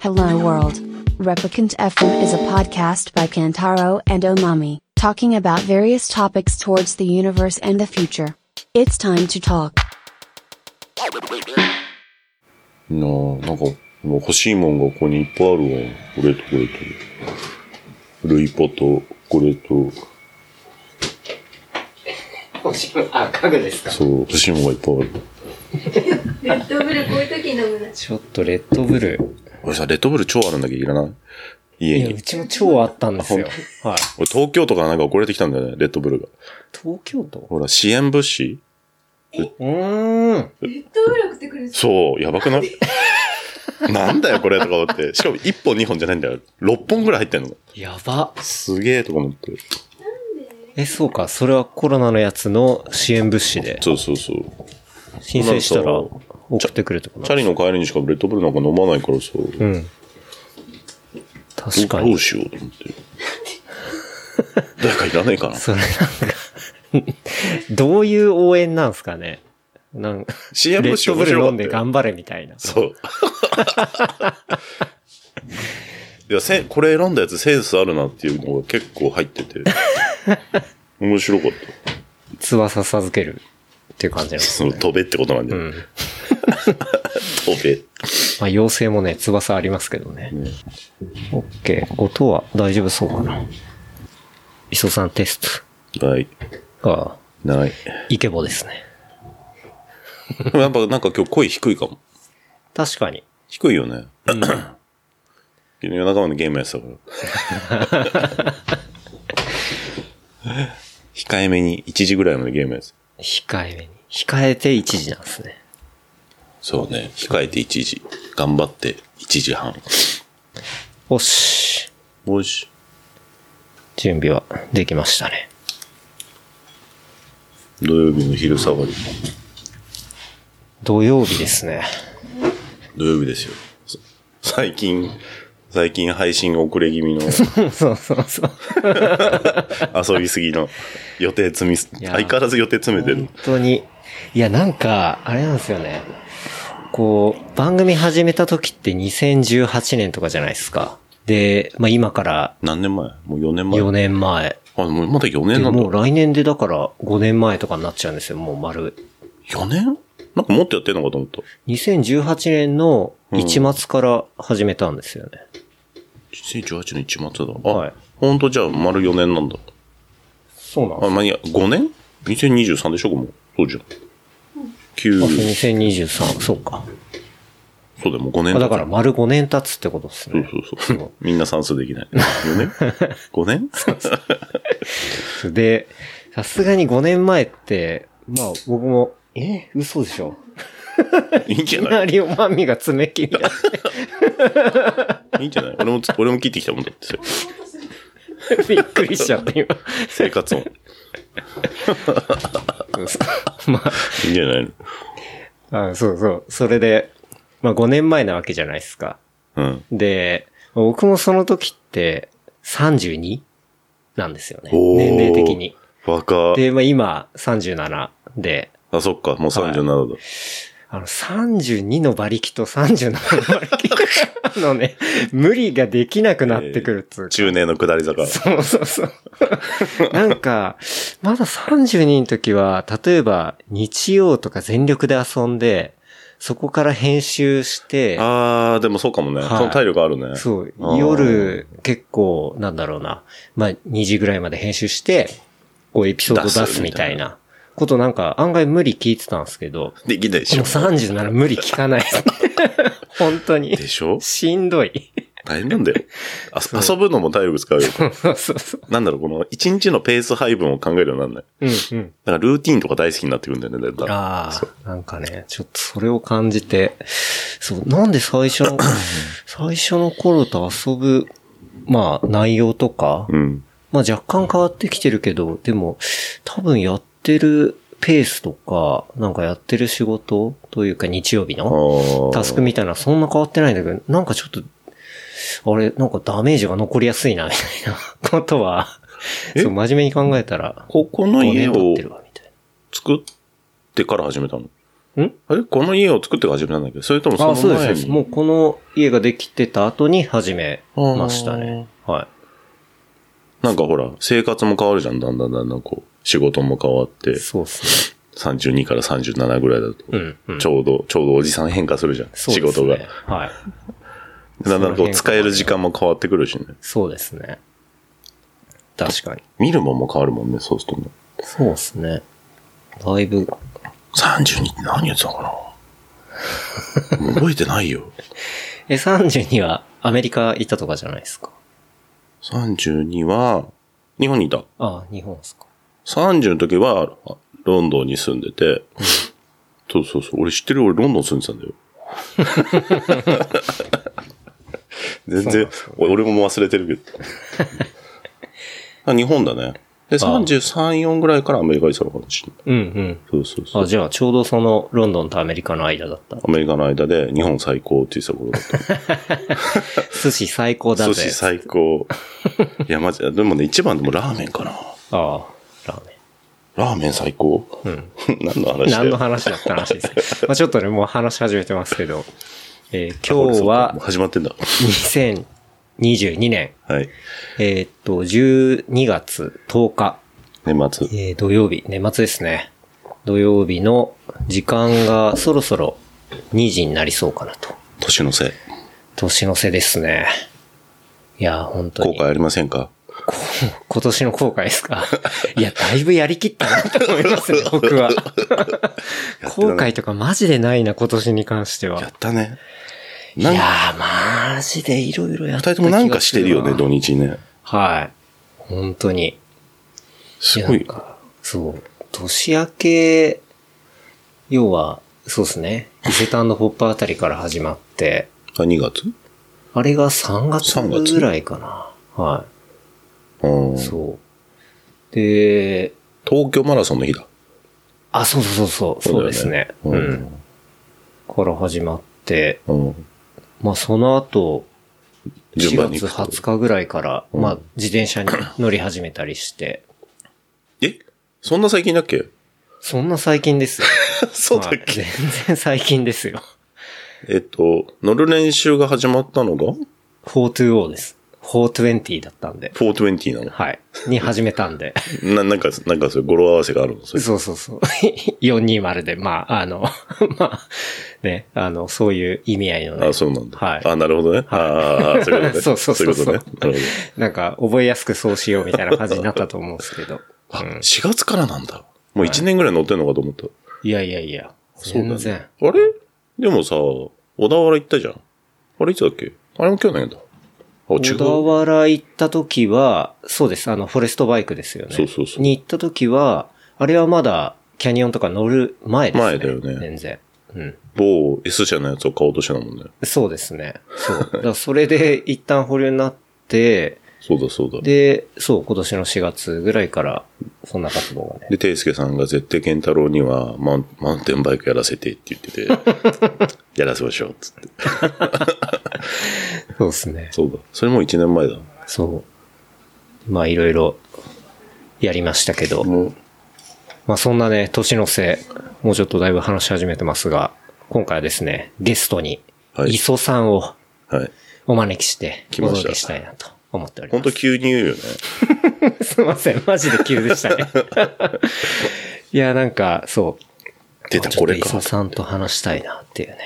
Hello World. Replicant FM is a podcast by Kantaro and Omami, talking about various topics towards the universe and the future. It's time to talk. なあ、なんか、もう欲しいもんがここにいっぱいあるわ。これとこれと。ルイポと、これと、おしぶあ、家具ですかそう、欲しいもんがいっぱいある。レッドブルこういう時飲むな。ちょっとレッドブル。俺さ、レッドブル超あるんだけどいらないい家や、うに。ちも超あったんですよ。はい。俺東京とかなんか送られてきたんだよね、レッドブルが。東京都ほら、支援物資うーん。レッドブル送ってくれる。そう、やば くないなんだよこれとか思って。しかも1本2本じゃないんだよ。6本ぐらい入ってんの。やば。すげえとか思って。え、そうか。それはコロナのやつの支援物資でそうそうそう。申請したらなんか送ってくるとかチャな。リの帰りにしかレッドブルなんか飲まないからさ。うん。確かどにう。しようと思って。誰かいらないかなそれなんか、 どういう応援なんすかね。なんか、レ ?CM ッドブル飲んで頑張れみたいな。 そう。いや、せんこれ選んだやつセンスあるなっていうのが結構入ってて。面白かった。翼授けるっていう感じなんです。その飛べってことなんだうよ。ん。 飛べ。まあ、妖精もね、翼ありますけどね。オッケー。音は大丈夫そうかな。磯さんテスない。トが、ない。イケボですね。でもやっぱなんか今日声低いかも。確かに。低いよね。昨日夜中までゲームやってた から。控えめに1時ぐらいまでゲームやってた。控えめに。控えて1時なんですね。そうね。控えて1時。頑張って1時半。おし。おいし。準備はできましたね。土曜日の昼下がり。土曜日ですね。土曜日ですよ。そ最近、最近配信が遅れ気味 の、 そうそうそう。遊びすぎの、予定積みす、いや相変わらず予定詰めてる本。当に。いや、なんか、あれなんですよね。こう、番組始めた時って2018年とかじゃないですか。で、まあ今から何年前もう4年前。 4年前。あ、もうまだ4で年なんだもう。来年でだから5年前とかになっちゃうんですよ、もう丸。 4年なんかもっとやってんのかと思った。 2018年の1末から始めたんですよね。 2018年1月だ。あ、はいほんとじゃあ丸4年なんだ。そうなんあ、まあ、いや、5年 ?2023 でしょもう。そうじゃん。9、です。2023、そうか。そうだよ、もう5年あだから丸5年経つってことですそうね。そうそう。みんな算数できない。4年 ?5 年で、さすがに5年前って、まあ僕も、え嘘でしょいいんじゃいきなないりおまみが爪切りだ。いいんじゃない俺も、俺も切ってきたもんだって。それびっくりしちゃった今。 生活音。まあ、いいんじゃないのあそうそう。それで、まあ5年前なわけじゃないですか。うん。で、僕もその時って32なんですよね。おー年齢的に。若。で、まあ今37で、あ、そっか。もう37だ。あの32の馬力と37の馬力あ のね、無理ができなくなってくるっつうか中年の下り坂。そうそうそう。なんか、まだ32の時は、例えば日曜とか全力で遊んで、そこから編集して、あー、でもそうかもね。はいその体力あるね。そうあー、夜結構、なんだろうな、まあ2時ぐらいまで編集して、こうエピソード出出すすみみたたいないなことなんか案外無理聞いてたんですけど、できないでこしょの。37無理聞かない。 本当にで。しょしんどい。大変なんだよ。あ遊ぶのも体力使うよ。そうそうそう。なんだろう、この一日のペース配分を考えるようになんない。うんうん。だからルーティンとか大好きになってくるんだよね、だんだんああ、なんかね、ちょっとそれを感じて、そう、なんで最初の、 最初の頃と遊ぶ、まあ、内容とか、うん。まあ若干変わってきてるけど、でも、多分やってるペースとか、なんかやってる仕事というか日曜日あのー。タスクみたいな、そんな変わってないんだけど、なんかちょっと、あれ、なんかダメージが残りやすいな、みたいな ことは、えそう、真面目に考えたら、ここの5家年経っをてるわ、みたいな。作ってから始めたのんあれこの家を作ってから始めたんだけど、それともそのあ、前そうにですそうです。もうこの家ができてた後に始めましたね。はなんかほら、生活も変わるじゃん、だんだんだんだんこう。仕事も変わってい。、そうです32から37ぐらいだと、ね。うん、うん。ちょうど、ちょうどおじさん変化するじゃん、そう仕です事ねが。はい。だんだんこその変化がう、ね使える時間も変わってくるしね。そうですね。確かに。見るもんも変わるもんね、そうするとね。そうですね。だいぶ、 32って何やってたかなもう覚えてないよ。え、32はアメリカ行ったとかじゃないですか。 32は、日本にいた。あ日本ですか。 30の時は、あロンドンに住んでて、そうそうそう、俺知ってる俺ロンドン住んでたんだよ。全そうなん然ですね、俺も忘れてるけど。あ日本だね。で、33、4ぐらいからアメリカに行ってたのかもしれない。うんそうそううん。そあ、う。じゃあちょうどそのロンドンとアメリカの間だった。アメリカの間で日本最高って言ってた頃だった。寿司最高だぜ。寿司最 高。いや、マジで、でもね、一番でもラーメンかな。ああ、ラーメン。ラーメン最高うん。 何の話だ何のよ。話だった 話です。まあちょっとね、もう話し始めてますけど。えー今日あはこれそうかもう始まってんだ。 2022年、はい。えーっと、12月10日、年末。えー土曜日、年末ですね。土曜日の時間がそろそろ2時になりそうかなと。年のせい。年の瀬ですね。いやー、本当後に。悔ありませんか今年の後悔ですか いや、だいぶやりきったなと思いま すね、僕は。後悔とかマジでないな、今年に関しては。やったね。いなんやか、ー、マジでいろいろや二った人と気がするもわ。なんかしてるよね、土日ね。はい。本当に。すごなんい。かそう。年明け、要は、そうですね。伊勢丹のポップあたりから始まって、あ、2月あれが3月3月ぐらいかな。はうんい。。そう。で、東京マラソンの日だ。あ、そうそうそうそう、そうですね。ううんん。。から始まって、うん。まあその後、順番4に月行くと20日ぐらいから、うんまあ自転車に乗り始めたりして、えそんな最近だっ けそんな最近ですよ。 そうだっけはい全然最近ですよ。えっと、乗る練習が始まったのが420です。420だったんで。 420なのはい。に始めたんで。な、なんか、なんかそれ語呂合わせがあるの それそうそうそう。420で、まあ、あの、 まあ、ね、あの、そういう意味合いのねあ、。そうなんだ。はいあ、なるほどね。ああ、そういうことね。 そうそうそうそういうことね。なるなんか、覚えやすくそうしようみたいな感じになったと思うんですけ ど。ほど。うあ、ん4月からなんだ。もう1年ぐらい乗ってんのかと思った。いやいやいや。そうだ全ね然。あれでもさ、小田原行ったじゃん。あれいつだっけあれも去年だ。あ、違小う。田原行った時は、そうです、あの、フォレストバイクですよね。そうそうそうに行った時は、あれはまだ、キャニオンとか乗る前ですね。前だよね全然。うん。某 S 社のやつを買おうとしてたもんね。そうですね。そう。だからそれで一旦保留になって、そうだそうだ。で、で、そう、今年の4月ぐらいから、そんな活動が ね。ていすけさんが絶対健太郎にはマウン、マウンテンバイクやらせてって言ってて、 やらせましょうっつって。そうですね。そうだ。それも1年前だ。そう。まあ、いろいろ、やりましたけど。もう、まあ、そんなね、年の瀬、もうちょっとだいぶ話し始めてますが、今回はですね、ゲストに、はい磯さんをはい。お招きして、来おました届けしたいなと思っております。本当急に言うよね。すいません、マジで急で したね。いや、なんか、そう。出たこれちょかっと。磯さんと話したいなっていうね。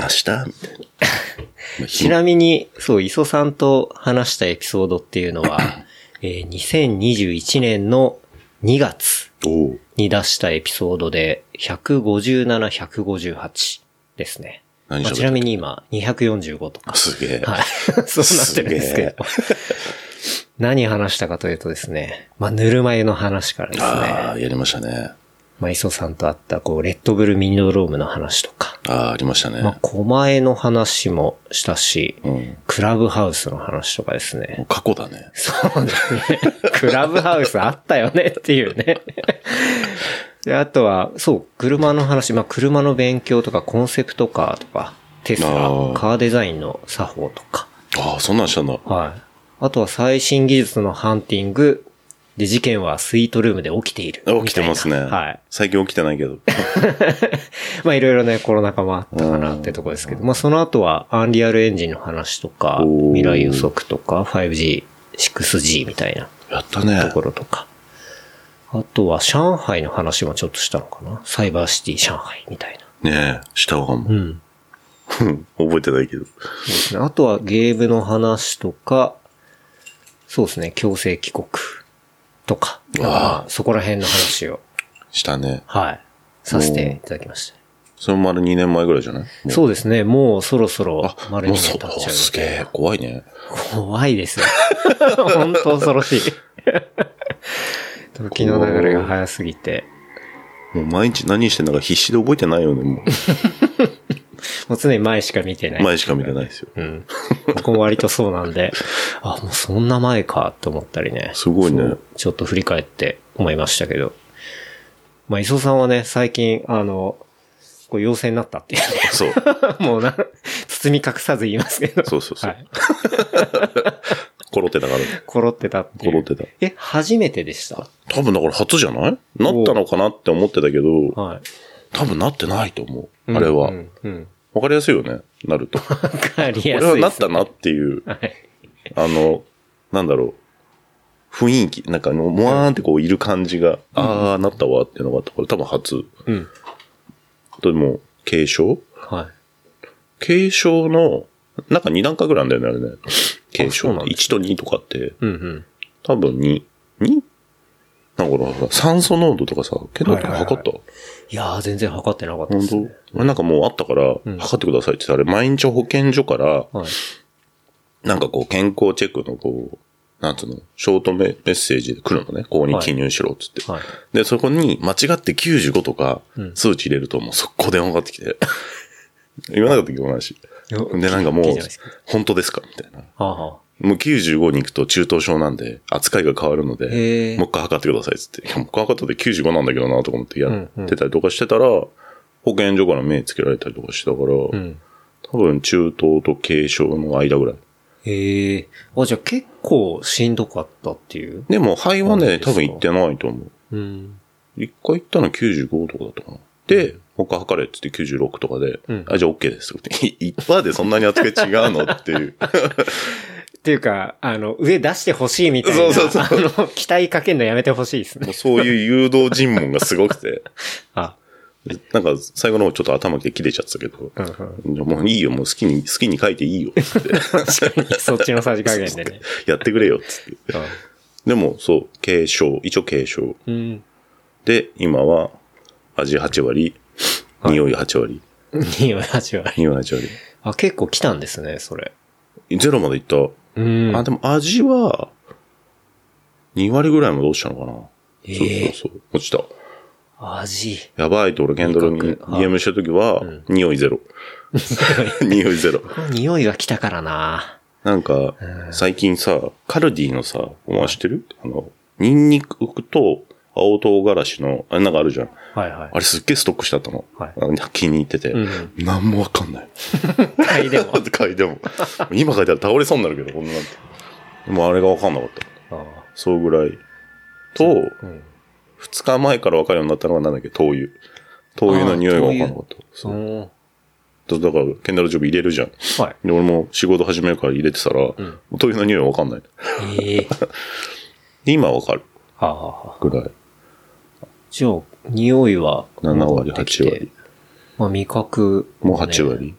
明日みたいな。まあ ちなみに、そう、磯さんと話したエピソードっていう のは、えー2021年の2月おうに出したエピソードで、157、158ですね。何まあ喋ったちなみに今、245とか。すげえ。はい。 そうなってるんですけど。何話したかというとですね、まあ、ぬるま湯の話からですあね、あ、やりましたね。まあ、磯さんと会った、こう、レッドブルミニドロームの話とか、ああ、ありましたね。まあ、狛江の話もしたし、うん。クラブハウスの話とかですもうね。過去だね。そうですね。クラブハウスあったよねっていうね。で、あとは、そう、車の話、まあ、車の勉強とか、コンセプトカーとか、テスラ、あーカーデザインの作法とか、ああ、そんなんしたんだ。はい。あとは最新技術のハンティング、で、事件はスイートルームで起きている。あ起きてますね。みたいなはい。最近起きてないけど。まあいろいろね、コロナ禍もあったかなってとこですけど、まあその後はアンリアルエンジンの話とか、おー未来予測とか、5G、6G みたいなやったね。ところとか。あとは上海の話もちょっとしたのかなサイバーシティ上海みたいな。ねえ、したかも。うん。 覚えてないけど。そうですね。あとはゲームの話とか、そうですね、強制帰国とか、まあそこら辺の話を、したね。はい、させていただきました。それも丸2年前ぐらいじゃないもそうですね、もうそろそろあ、丸もにう経っちそゃうう、のですげえ、怖いね。怖 いですよ。本当恐ろしい。時の流れが早すぎて。もう毎日何してんだか必死で覚えてないよね、ももう常に前しか見てなう。い。前しか見てないですよ。うん。僕も割とそうなん で、あ、もうそんな前かと思ったりね。すごいねそうちょっと振り返って思いましたけど。まあ、磯さんはね、最近、あの、こう、陽性になったっていうね。 そう。もうな、包み隠さず言いますけど。そうそうそうはい。コロテだから。コロってたっていう。コロってたえ、初めてでした多分だから初じゃないなったのかなって思ってたけど、はい。多分なってないと思う。うんあれはう。ん。うん。わかりやすいよね、なる と。こわかりやれすいです。はなったなっていう、はい。あの、なんだろう。雰囲気、なんかあの、もわーんってこういる感じが、あー、なったわっていうのがあったから、多分初。うん。でも、軽症はい。軽症の、なんか2段階ぐらいあるんだよね、 あれね。軽そう症なんので1と2とかって、うんうん。多分2、2? なんかほらほら、酸素濃度とかさ、ケンタロウ君はいはいはい測ったいやー、全然測ってなかったで本す、ね。当俺なんかもうあったから、ん測ってくださいって言ってあれ、毎日保健所から、はい。なんかこう、健康チェックのこう、なんつうの、ショートメメッセージで来るのね。ここに記入しろっつって。はい。で、そこに間違って95とかうん数値入れるともう速攻電話がかかってきて。 言わなかったっけこの話。で、なんかもういいじゃないですか、本当ですかみたいな。はあ、はもう95に行くと中等症なんで、扱いが変わるのへで、ーもう一回測ってくださいっつって。いやもう一回測ったで95なんだけどなとか思ってやうんうんってたりとかしてたら、保健所から目つけられたりとかしてたから、あ、うん。多分中等と軽症の間ぐらい。ええあ、じゃあ結構しんどかったっていう。でも肺はそうね、ですか多分行ってないと思う。うん。一回行ったの95とかだったかな。で、他測れって言って96とかで、うんあ、じゃあ OK ですって言って。 い1%でそんなに扱い違うのって いう。っていうか、あの、上出してほしいみたいな。そうそうそうあの、期待かけるのやめてほしいですね。もうそういう誘導尋問がすごくて。あ、なんか最後の方ちょっと頭で切れちゃってたけど。うんうん。いやもういいよ、もう好きに、好きに書いていいよ、つって。確かに、そっちのさじ加減でね。 やってくれよ、つって。でも、そう、軽症、一応軽症。うん。で、今は、味8割、匂い8割、 2割、8割。匂い8割。あ、結構来たんですね、それ。ゼロまでいった。うん。あ、でも味は、2割ぐらいまで落ちたのかな。えそうそうえそう。落ちた。味。やばいと俺、ケンドルに味覚はい DM した時はん、匂いゼ ロ。匂いゼロ。この匂いが来たからな。なんか、最近さ、カルディのさ、お前知ってるあの、ニンニクと青唐辛子の、あれなんかあるじゃん。はいはいあ。れすっげえストックしてあったの。はいあの気に入ってて。うんなんもわかんない。 嗅いでも。 嗅いでも。今嗅いだら倒れそうになるけど、こんなの。でもあれがわかんなかった。あそうぐらい。と、あうん。二日前から分かるようになったのがなんだっけ灯油。灯油の匂いが分かんなかった。その、そうだから、ケンダルジョブ入れるじゃん。 はい。で、俺も仕事始めるから入れてたら、ん灯油の匂い分かんない。ええで、今分かるああ。ぐらい。じゃあ、匂いは7割、戻ってきて8割。。まあ、味覚、もう8割。。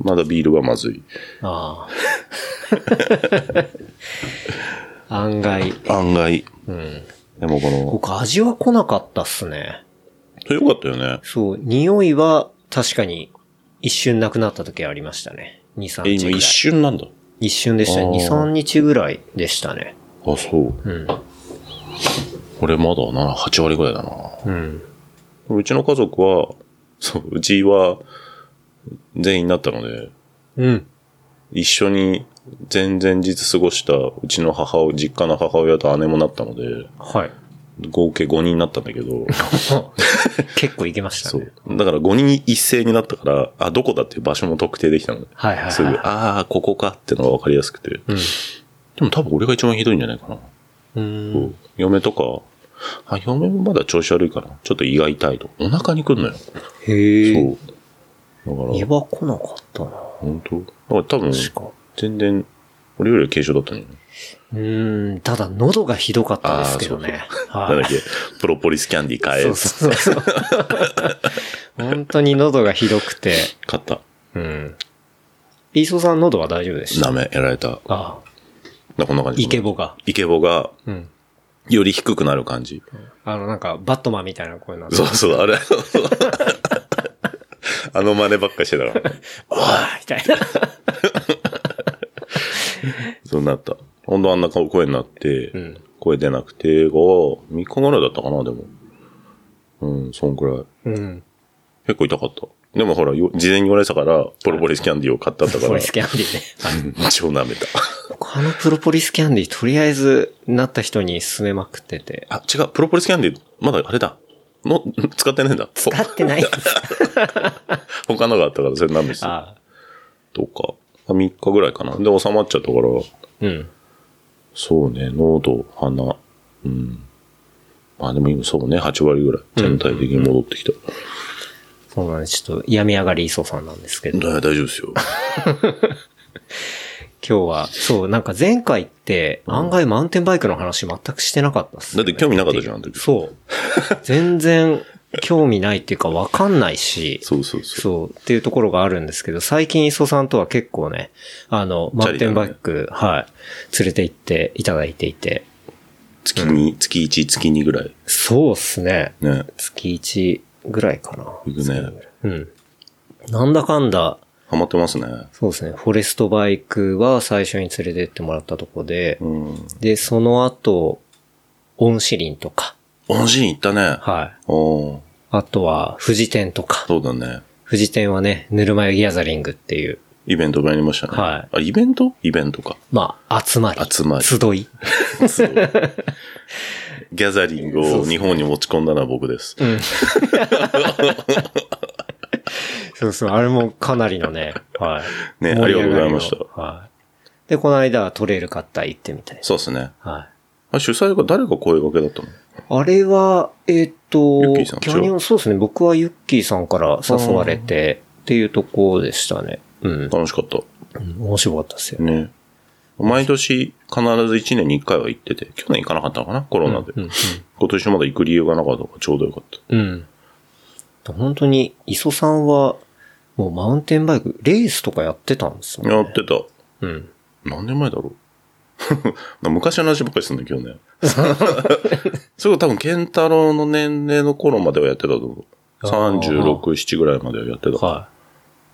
まだビールはまずい。ああ。 案外。案外。うん。でもこの、僕、味は来なかったっすね。それよかったよね。そう、匂いは確かに一瞬なくなった時ありましたね。2、3え、日今ぐらい。一瞬なんだ。一瞬でしたね。あー2、3日ぐらいでしたね。あ、そう。うん。俺まだな、8割ぐらいだな。うん。うちの家族は、そう、うちは、全員なったので、うん。一緒に前々日過ごしたうちの母親、実家の母親と姉もなったので、はい。 合計5人になったんだけ ど、結構いけましたそねう。。だから5人一斉になったから、あ、どこだっていう場所も特定できたので、はいはいはい。 すぐ、ああ、ここかってのが分かりやすくて。うん。でも多分俺が一番ひどいんじゃないかな。うーん。嫁とか、あ、嫁もまだ調子悪いかな。ちょっと胃が痛いと。お腹にくんのよ。へえ。そう。だから、胃は来なかったな。本当だから多分、確か全然、俺よりは軽症だったのよね。うーん、ただ喉がひどかったですけどね。なはんいだっけ、プロポリスキャンディー買えそうそうそう。本当に喉がひどくて。買った。うん。イーソーさん喉は大丈夫でしたダメ、やられた。ああ、こんな感じ。イケボが。イケボが、うん。より低くなる感じ。あの、なんか、バットマンみたいな声なんで。そうそう、あれ。 あの真似ばっかしてたから。みたいな。そうなった。ほんとあんな声になって、うん。声出なくて、が、3日ぐらいだったかな、でも。うん、そんくらい。うん。結構痛かった。でもほら、よ事前に言われてたから、プロポリスキャンディーを買ったんだか プロポらリ、スキャンディね。超舐めた。あのプロポリスキャンディ、とりあえず、なった人に勧めまくってて。あ、違う、プロポリスキャンディー、まだあれだ。の、使ってねえんだ。使使ってないんですか他のがあったから、それ舐めてた。ああ。とか。3日ぐらいかな。で、収まっちゃったから、うん。そうね、喉、鼻、うん。まあでも今そうね、8割ぐらい、全体的に戻ってきた。そうなんです。ちょっと、病み上がりイーソーさんなんですけど。だ大丈夫 ですよ。今日は、そう、なんか前回って、案外マウンテンバイクの話全くしてなかったっす、ね。だって興味なかったじゃんあの時そう。 全然、興味ないっていうかわかんないし、そうそうそう。そう、っていうところがあるんですけど、最近磯さんとは結構ね、あの、マウンテンバイク、はい、連れて行っていただいていて、月に、月1、月2ぐらい。そうっすね。ね。月1ぐらいかな。行くね。うん。なんだかんだ、ハマってますね。そうですね、フォレストバイクは最初に連れて行ってもらったとこで、うん。で、その後、オンシリンとか、恩人行ったね。はい。おーあとは、富士店とか。そうだね。富士店はね、ぬるま湯ギャザリングっていう、イベントがありましたね。はいあ、イベントイベントか。まあ、集まり。集まり集い。そうギャザリングを日本に持ち込んだのは僕です。 そうそう、あれもかなりの ね、はい。ねあり盛り上ががとうのございましはい。で、この間、トレイル買った行ってみたいそうですね。な。はい。あ主催が誰が声掛けだったのあれは、えっ、ユッキーさと、んキャニオン、そうですね、僕はユッキーさんから誘われて、っていうとこでしたね。うん。楽しかった。うん面白かったですよね。ね。毎年必ず1年に1回は行ってて、去年行かなかったのかなコロナで。うん。今年まだ行く理由がなかったからちょうどよかった。うん。本当に、磯さんは、もうマウンテンバイク、レースとかやってたんですもんね。やってた。うん。何年前だろう 昔の話ばっかりするんだけどね。 それこそ多分、ケンタロウの年齢の頃まではやってたと思う。あー36、7ぐらいまではやってたか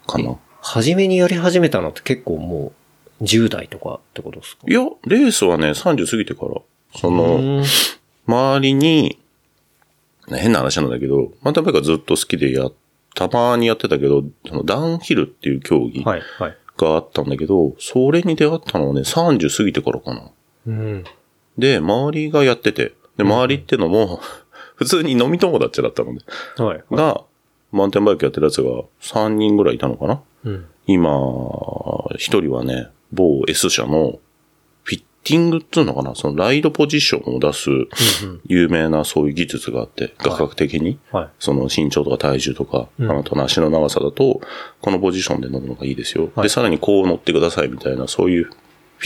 はな。い。初めにやり始めたのって結構もう、10代とかってことですかいや、レースはね、30過ぎてから、そうの、ーん周りに、ね変な話なんだけど、マウンテンバイクはずっと好きでや、たまにやってたけど、そのダウンヒルっていう競技はい、はい。があったんだけど、それに出会ったのはね、30過ぎてからかな。うん。で、周りがやってて、で、周りってのも、 普通に飲み友達だったので、はい。が、マウンテンバイクやってるやつが3人ぐらいいたのかなうん。今、1人はね、某 S 社のフィッティングっていうのかなそのライドポジションを出す有名なそういう技術があって、画角的に、はい。その身長とか体重とか、うんあなたの足の長さだと、このポジションで乗るのがいいですよ。はいで、さらにこう乗ってくださいみたいな、そういうフ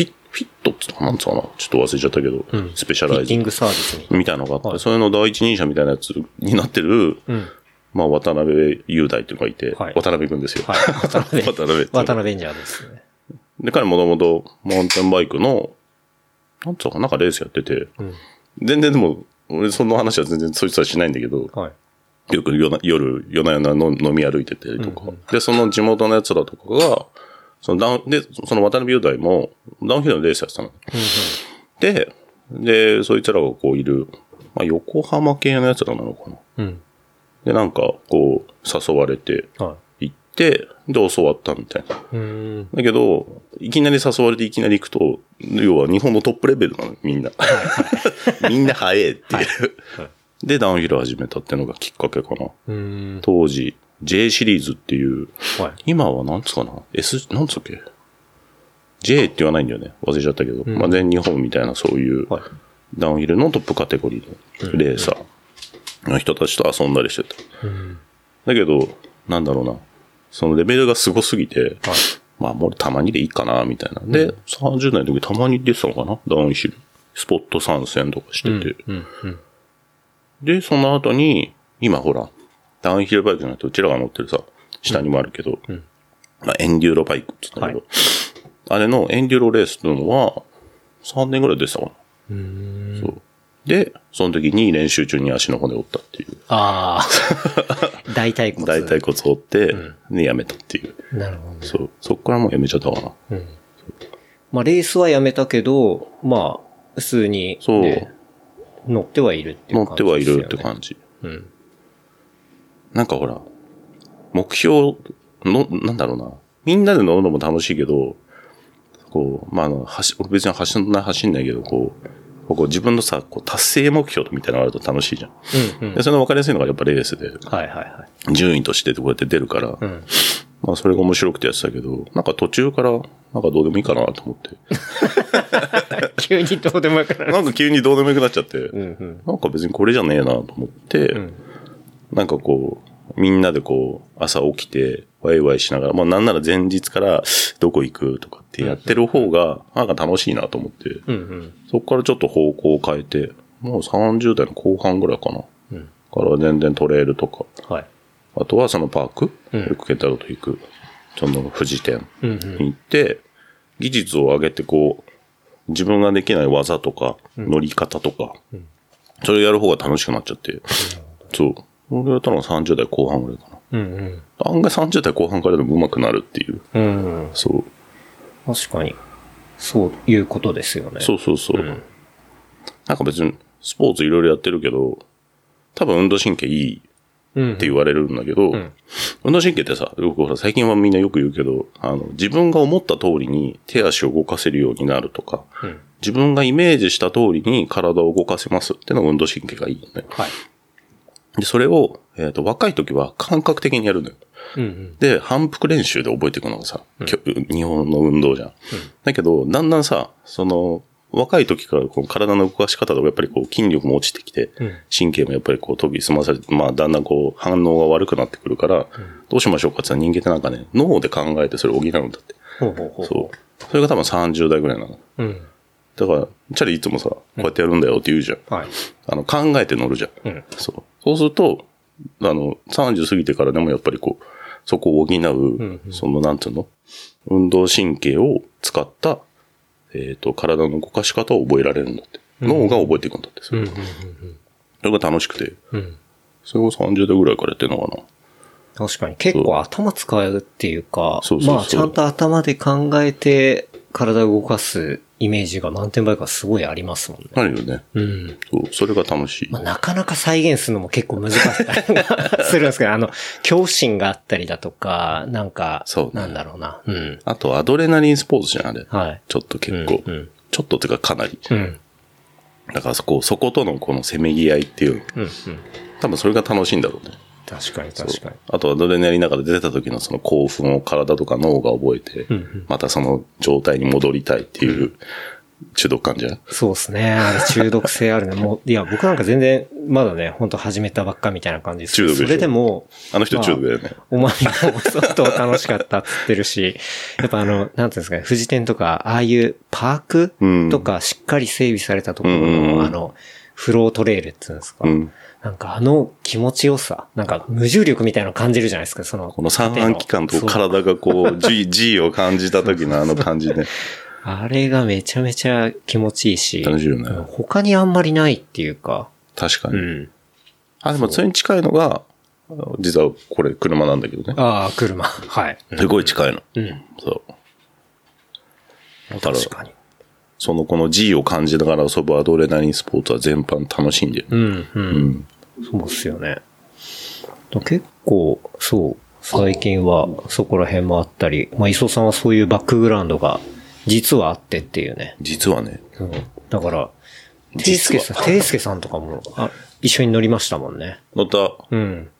ィッ、フィットってなんつうのかなちょっと忘れちゃったけど、うんスペシャフィラッイティンズグサービスに。みたいなのがあって、はいそれの第一人者みたいなやつになってる、うん。まあ、渡辺雄大っていうのがいて、はい渡辺くんですよ。はい。 渡辺。渡辺って渡辺エンジャーですね。で、彼もともと、マウンテンバイクの、なんつうのかな、なんかレースやってて、うん。全然でも、俺その話は全然そいつはしないんだけど、はい。よく夜な夜、夜な夜なの飲み歩いてたりとか、うんうで、その地元のやつらとかが、そのダウン、で、その渡辺雄大も、ダウンヒルのレースやってたの。で、で、そいつらがこういる、まあ、横浜系のやつらなのかな。うん。で、なんか、こう、誘われて、は行って、で、教わったみたいな。い。うーん。だけど、いきなり誘われていきなり行くと、要は日本のトップレベルなの、みんな。 みんな早えっていう。で、ダウンヒル始めたっていうのがきっかけかな。うーん。当時、J シリーズっていう、はい。今はなんつうかな ?S、なんつうっけ ?J って言わないんだよね。忘れちゃったけど。んまあ、全日本みたいなそういうはい。ダウンヒルのトップカテゴリーのレーサーの人たちと遊んだりしてた。だけど、なんだろうな。そのレベルがすごすぎて、まあ、もうたまにでいいかな、みたいな。で、30代の時たまに出てたのかなダウンヒル。スポット参戦とかしてて。うん、うん。で、その後に、今ほら、ダウンヒルバイクじゃなくて、うちらが乗ってるさ、下にもあるけど、まあ、エンデューロバイクって言ったんだけど、あれのエンデューロレースっていうのは、3年ぐらい出てたかな。そう。で、その時に練習中に足の骨折ったっていう。ああ。 大腿骨。大腿骨折って、で、やめたっていう。なるほどね。そう。そこからもうやめちゃったかな。まあ、レースはやめたけど、まあ、普通に、そう。ね乗ってはいるってい乗うっ感てじはいですよね。るって感じ。うん。なんかほら、目標の、なんだろうな。みんなで乗るのも楽しいけど、こう、まあ、あの、走、俺別に走んない、走んないけど、こう、こう自分のさ、こう、達成目標みたいなのがあると楽しいじゃん。うん、うんで、。それの分かりやすいのがやっぱレースで、はいはいはい。順位としてこうやって出るから、うん。まあ、それが面白くてやってたけど、なんか途中から、なんかどうでもいいかなと思って。急にどうでもよくなる。なんか急にどうでもよくなっちゃって、うんなんか別にこれじゃねえなと思って、んなんかこう、みんなでこう、朝起きて、ワイワイしながら、まあなんなら前日からどこ行くとかってやってる方が、なんか楽しいなと思って、うん。うんそこからちょっと方向を変えて、もう30代の後半ぐらいかな。うん。うん。から全然トレイルとか、はい。あとはそのパーク、うんよくケンタロウと行く、その富士店うんうにん行って、技術を上げてこう、自分ができない技とか、乗り方とか、それをやる方が楽しくなっちゃって、そう。俺やったのが30代後半ぐらいかな。うん案外30代後半からでも上手くなるっていう。うん。うん。そう。確かに。そういうことですよね。そうそうそう。なんか別に、スポーツいろいろやってるけど、多分運動神経いいうん。って言われるんだけど、ん運動神経ってさ、よくほら、最近はみんなよく言うけど、あの、自分が思った通りに手足を動かせるようになるとか、うん自分がイメージした通りに体を動かせますっていうのが運動神経がいいよね。はい。で、それを、えっ、と、若い時は感覚的にやるのよ。うんうん。で、反復練習で覚えていくのがさ、きょ日本の運動じゃん。だけど、だんだんさ、その、若い時からこう体の動かし方とかやっぱりこう筋力も落ちてきて、うん神経もやっぱりこう研ぎ澄まされて、まあだんだんこう反応が悪くなってくるから、どうしましょうかって言ったら人間ってなんかね、脳で考えてそれを補うんだって。ほうほうほう。そう。それが多分30代ぐらいなの。う。うん。だから、チャリいつもさ、こうやってやるんだよって言うじゃん。はい。あの、考えて乗るじゃん。うん。そう。そうすると、あの、30過ぎてからでもやっぱりこう、そこを補う、んうその、なんつうの運動神経を使った、えっ、と、体の動かし方を覚えられるんだって。脳が覚えていくんだって。それ,、うんうんそれが楽しくて。うんうん。それを30代ぐらいからやってるのかな。確かに結構頭使うっていうか、そうそうそうまあちゃんと頭で考えて体を動かすイメージがマウンテンバイクはすごいありますもんね。なるよね。うん。そう、それが楽しい。まあ、なかなか再現するのも結構難しかったりがするんですけど、あの、恐怖心があったりだとか、なんか、そうねなんだろうな。うん。あと、アドレナリンスポーツじゃん、あれ。はい。ちょっと結構。うんうんちょっとっていうかかなり。うん。だからそこ、そことのこのせめぎ合いっていう。うん、うん。多分それが楽しいんだろうね。確かに確かに。あとアドレナリンの中で出た時のその興奮を体とか脳が覚えて、んうんまたその状態に戻りたいっていう中毒感じゃん。そうですね。あれ中毒性あるね。もう、いや、僕なんか全然、まだね、本当始めたばっかみたいな感じですけど中毒でしょそれでも、あの人中毒だよね。おまみも相当楽しかったっつってるし、やっぱあの、なんていうんですかね、富士店とか、ああいうパーうんクとか、しっかり整備されたところうんうんうの、んあの、フロートレールっていうんですか。うんなんかあの気持ちよさ、なんか無重力みたいなの感じるじゃないですか、その。この三半規管と体がこ う G, G を感じた時のあの感じね。あれがめちゃめちゃ気持ちいいし。楽しいよねうん他にあんまりないっていうか。確かうに。ん。あ、でもそれに近いのが、実はこれ車なんだけどね。ああ、車。はい。すごい近いの。うん。そう。だから、確かに。そのこの G を感じながら遊ぶアドレナリンスポーツは全般楽しいんだよね。うん、う。うんん。そうっすよね。結構、そう、最近はそこら辺もあったり、まあ、磯さんはそういうバックグラウンドが実はあってっていうね。実はね、うん。だから、ていす実けはさん、ていすけさんとかも、あ、一緒に乗りましたもんね。乗った、うん。だか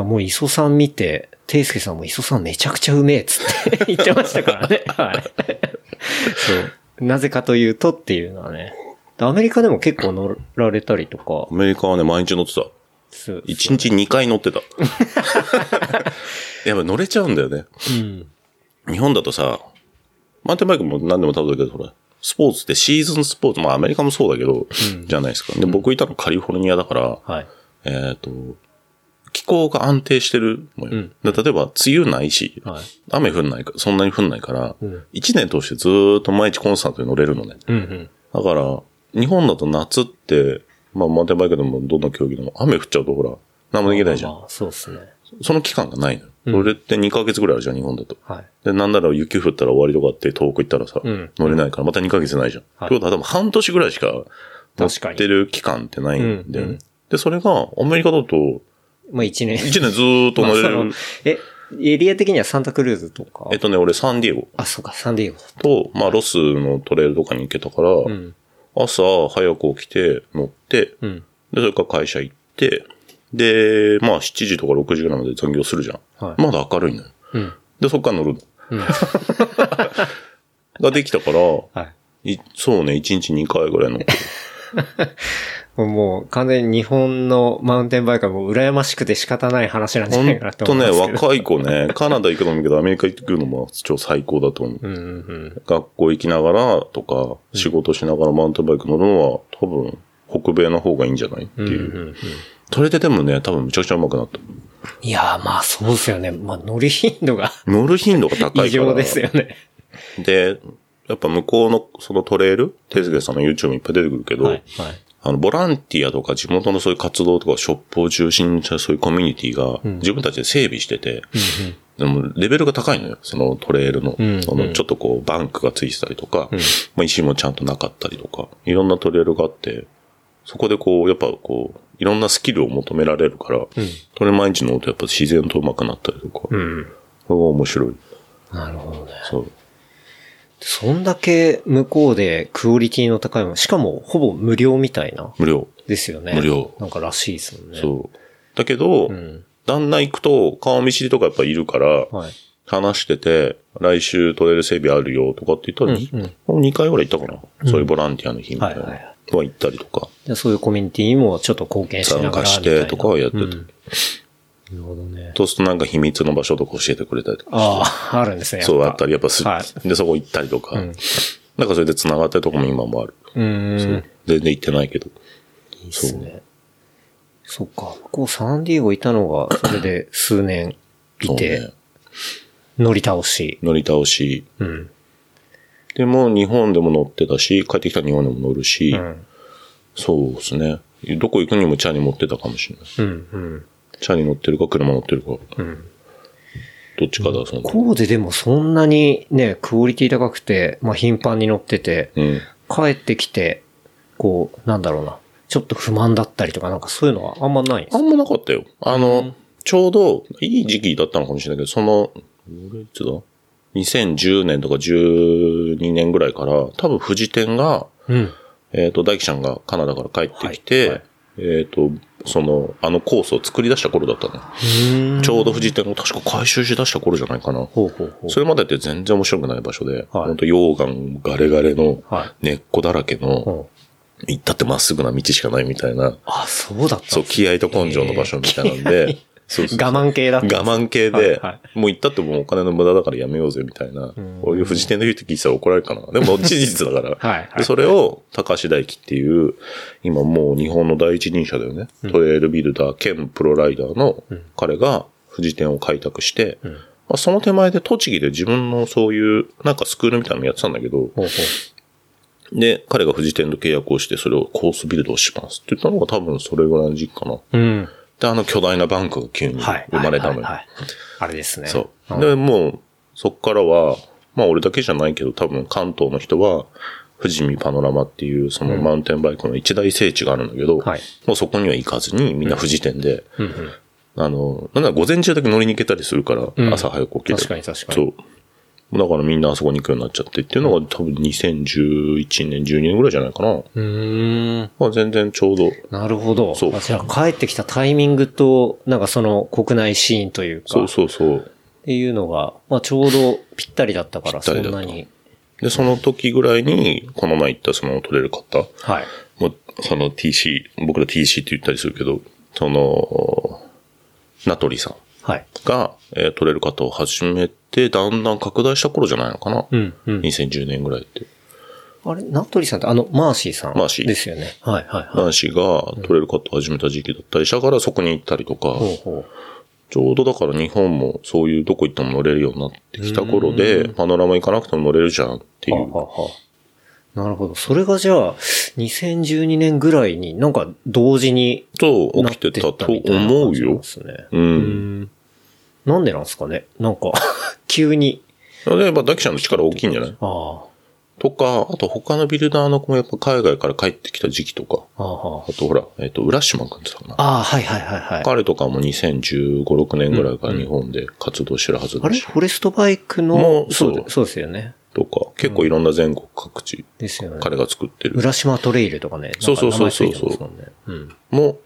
らもう磯さん見て、ていすけさんも磯さんめちゃくちゃうめえっつって 言ってましたからね。はい。そう。なぜかというとっていうのはね、でアメリカでも結構乗られたりとかア、メリカはね、毎日乗ってた。す一日二回乗って た。やっぱ乗れちゃうんだよね。うん。日本だとさ、マウンテンバイクも何でも多分だけど、ほら、スポーツってシーズンスポーツ、まあアメリカもそうだけど、じゃないですか。で、僕いたのカリフォルニアだから、はい。えっ、と、気候が安定してるのよ。で例えば、梅雨ないし、はい雨降んないか、そんなに降んないからん、一、年通してずーっと毎日コンスタントに乗れるのね。うんうん。だから、日本だと夏って、まあ、マウンテンバイクでもどんな競技でも雨降っちゃうとほら、何もできないじゃん。まあ、そうですね。その期間がないのよ。それって2ヶ月ぐらいあるじゃん、日本だと。はい。で、なんなら雪降ったら終わりとかって遠く行ったらさ、うん乗れないからまた2ヶ月ないじゃん。はっいてことは多分半年ぐらいしか乗っ確かにてる期間ってないんだよね。うんうんで、それがアメリカだと1まあ一年。年ずーっと乗れる。 まあそのえ、エリア的にはサンタクルーズとか。えっとね、俺サンディエゴあ、そうか、サンディエゴだと、まあロスのトレイルとかに行けたから、ん朝早く起きて乗って、うん。で、それから会社行って、で、まあ7時とか6時ぐらいまで残業するじゃん。はいまだ明るいのよ。うん。で、そっから乗るの。ができたから、はい。いそうね、1日2回ぐらい乗ってるもう完全に日本のマウンテンバイクはもう羨ましくて仕方ない話なんじゃないか な本と当思ね、いますけど。若い子 ね、カナダ行くのもいいけど、アメリカ行くのも超最高だと思う。うんうん学校行きながらとか、仕事しながらマウンテンバイク乗るのは、多分、北米の方がいいんじゃないってうん。うんいう。うんうん、それででもね、多分めちゃくちゃ上手くなった。いやーまあそうですよね。まあ乗り頻度が乗る頻度が高いから。異常ですよね。で、やっぱ向こうのそのトレイル、テスゲさんの YouTube もいっぱい出てくるけど、はい。はい。あの、ボランティアとか地元のそういう活動とかショップを中心にしたそういうコミュニティが自分たちで整備してて、でもレベルが高いのよ。そのトレイルの、んそのちょっとこうバンクがついてたりとか、まあ石もちゃんとなかったりとか、いろんなトレイルがあって、そこでこう、やっぱこう、いろんなスキルを求められるから、トレ毎日の音やっぱ自然と上手くなったりとか、うん。それが面白い。なるほどね。そう。そんだけ向こうでクオリティの高いもの、しかもほぼ無料みたいな。無料。ですよね。無料なんからしいですもんね。そう。だけど、ん旦那行くと顔見知りとかやっぱいるから、はい。話してて、来週トレイル整備あるよとかって言ったら、2回ぐらい行ったかな、そういうボランティアの日みたいな。はいはいは行ったりとか、でそういうコミュニティにもちょっと貢献しながら参みたい加な。してとかはやってた。うんなるほどね。そうするとなんか秘密の場所とか教えてくれたりとか。ああ、あるんですね。そうやあったり、やっぱす、はで、そこ行ったりとか。なんかそれで繋がったりとかも今もある。うーん。全然行ってないけど。いいっすね。そっか。こうサンディエゴいたのが、それで数年いそうてね、乗り倒し。乗り倒し。うん。でも日本でも乗ってたし、帰ってきたら日本でも乗るし、うん。そうですね。どこ行くにもチャリ持ってたかもしれない。うん。うん。チャリ乗ってるか車乗ってるか。うん。どっちかだ、その。こうででもそんなにね、クオリティ高くて、まあ頻繁に乗ってて、うん。帰ってきて、こう、なんだろうな。ちょっと不満だったりとか、なんかそういうのはあんまないんですあんまなかったよ。あの、ちょうど、いい時期だったのかもしれないけど、その、俺いつだ ?2010 年とか12年ぐらいから、多分富士店が、うん。えっ、と、大輝ちゃんがカナダから帰ってきて、はいえっ、と、その、あのコースを作り出した頃だったの。ちょうど富士店が確か回収し出した頃じゃないかな。ほうほうほう。それまでって全然面白くない場所で、はい本当溶岩ガレガレのは根っこだらけうの、ん。行ったってまっすぐな道しかないみたいな、あ、そうだったんですそう、ね気合と根性の場所みたいなんで、そうそうそう我慢系だった。我慢系はいでは、もう行ったってもうお金の無駄だからやめようぜみたいな、こういう富士店の言うと聞いてたら怒られるか な。でも事実だから。はいはいでそれを高橋大輝っていう、今もう日本の第一人者だよね。トレイルビルダー兼プロライダーの彼が富士店を開拓して、まあ、その手前で栃木で自分のそういうなんかスクールみたいなのやってたんだけど、ほうほで、彼が富士店と契約をしてそれをコースビルドをしますって言ったのが多分それぐらいの時期かな。う。うん。で、あの巨大なバンクが急にはい。生まれたのよ。はいはいはいあれですね。そう。で、もう、そっからは、まあ俺だけじゃないけど、多分関東の人は、富士見パノラマっていう、そのマウンテンバイクの一大聖地があるんだけど、はいもうそこには行かずに、みんな富士店で、あの、なんなら午前中だけ乗りに行けたりするから、ん朝早く起きて。確かに確かにそう。だからみんなあそこに行くようになっちゃってっていうのが多分2011年、12年ぐらいじゃないかな。うーん。まあ全然ちょうど。なるほど。そうあじゃあ帰ってきたタイミングと、なんかその国内シーンというか、そうそうそう。っていうのが、まあちょうどぴったりだったから、ぴったそりだんったなにで、その時ぐらいに、この前行ったその取れる方、はい。もう、その TC、僕ら TC って言ったりするけど、その、ナトリさんはい。が、えー取れる方を始めて、だんだん拡大した頃じゃないのかな。うん、うん。 2010年ぐらいって。あれ、ナトリさんってあの、マーシーさん。マーシーですよね。はい、はい、はい。男子が取れる方を始めた時期だったりしたから、そこに行ったりとか、ほうほちょうどだから日本もそういうどこ行っても乗れるようになってきた頃で、パノラマ行かなくても乗れるじゃんってう。いはあう。はあはあなるほど。それがじゃあ、2012年ぐらいになんか同時にと、なっ起きてたとみいな思感うじなんよで。すね。う。うんん。なんでなんですかねなんか、 急に。で、やっぱダキちゃんの力大きいんじゃないああ。はとか、あと他のビルダーの子もやっぱ海外から帰ってきた時期とか、あ、はあとほら、えっ、と、浦島くんって言ったかな。あ。ああ、はい、はい、はい、はい。彼とかも2015、6年ぐらいから日本で活動してるはずあだれし、フォレストバイクもの、うそうそうで、そうですよね。とか、結構いろんな全国各地、ですよね。彼が作ってる。浦島トレイルとかね。そうそうそうそうなんか名前ついてますもんね。うん。もう、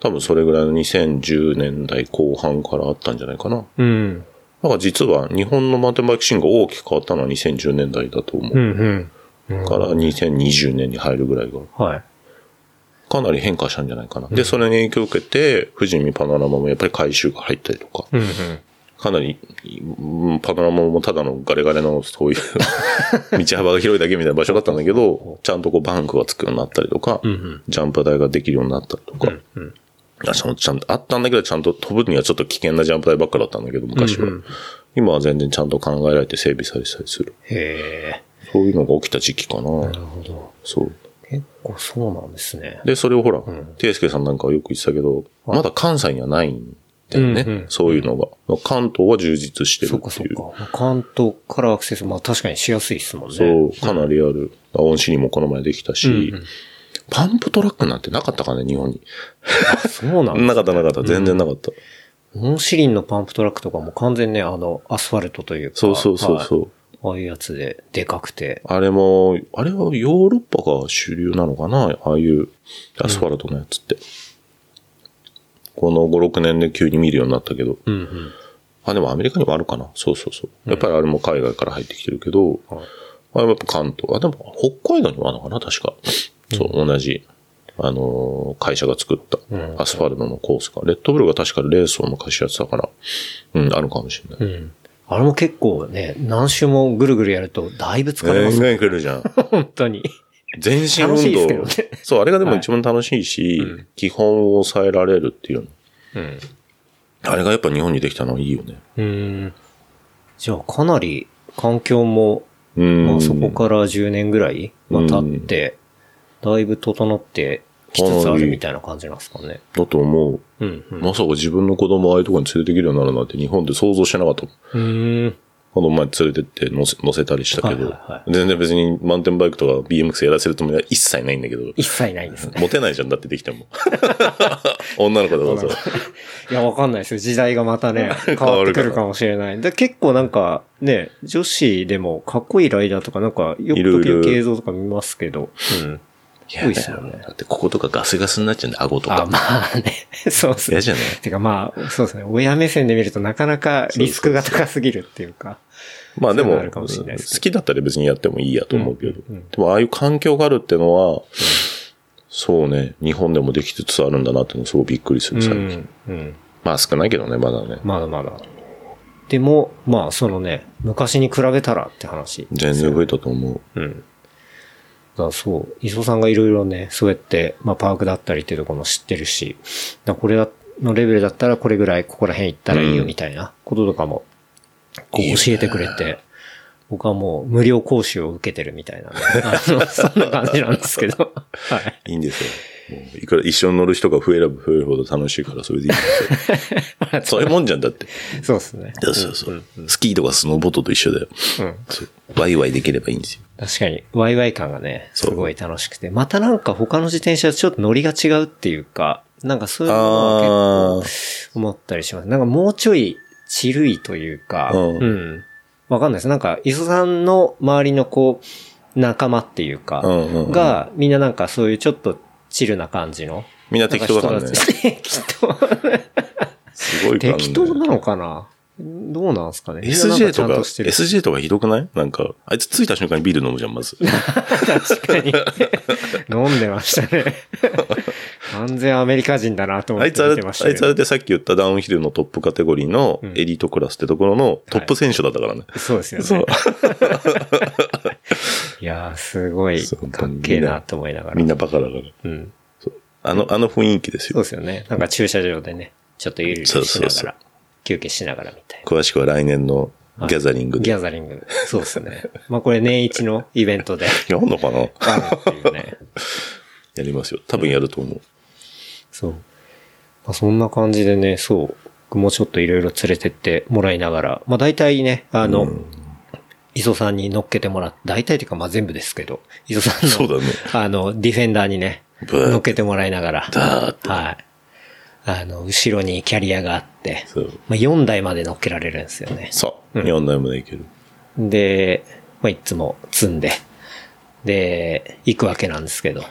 多分それぐらいの2010年代後半からあったんじゃないかな。うん。だから実は日本のマウンテンバイクシーンが大きく変わったのは2010年代だと思う。うん、うん。から2020年に入るぐらいが、はい。かなり変化したんじゃないかな。で、それに影響を受けて、富士見パノラマもやっぱり回収が入ったりとか、うん、うん。かなり、うんパノラマもただのガレガレのそういう 道幅が広いだけみたいな場所だったんだけど、ちゃんとこうバンクがつくようになったりとか、んジャンプ台ができるようになったりとか、うんあそのちゃんとあったんだけど、ちゃんと飛ぶにはちょっと危険なジャンプ台ばっかだったんだけど、昔は。うんうん今は全然ちゃんと考えられて整備されてたりする。へえ。そういうのが起きた時期かな。なるほど。そう。結構そうなんですね。で、それをほらん、ていすけさんなんかはよく言ってたけど、まだ関西にはないんだよね。うんうんそういうのが。関東は充実してるそっうかてそいう。うか。関東からアクセス、まあ確かにしやすいですもんね。そう、かなりある。恩師にもこの前できたし、うんうんパンプトラックなんてなかったかね、日本に。そうなんだ。なかったなかった、全然なかった。モンシリンのパンプトラックとかも完全ね、あの、アスファルトというか。そうそうそうそう。はいああいうやつで、でかくて。あれも、あれはヨーロッパが主流なのかなああいうアスファルトのやつって。この5、6年で急に見るようになったけど。うんうん。あ、でもアメリカにもあるかなそうそうそう。やっぱりあれも海外から入ってきてるけど、あれもやっぱ関東。あ、でも北海道にもあるのかな確か。そう、同じ、あのー会社が作ったうんアスファルトのコースが。レッドブルが確かレースを昔やってたから、うん、あるかもしれない。うん。あれも結構ね、何周もぐるぐるやると、だいぶ疲れますね。え来るじゃ ん。本当に。全身楽しい運ですけ動。どねそう、あれがでも一番楽しいし、基本を抑えられるっていうの。うん。あれがやっぱ日本にできたのはいいよね。うん。じゃあ、かなり環境も、うん。まあ、そこから10年ぐらい、まあ、経って、だいぶ整ってきつつあるみたいな感じなんですかね。だと思う。うん、うん。まさか自分の子供をああいうとこに連れてきるようになるなんて日本で想像してなかったもん。うーん。この前連れてって乗せ乗せたりしたけど、はいはいは全然別にマウンテンバイクとか BMX やらせるつもりは一切ないんだけど、一切ないですね。モテないじゃん、だってできて も。女の子だからさ。いや、わかんないですよ。時代がまたね、 変わってくるかもしれない。で結構なんか、ね、女子でもかっこいいライダーとかなんか、よいるくい時る々映像とか見ますけど。うん。いや多いっすよねだってこことかガスガスになっちゃうんだよ、顎とあ、か。まあね。 そうです嫌ね。じゃないてかまあ、そうですね。親目線で見るとなかなかリスクが高すぎるっていうか。まあでそういも、うのあるかもしれないですけど好きだったら別にやってもいいやと思うけど、うんうんでもああいう環境があるってのは、そうね、日本でもできつつあるんだなっていうのすごいびっくりする、最近。うん。うん。まあ少ないけどね、まだね。まだまだ。でも、まあ、そのね、昔に比べたらって話。全然増えたと思う。うん。だからそう、磯さんがいろいろね、そうやって、まあパークだったりっていうところも知ってるし、だからこれだのレベルだったらこれぐらいここら辺行ったらいいよみたいなこととかも、こう教えてくれて、僕はもう無料講習を受けてるみたいなね、あの、そんな感じなんですけど。はい。いいんですよ。もういくら一緒に乗る人が増えれば増えるほど楽しいから、それでいいんです よ。そういうもんじゃんだって。そうですね。そうそうそう。スキーとかスノーボードと一緒だよ。うん。そうワイワイできればいいんですよ。確かに、ワイワイ感がね、すそうごい楽しくて。またなんか他の自転車とちょっとノリが違うっていうか、なんかそういうのは結構思ったりします。なんかもうちょいチルいというか、うんんわかんないです。なんか、磯さんの周りのこう、仲間っていうか、うんうんうんが、みんななんかそういうちょっとチルな感じの。 みんな適当だからねなん。人が適当。すごい感じ適当なのかなどうなんすかね。 SJ とみんななんちゃんか、してる SJ とかひどくないなんか、あいつ着いた瞬間にビール飲むじゃん、まず。確かに。飲んでました ね。完全アメリカ人だなと思あっいつてあ見れ、てましあたいけつあどれでさっき言ったダウンヒルのトップカテゴリーのエリートクラスってところのトップ選手だったからね。そうですよね。そう。 いやー、すごいそうかっけえなと思いながら。みんなバカだから。うん。あの、あの雰囲気ですそうよ。ですよね。なんか駐車場でね、ちょっとゆるゆるしなそがら、うそうそう休憩しながらみたい詳しくは来年のギャザリングな。で。ギいャザリング。そうですね。まあこれ年一のイベントで。 や、あんのかなやあるっていうね。りますよ。多分やると思う。そう。まあ、そんな感じでね、そう。僕もちょっといろいろ連れてってもらいながら、まあ大体ね、あの、磯さんに乗っけてもらって、大体というかまあ全部ですけど、磯さんの、そうだね あの、ディフェンダーにね、ブーって乗っけてもらいながら、だーってはい。あの、後ろにキャリアがあって、そう。まあ4台まで乗っけられるんですよね。そう。日本代までいける。で、まあ、いつも積んで、で、行くわけなんですけど、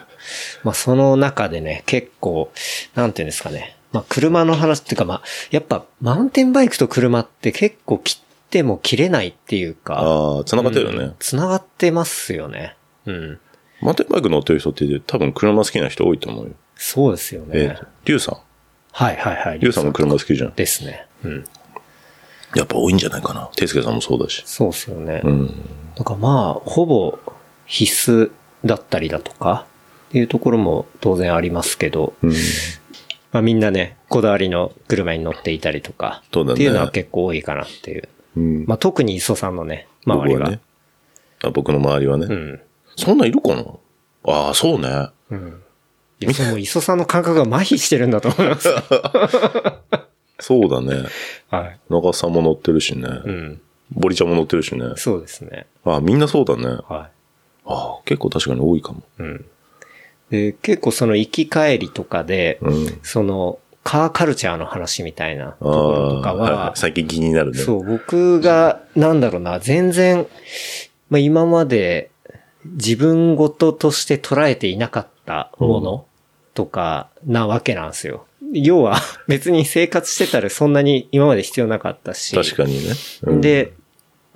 まあ、その中でね、結構、なんていうんですかね、まあ、車の話っていうか、まあ、やっぱ、マウンテンバイクと車って結構切っても切れないっていうか、ああ、繋がってるよね。繋がってますよね。うん。マウンテンバイク乗ってる人って多分車好きな人多いと思うよ。そうですよえねー。リュウさん。はいはいはい。リュウさんも車好きじゃん。ですね。うん。やっぱ多いんじゃないかな。テイスケさんもそうだし。そうですよね。うん。なんかまあ、ほぼ必須だったりだとか、っていうところも当然ありますけど、うん。まあ、みんなね、こだわりの車に乗っていたりとか、そうだねっていうのは結構多いかなっていう。うんまあ、特に磯さんのね、周り僕は。はね。あ、僕の周りはね。うん。そんなんいるかなああ、そうね。うん。いや、その磯さんの感覚が麻痺してるんだと思 います。そうだね。はい。長さんも乗ってるしね。うん。ボリちゃんも乗ってるしね。そうですね。ああ、みんなそうだね。はああ、結構確かに多いかも。い。うん。で、結構その行き帰りとかで、うん。その、カーカルチャーの話みたいなとあころとかあ、はは、い最近気になるね。そう、僕が、なんだろうな、全然、まあ、今まで自分事として捉えていなかったものとかなわけなんですよ。要は、 別に生活してたらそんなに今まで必要なかったし。確かにね。うん、で、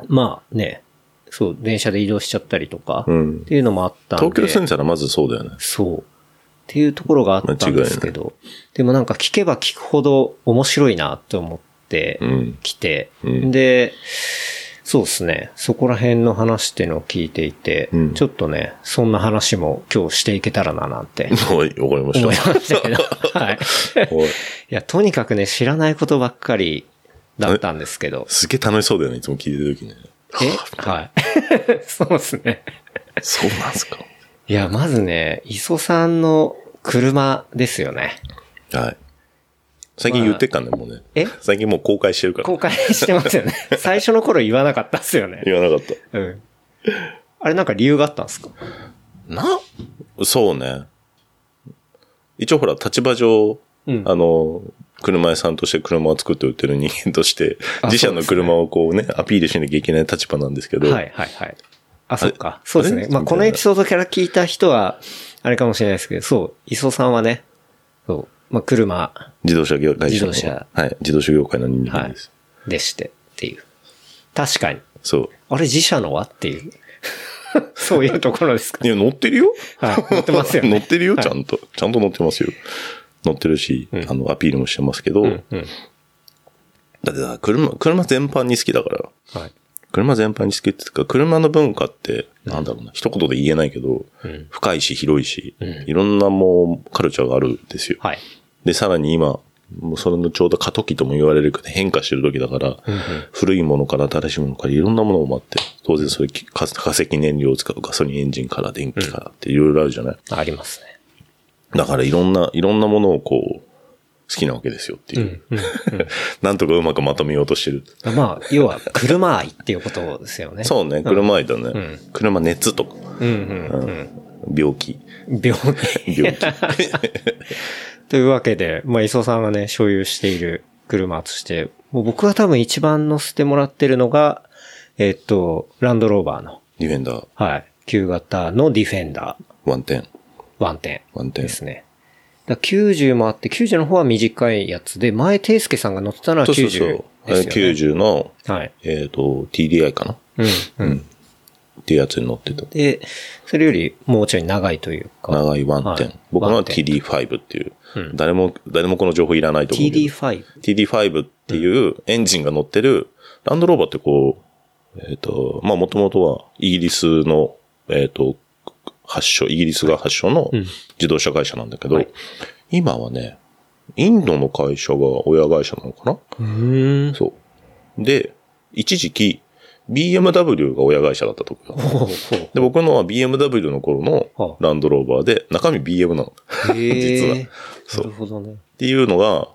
まあね、そう、電車で移動しちゃったりとか、うっん。ていうのもあったんで。東京住んでたらまずそうだよね。そう。っていうところがあったんですけど、でもなんか聞けば聞くほど面白いなって思って、うん。 来て、うんで、そうですね、そこら辺の話っていうのを聞いていて、うんちょっとね、そんな話も今日していけたらななんてはい、わかりま思いましした けど、はい。た。はいいや、とにかくね、知らないことばっかりだったんですけど、すげえ楽しそうだよね、いつも聞いてるときね。えはい。 そうですね。 そうなんすか。いや、まずね、磯さんの車ですよね。はい。最近言ってっかんね、もうね。え最近もう公開してるから。公開してま すよね。最初の頃言わなかったっすよね。言わなかった。うん。あれなんか理由があったんですかなそうね。一応ほら、立場上、うんあの、車屋さんとして車を作って売ってる人間として、あ自社の車をこうね、アピールしなきゃいけない立場なんですけど、はいはいはい。あ、そっあかれ。そうですあね。れまあ、このエピソードから聞いた人は、あれかもしれないですけど、そう、磯さんはね、そう、まあ、車自動車業界自動車はい、自動車業界の人間はです。いでしてっていう。確かに。そう。あれ自社のはっていう。 そういうところですか。いや、乗ってるよはい。乗ってますよ ね。乗ってるよ、はいちゃんと。ちゃんと乗ってますよ。乗ってるし、あの、アピールもしてますけど、 うん。だってさ、車、車全般に好きだから、はい。車全般に好きっていうか、車の文化って、なんだろうな、一言で言えないけど、うん深いし広いし、うんいろんなもうカルチャーがあるんですよ。はい。で、さらに今、もうそれのちょうど過渡期とも言われるけど変化してる時だから、古いものから新しいものからいろんなものもあって、当然それき化化石燃料を使うガソリンエンジンから電気からっていろいろあるじゃない、ありますね。だからいろんな、いろんなものをこう、好きなわけですよっていう。 なんとかうまくまとめようとしてる。まあ、要は、車愛っていうことですよね。そうね、車愛だね。ん車熱とか、う。うんうんうん。病 気。病気。病気。というわけで、まあ、磯さんがね、所有している車として、もう僕が多分一番乗せてもらってるのが、えっと、ランドローバーの、ディフェンダー、はい、旧型のディフェンダ110。ー1点110。ですね。だから90もあって、90の方は短いやつで、前、テイスケさんが乗ってたのはそうそ90うですよ、そうね。。えー90の、はい。えっ、と、TDI かなうん、うん。っていうやつに乗ってた。で、それよりもうちょい長いというか。長いワンテはン。僕のはワンテン TD5 っていうう。ん誰も、誰もこの情報いらないと思うけど。 TD5。 TD5 っていうエンジンが乗ってる、ランドローバーってこう、えっ、と、まあもともとはイギリスの、えっ、と、発祥、イギリスが発祥のうん自動車会社なんだけど、はい今はね、インドの会社が親会社なのかな、うーん。そう。で、一時期、BMW が親会社だったとこ ほうほう。で、僕のは BMW の頃はのあランドローバーで、中身 BM なの。 実はへえ。そうなるほどね。っていうのが、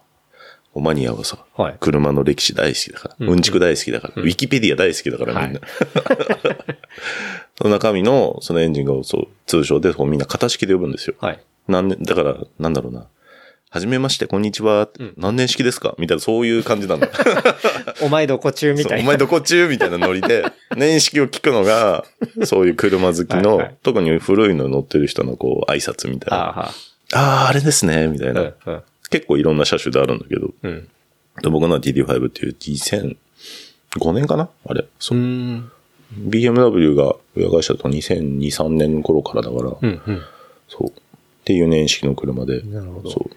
マニアがさ、はい車の歴史大好きだから、うんちく大好きだから、ウィキペディア大好きだから、みんな。 その中身の、そのエンジンが、そう、通称で、こうみんな型式で呼ぶんですよ。はい。何年、だから、なんだろうな。はじめまして、こんにちは。何年式ですかみたいな、そういう感じなんだ。お前どこ中みそたうおいな。前どこ中みたいなノリ で、年式を聞くのが、そういう車好きの、はいはい特に古いのに乗ってる人のこう、挨拶みたいな。あああ、あれですね、みたいあ、な。はい。うん。結構いろんな車種であるんだけど、うん。で僕のは TD5 っていう2005年かなあれ。そうう。ん。 BMW が親会社だと2002、3年頃からだから、うん。うん。そう。っていう年式の車で。なるほどそう。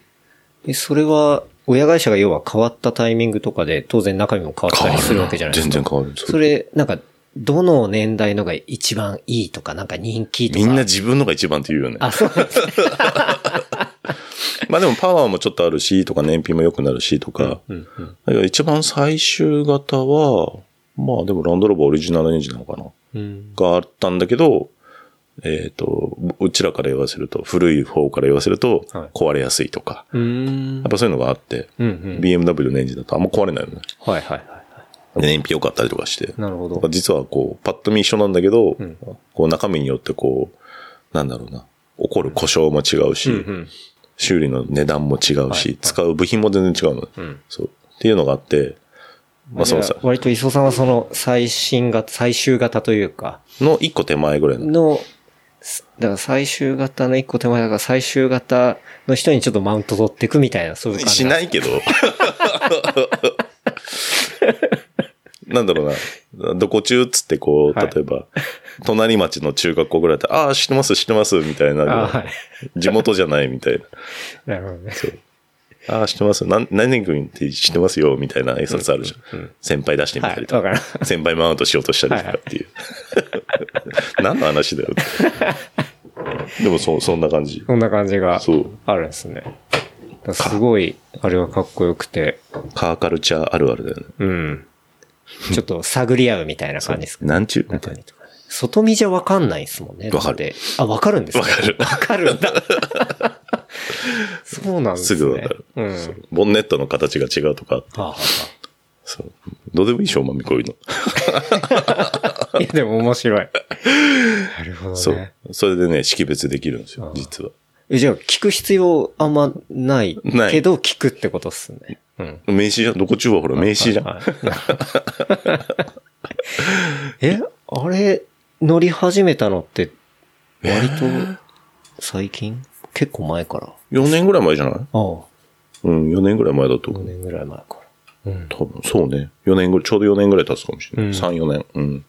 え、それは、親会社が要は変わったタイミングとかで、当然中身も変わったりするわけじゃないですか。全然変わる。それ、なんか、どの年代のが一番いいとか、なんか人気とみか。んな自分のが一番って言うよね。あ、そうなんですね。 まあでもパワーもちょっとあるし、とか燃費も良くなるし、とか。うんうんだから一番最終型は、まあでもランドローバーオリジナルエンジンなのかなうん。があったんだけど、えっ、と、ううちらから言わせると、古い方から言わせるとはい、壊れやすいとか、うーんやっ。ぱそういうのがあって、うんうん。 BMW のエンジンだとあんま壊れないのね。はいはいはで燃費良かったりとかしてい。。なるほなんかど。実はこう、パッと見一緒なんだけど、うんこう中身によってこう、なんだろうな、起こる故障も違うし、ん。修理の値段も違うし、はい使う部品も全然違うのね、んそう。っていうのがあって、まあそのさじゃ、割と磯さんはその最新型、最終型というか、の一個手前ぐらいなの。の、すだから最終型の一個手前だから最終型の人にちょっとマウント取っていくみたいな、そういう感じ。しないけど。 なんだろうな。どこ中っつってこう、はい例えば、隣町の中学校ぐらいだったら、ああー、知ってます、知ってます、みたいな。あはい。地元じゃないみたいな。なるほどね。ああ、知ってます。なん何年組って知ってますよ、みたいな挨拶あるじゃん。先輩出してみはたりい。とだか、から、先輩マウントしようとしたりとかっていう。 何の話だよって。でもそ、そんな感じ。そんな感じがそうあるんですね。だからすごい、あれはかっこよくて、カーカルチャーあるあるだよね。うん。ちょっと探り合うみたいな感じです かなんちゅうみたいな。外見じゃわかんないですもんね。わかるだって。あ、わかるんですわかるわかるんだ。 そうなんですすね。ぐわかる。うん。 そうボンネットの形が違うとかあってはあはそう。どうでもいいでしょ、まみこういうの。あはあいや、でも面 白い。なるほそどうね。。それでね、識別できるんですよあ、あ実は。えじゃあ、聞く必要あんまない。ないけど、聞くってことっすね。うん。名刺じゃん。どこ中はほら、名刺じゃん。はいはい え、あれ、乗り始めたのって、割と、最近結構前から。 4年ぐらい前じゃないああ、うん、4年ぐらい前だと5思う。年ぐらい前から。うん。多分、そうね。4年ぐらい、ちょうど4年ぐらい経つかもしれない。うん3、4年。うん。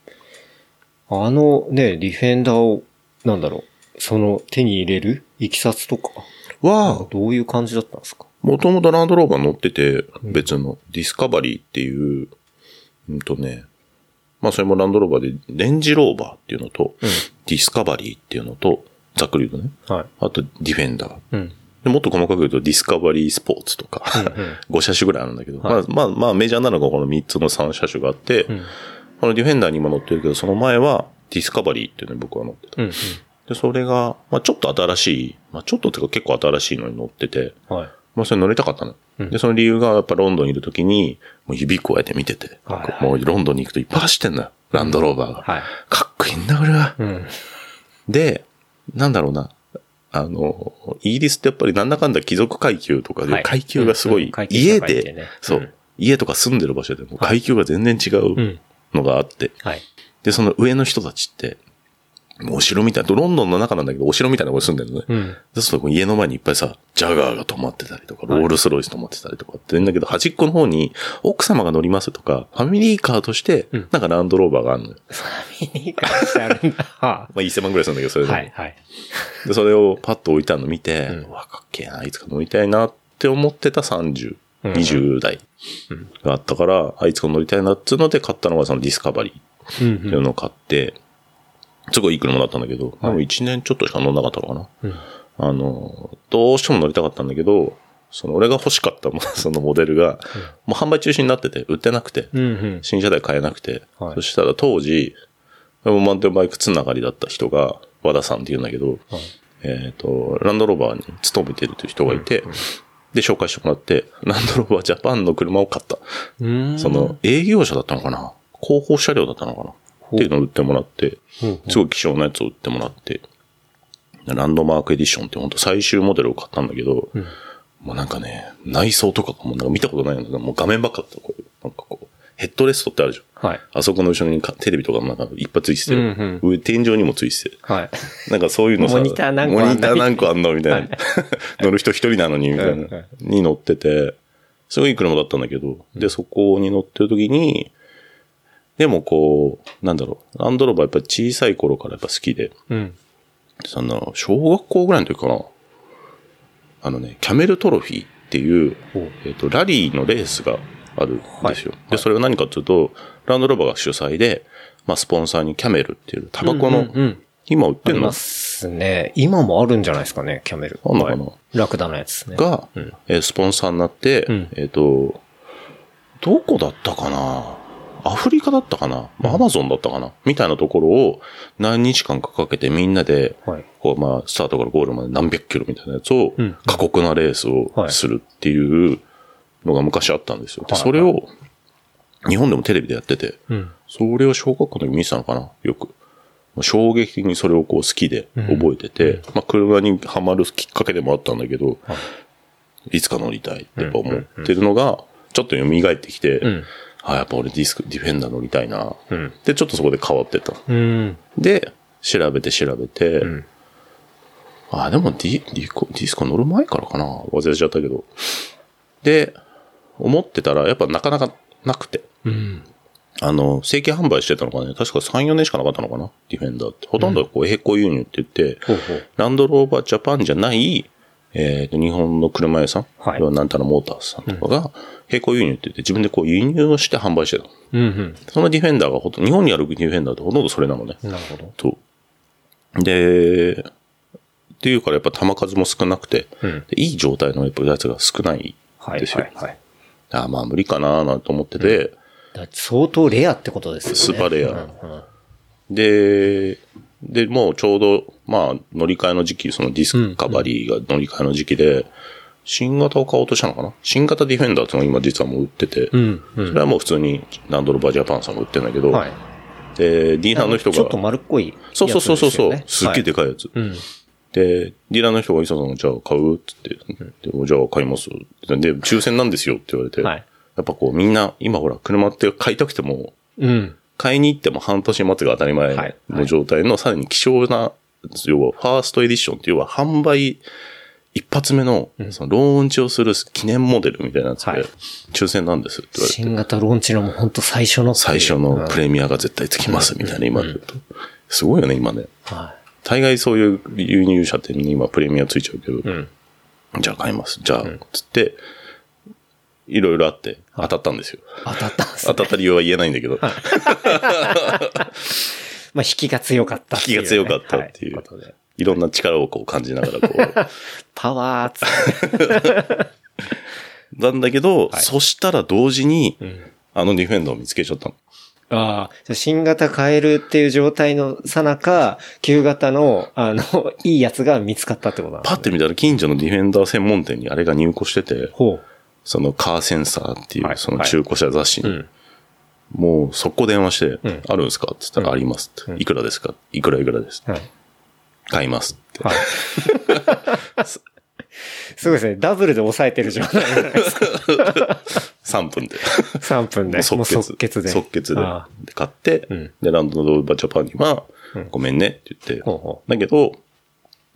あのね、ディフェンダーを、なんだろう、その手に入れるいきさつとか、は、どういう感じだったんですかもともとランドローバー乗ってて、別の、ディスカバリーっていう、うんとね、まあそれもランドローバーで、レンジローバーっていうのと、ディスカバリーっていうのと、ざっくり言うとね。はい。あと、ディフェンダー。うん。でもっと細かく言うと、ディスカバリースポーツとか、5車種 ぐらいあるんだけど、はまあ、いまあ、まあ、メジャーなのがこの3つの3車種があって、んこのディフェンダーに今乗ってるけど、その前は、ディスカバリーっていうのに僕は乗ってた。うん。で、それが、まあ、ちょっと新しい、まあ、ちょっとっていうか結構新しいのに乗ってて、はい。まあ、それ乗りたかったの。うんで、その理由が、やっぱロンドンにいるときに、もう指こうやって見てて、はいはいもうロンドンに行くといっぱい走ってんのよ。ランドローバーが。はい。かっこいいんだ、俺は。うん。で、なんだろうな。あの、イギリスってやっぱりなんだかんだ貴族階級とかはで、い階級がすごうんうんい階、級家社会ってでね、、そううん家とか住んでる場所でも階級が全然違うのがあって、はい。で、その上の人たちって、もうお城みたいな、ロンドンの中なんだけど、お城みたいなとこに住んでるのね。うん。で、その家の前にいっぱいさ、ジャガーが止まってたりとか、ロールスロイス止まってたりとかって言うんだけど、端っこの方に、奥様が乗りますとか、ファミリーカーとして、なんかランドローバーがあるのよ。いい感じある んだ。はまあ、1000万ぐらいするんだけど、それで。い、はい。で、それをパッと置いたの見て、うんうわ、かっけえな、いつか乗りたいなって思ってた30、うん20代があったから、あいつか乗りたいなっていうので買ったのがそのディスカバリーっうんていうのを買って、すごいいい車だったんだけど、でも1年ちょっとしか乗んなかったのかな。うん。あの、どうしても乗りたかったんだけど、その俺が欲しかったもその モデルが、もう販売中止になってて、売ってなくて、うん、うん。新車代買えなくて、はいそしたら当時、マウンテンバイクつながりだった人が、和田さんって言うんだけど、えっ、と、ランドローバーに勤めてるという人がいて、で、紹介してもらって、ランドローバージャパンの車を買った。うんそ、の、営業車だったのかな広報車両だったのかなっていうのを売ってもらって、すごい希少なやつを売ってもらって、ランドマークエディションって本当最終モデルを買ったんだけど、もうなんかね、内装とかもうなんか見たことないんだけど、もう画面ばっかだった。こういうなんかこう、ヘッドレストってあるじゃん。はい。あそこの後ろにかテレビとかもなんかいっぱいついてて、うん上天井にもついてて、はい。なんかそういうのさ、モニター何個あんのモニター何個あんのみたいな。 乗る人一人なのに、みたいはいは。ないに乗ってて、すごいいい車だったんだけど、で、そこに乗ってる時に、でもこう、なんだろう、ランドローバーやっぱり小さい頃からやっぱ好きで、うん。その、小学校ぐらいの時かな。あのね、キャメルトロフィーっていうほう、えっ、と、ラリーのレースがあるんですよ。で、それは何かというと、ランドローバーが主催で、まあ、スポンサーにキャメルっていう、タバコの、うんうんうん今売っあてりるのますね。今もあるんじゃないですかね、キャメル。あんのかなはいラクダのやつね。が、えースポンサーになって、うんえっ、と、どこだったかなアフリカだったかな、まあアマゾンだったかなみたいなところを何日間かかけてみんなで、はいこうまあ、スタートからゴールまで何百キロみたいなやつを、うん過酷なレースをするっていうのが昔あったんですよ。で、はいそれを日本でもテレビでやってて、うん。それを小学校の時見てたのかなよく。もう衝撃的にそれをこう好きで覚えてて、まあ車にはまるきっかけでもあったんだけど、い、つか乗りたいってやっぱ思ってるのが、ちょっと蘇ってきて、んあやっぱ俺ディスク、ディフェンダー乗りたいな。うんで、ちょっとそこで変わってた。うん。で、調べて調べて、んあ、でもディディコディスコ乗る前からかな忘れちゃったけど。で、思ってたら、やっぱなかなかなくて。うん。あの、正規販売してたのがね、確か3、4年しかなかったのかなディフェンダーって。ほとんどこう、並行輸入って言って、ほうほうランドローバージャパンじゃない、えーと、日本の車屋さん、はい要なんたらモータースさんとかが、並行輸入って言って自分でこう輸入をして販売してたの。うん。そのディフェンダーがほとんど、日本にあるディフェンダーってほとんどそれなのね。うん。なるほど。そう。で、っていうからやっぱ弾数も少なくて、うんでいい状態のやっぱやつが少ないはい。ですよ。はいはい。あーまあ無理かなーなんて思ってて、だって相当レアってことですよね。スーパーレアうんうんで、で、もうちょうど、まあ、乗り換えの時期、そのディスカバリーが乗り換えの時期で、新型を買おうとしたのかな新型ディフェンダーっていうのが今実はもう売ってて、うん。うそん。れはもう普通にランドローバージャパンさんが売ってるんだけど、はい。で、ディーラーの人が、ちょっと丸っこいやつそうですよね。そうそうそう、すっげえでかかいやつ。い。うん。で、ディーラーの人が、伊佐さん、じゃあ買うって言って、でじゃあ買いますって。で、抽選なんですよって言われて、はいやっぱこうみんな、今ほら、車って買いたくても、うん。買いに行っても半年待つが当たりはい前の状態の、さらに希少な、要は、ファーストエディションっていうのは、販売一発目の、その、ローンチをする記念モデルみたいなやつはいで、抽選なんですって言われて、新型ローンチのもうほんと最初のっていう。最初うんのはいプレミアが絶対つきますみたいな、今で言うと。すごいよね、今ね。大概そういう輸入車店に今プレミアついちゃうけど、んじゃあ買います。じゃあ、つって、いろいろあって、当たったんですよ。当たったんです当たった理由は言えないんだけど、まあ、引きが強かったっ引ていきうがね。強かったっていうはことで。いろんな力をこう感じながら、 こう、パワーっつって。なんだけど、そしたら同時に、んあのディフェンダーを見つけちゃったの。ああ。新型変えるっていう状態のさなか、旧型の、 あの、いいやつが見つかったってことなんですパッて見たら近所のディフェンダー専門店にあれが入庫してて、ほう。そのカーセンサーっていはういその中古車雑誌に、うんもう速攻電話してん、あるんですかって言ったらありますって、いくらですかいくらいくらです。はい。買いますって。はい。すごいですね。ダブルで抑えてる状態。 3分で。 3分で。もう即決で。即決でああ。で買って、うんで、ランドのドーバージャパンには、ごめんねって言って、ほうほだけど、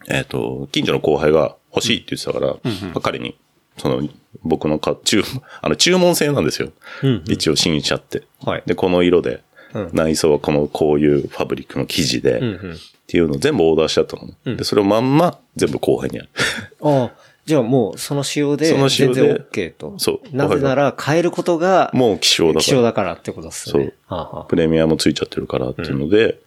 えっ、と、近所の後輩が欲しいって言ってたから、まあ彼に、その、僕のか、注、 あの、注文制なんですよ。うんうん一応、新車って。はいで、この色で、うん内装はこの、こういうファブリックの生地で、うんうんっていうのを全部オーダーしちゃったのね、うんで、それをまんま、全部後輩にやる。 ああ、じゃあもうその仕様で、その仕全様で然 OK と。そうなぜなら変えることが、もう希少だから。希少だからってことですね。そうはあはプレミアもついちゃってるからっていうので、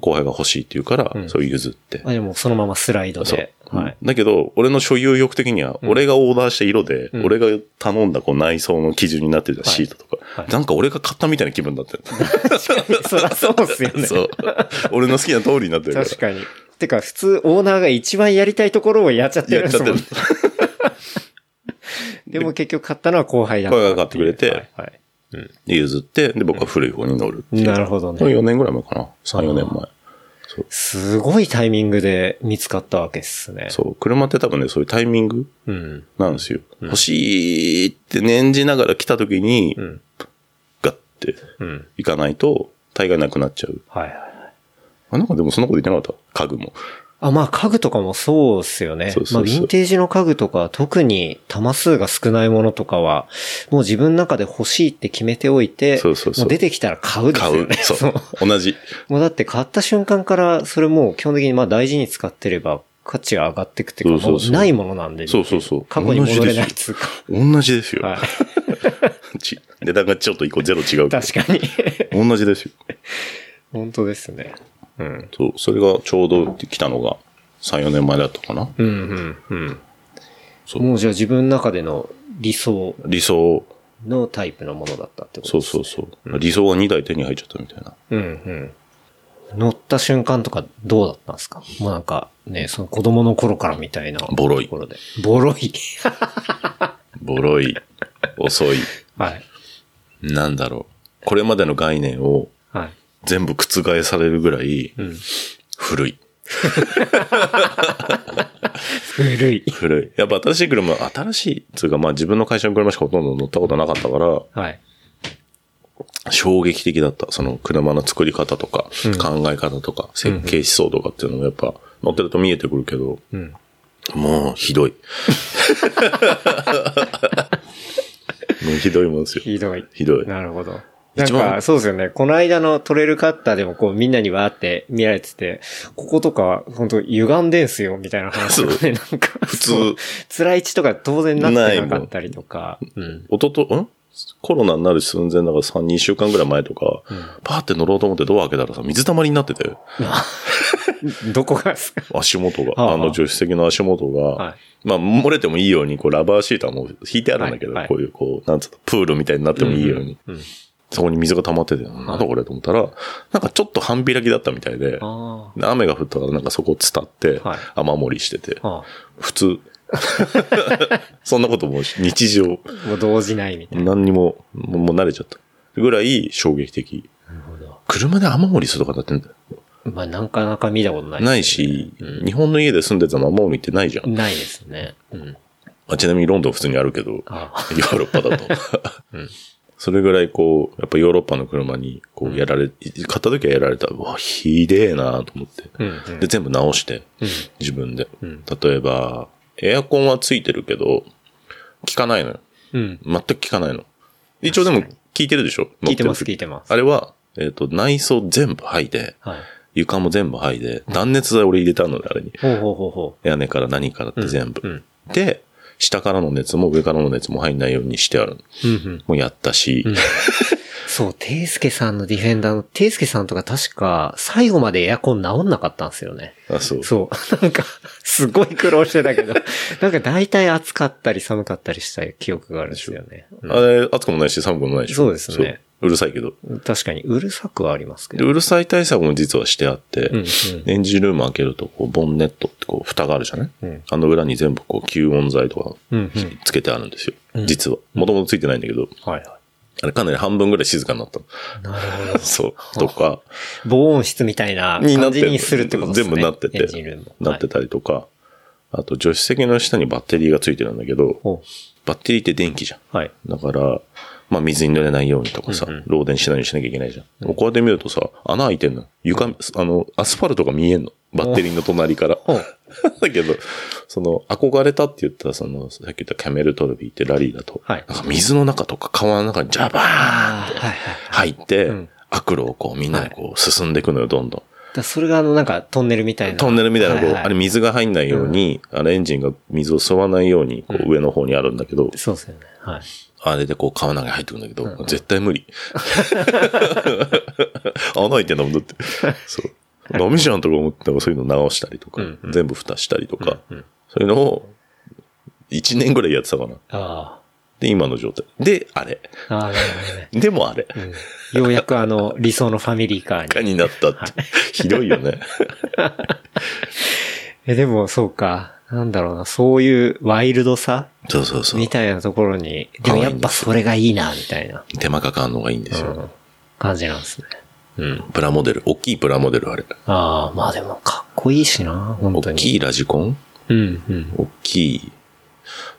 後輩が欲しいって言うから、んそう譲って。あ。あでもそのままスライドそうで。 はい。だけど、俺の所有欲的には、俺がオーダーした色で、俺が頼んだこう内装の基準になってるシートとか、はいなんか俺が買ったみたいな気分になってる。そりゃそうっすよね。そう。俺の好きな通りになってるから。確かに。てか、普通オーナーが一番やりたいところをやっちゃってやるんっでちゃすっもてんるね。。でも結局買ったのは後輩だった後輩が買ってくれてはいはいで譲って、で、僕は古い方に乗るっていう。なるほどね。 4年ぐらい前かな。3、4年前。すごいタイミングで見つかったわけっすね。そう。車って多分ね、そういうタイミングう。ん。なんですよ。欲しいって念じながら来た時に、んガッてうん。行かないと、大概なくなっちゃう。はいはいはい。あ、なんかでもそんなこと言ってなかった家具も。あ、まあ家具とかもそうっすよね。そうそうそうまあヴィンテージの家具とか、特に玉数が少ないものとかは、もう自分の中で欲しいって決めておいて、そうそうそうもう出てきたら買うです買ようね。。 そう。同じ。もうだって買った瞬間から、それもう基本的にまあ大事に使ってれば価値が上がっていくっていうか、そうもそうそううないものなんで、そうそうそう。 過去に戻れないっつうか。同じですよ。はい。 ち値段がちょっと一個ゼロ違うけど。確かに。 同じですよ。本当ですね。うん。そう。それがちょうど来たのが3、4年前だったかな。うんうん。そううんもうじゃあ自分の中での理想理想、のタイプのものだったってことそうそうそう。理想が2台手に入っちゃったみたいな。うんうん。乗った瞬間とかどうだったんですかもうなんかね、その子供の頃からみたいな。ボロいところで。ボロい。 ボロい、遅い、はい。なんだろう。これまでの概念をはい。全部覆されるぐらいん、古い。古い。古い。やっぱ新しい車、新しい、つうかまあ自分の会社の車しかほとんど乗ったことなかったから、はい。衝撃的だった。その車の作り方とか、考え方とか、設計思想とかっていうのもやっぱ乗ってると見えてくるけど、んもうひ どい。もうひどいもんですよ。ひどい。ひどい。なるほど。なん一番か、そうですよね。この間のトレイルカッターでもこうみんなにわーって見られてて、こことか本当歪んでんすよみたいな話とかね、なんか、普通辛い位置とか当然なってなかったりとか。うん。おとと、んコロナになる寸前だから3、2週間ぐらい前とか、パーって乗ろうと思ってドア開けたらさ、水たまりになってて、どこがですか足元が、あああの助手席の足元が、はいまあ漏れてもいいように、こうラバーシートはもう引いてあるんだけど、はいはいこういうこう、なんつうの、プールみたいになってもいいように。うん。そこに水が溜まってて、なんだこれと思ったら、なんかちょっと半開きだったみたいで、あで雨が降ったからなんかそこを伝ってはい、雨漏りしててあ。、は普通、 そんなことも日常、あ。もう動じないみたいな。何にも、もうもう慣れちゃった。ぐらい衝撃的。なるほど。車で雨漏りするとかだってんだよまあ、なかなか見たことない、ない。し、うん日本の家で住んでたの雨漏りってないじゃん。ないですね。うん。あちなみにロンドン普通にあるけ ど、ヨあーロッパだと。 それぐらいこう、やっぱヨーロッパの車に、こうやられ、買った時はやられた。うわ、ひでえなと思って。うん、うんで、。全部直して、うん自分で。うん例えば、エアコンはついてるけど、効かないのよ。うん。全く効かないの。一応でも、効いてるでしょ聞いてます、乗聞っる時いてます。あれは、えっ、と、内装全部剥いで、はい。床も全部剥いで、断熱材俺入れたので、あれに。ほうほうほうほ屋根から何からって全部。う。うん。で、下からの熱も上からの熱も入んないようにしてある。うん、うん。もうやったし、そう、ていすけさんのディフェンダーの、ていすけさんとか確か、最後までエアコン直んなかったんですよね。あそうそう。 なんか、すごい苦労し てたけど、なんか大体暑かったり寒かったりした記憶があるんですよね。あれ、暑くもないし寒くもないでしょ。そうですねそう。うるさいけど。うん確かに、うるさくはありますけで、ど。うるさい対策も実はしてあって、うん、エンジンルーム開けると、こう、ボンネットってこう、蓋があるじゃない、うんあの裏に全部こう、吸音材とかうん。うん、うん。つけてあるんですよ。実は。もともとついてないんだけど、はいはあれかなり半分ぐらい静かになったの。い。なるほど。 そう。とか、防音室みたいなになっ感てじにするってことです全ね。部なっててエンジンルーム。なってたりとか、あと助手席の下にバッテリーがついてるんだけど、おバッテリーって電気じゃん。はい。だから、まあ水に濡れないようにとかさ、漏電しないようにしなきゃいけないじゃん。こうやって見るとさ、穴開いてんの。床、あの、アスファルトが見えんの。バッテリーの隣から。 だけど、その、憧れたって言ったら、その、さっき言ったキャメルトルビーってラリーだと、はいなんか水の中とか川の中にジャバーンって入って、ん悪路をこうみんなでこう進んでいくのよ、どんどん。だそれがあの、なんかトンネルみたいな。トンネルみたいな、こう、ははあれ水が入んないように、あのエンジンが水を吸わないように、こう上の方にあるんだけど、そうですよね。はい。あれでこう川の中に入ってくんだけど、絶対無 理。穴開いてんだもん、だって。そう。ダメじゃんとか思ってもそういうの直したりとか、うん全部蓋したりとか、そういうのを、1年ぐらいやってたかな。あで、今の状態。で、あれ。あ。ああ、なるほどね。でもあれ。うんようやくあの、理想のファミリーカーかに。になったって。ひどいよね。え、でもそうか。なんだろうな、そういうワイルドさ そうそうそうみ。たいなところに、でもやっぱそれがいいな、みたいな、手間かかんのがいいんですうよ。ん、感じなんですね。うん。プラモデル。大きいプラモデル、あれ。ああ、まあでもかっこいいしな、本当大に。きいラジコンうん、うん。大きい。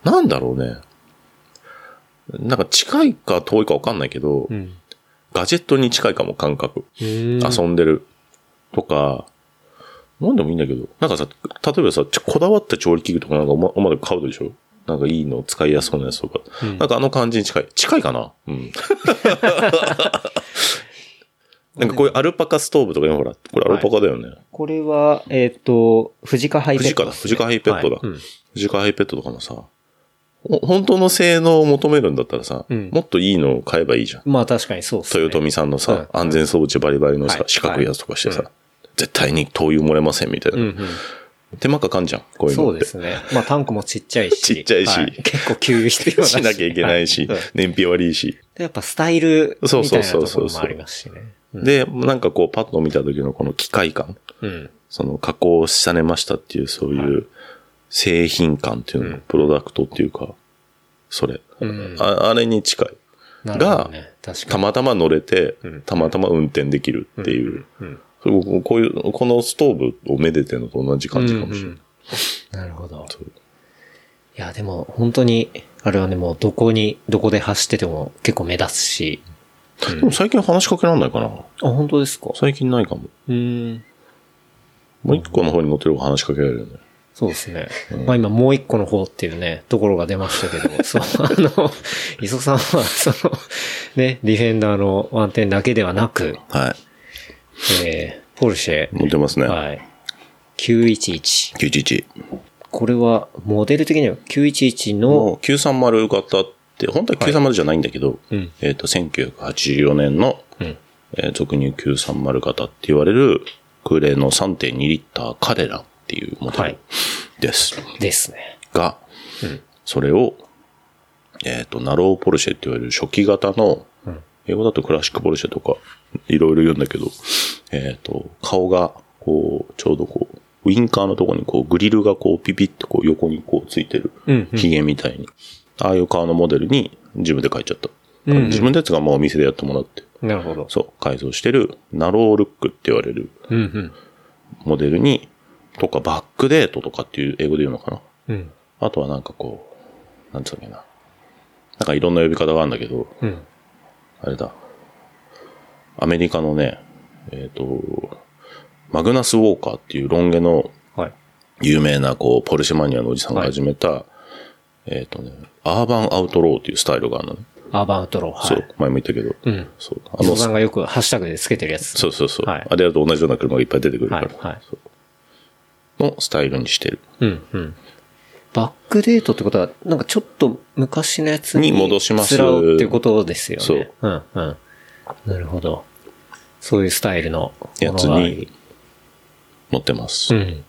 なんだろうね。なんか近いか遠いかわかんないけど、うん。ガジェットに近いかも感覚。遊遊んでる。とか、なんでもいいんだけど。なんかさ、例えばさ、ちょこだわった調理器具とかなんかおまおまで買うでしょなんかいいの使いやすそうなやつとか。うんなんかあの感じに近い。近いかな うん。なんかこういうアルパカストーブとか今ほら、これアルパカだよね。これは、えっ、と、藤川ハイペットですね、藤川だ藤川ハイペットだはいうん自家ハイペットとかもさ、ほ本当の性能を求めるんだったらさ、うんもっといいのを買えばいいじゃん。まあ確かにそうっすね。豊臣さんのさ、安全装置バリバリのさ、はい四角いやつとかしてさ、は絶対に灯油漏れませんみたいな。うんうん。手間かかんじゃん、こういうそのうって。ですね。まあタンクもちっちゃいし。 ちっちゃいしは結構給油必要だし。しなきゃいけないし、はい燃費悪いし。でやっぱスタイルみたいなとそうこそうそうろそうもありますしね。うんで、なんかこう、パッと見た時のこの機械感、うん。その加工されましたっていう、そういう製品感っていうの、うんプロダクトっていうか、それ、うんあ。あれに近い。なるほどね。確かたに。またま乗れてうん、たまたま運転できるっていう。うん。そうこういう、このストーブをめでてるのと同じ感じかもしれない。うんうんなるほど。そういや、でも本当に、あれはね、もうどこに、どこで走ってても結構目立つし。でも最近話しかけられないかなあ、本当ですか最近ないかも。うん。もう一個の方に乗ってる方が話しかけられるよね。そうですね。まあ今もう一個の方っていうね、ところが出ましたけ ど、そう、あの、磯さんは、その、ね、ディフェンダーのワンテンだけではなく、はい。えー、ポルシェ、乗ってますね。はい。911。 911。これは、モデル的には911の、もう930型って、本当は930じゃないんだけど、うんえっ、と、1984年の、うん。えー俗に言う930型って言われる、クレの3.2リッターカレラっていうモデはルいです。ですね。が、それを、えっ、と、ナローポルシェって言われる初期型の、英語だとクラシックポルシェとか、いろいろ言うんだけど、えっ、と、顔が、こう、ちょうどこう、ウィンカーのとこにこう、グリルがこう、ピピってこう、横にこう、ついてるうん、うんヒゲみたいに、ああいう顔のモデルに自分で描いちゃった。うんうん自分のやつがもうお店でやってもらって、なるほど。そう、改造してる、ナロールックって言われるうん、うん。モデルに、とか、バックデートとかっていう英語で言うのかなうん。あとはなんかこう、なんつうんだっけな。なんかいろんな呼び方があるんだけど、うん。あれだ。アメリカのね、えっ、と、マグナス・ウォーカーっていうロン毛のはい。有名なこう、ポルシェマニアのおじさんが始めた、えっ、とね、アーバン・アウトローっていうスタイルがあるのね。アーバンアウトロー。はい。そう、前も言ったけど。うん。そう、あ伊の、藤さそんがよくハッシュタグでつけてるやつ。うそうそう。はいあれだと同じような車がいっぱい出てくるかはらい。。はい。のスタイルにしてる。うん、うん。バックデートってことは、なんかちょっと昔のやつにに戻しますつらうっていうことですよね。そう。ん、うん。なるほど。そういうスタイルのものやがつあにり乗ってます。うん。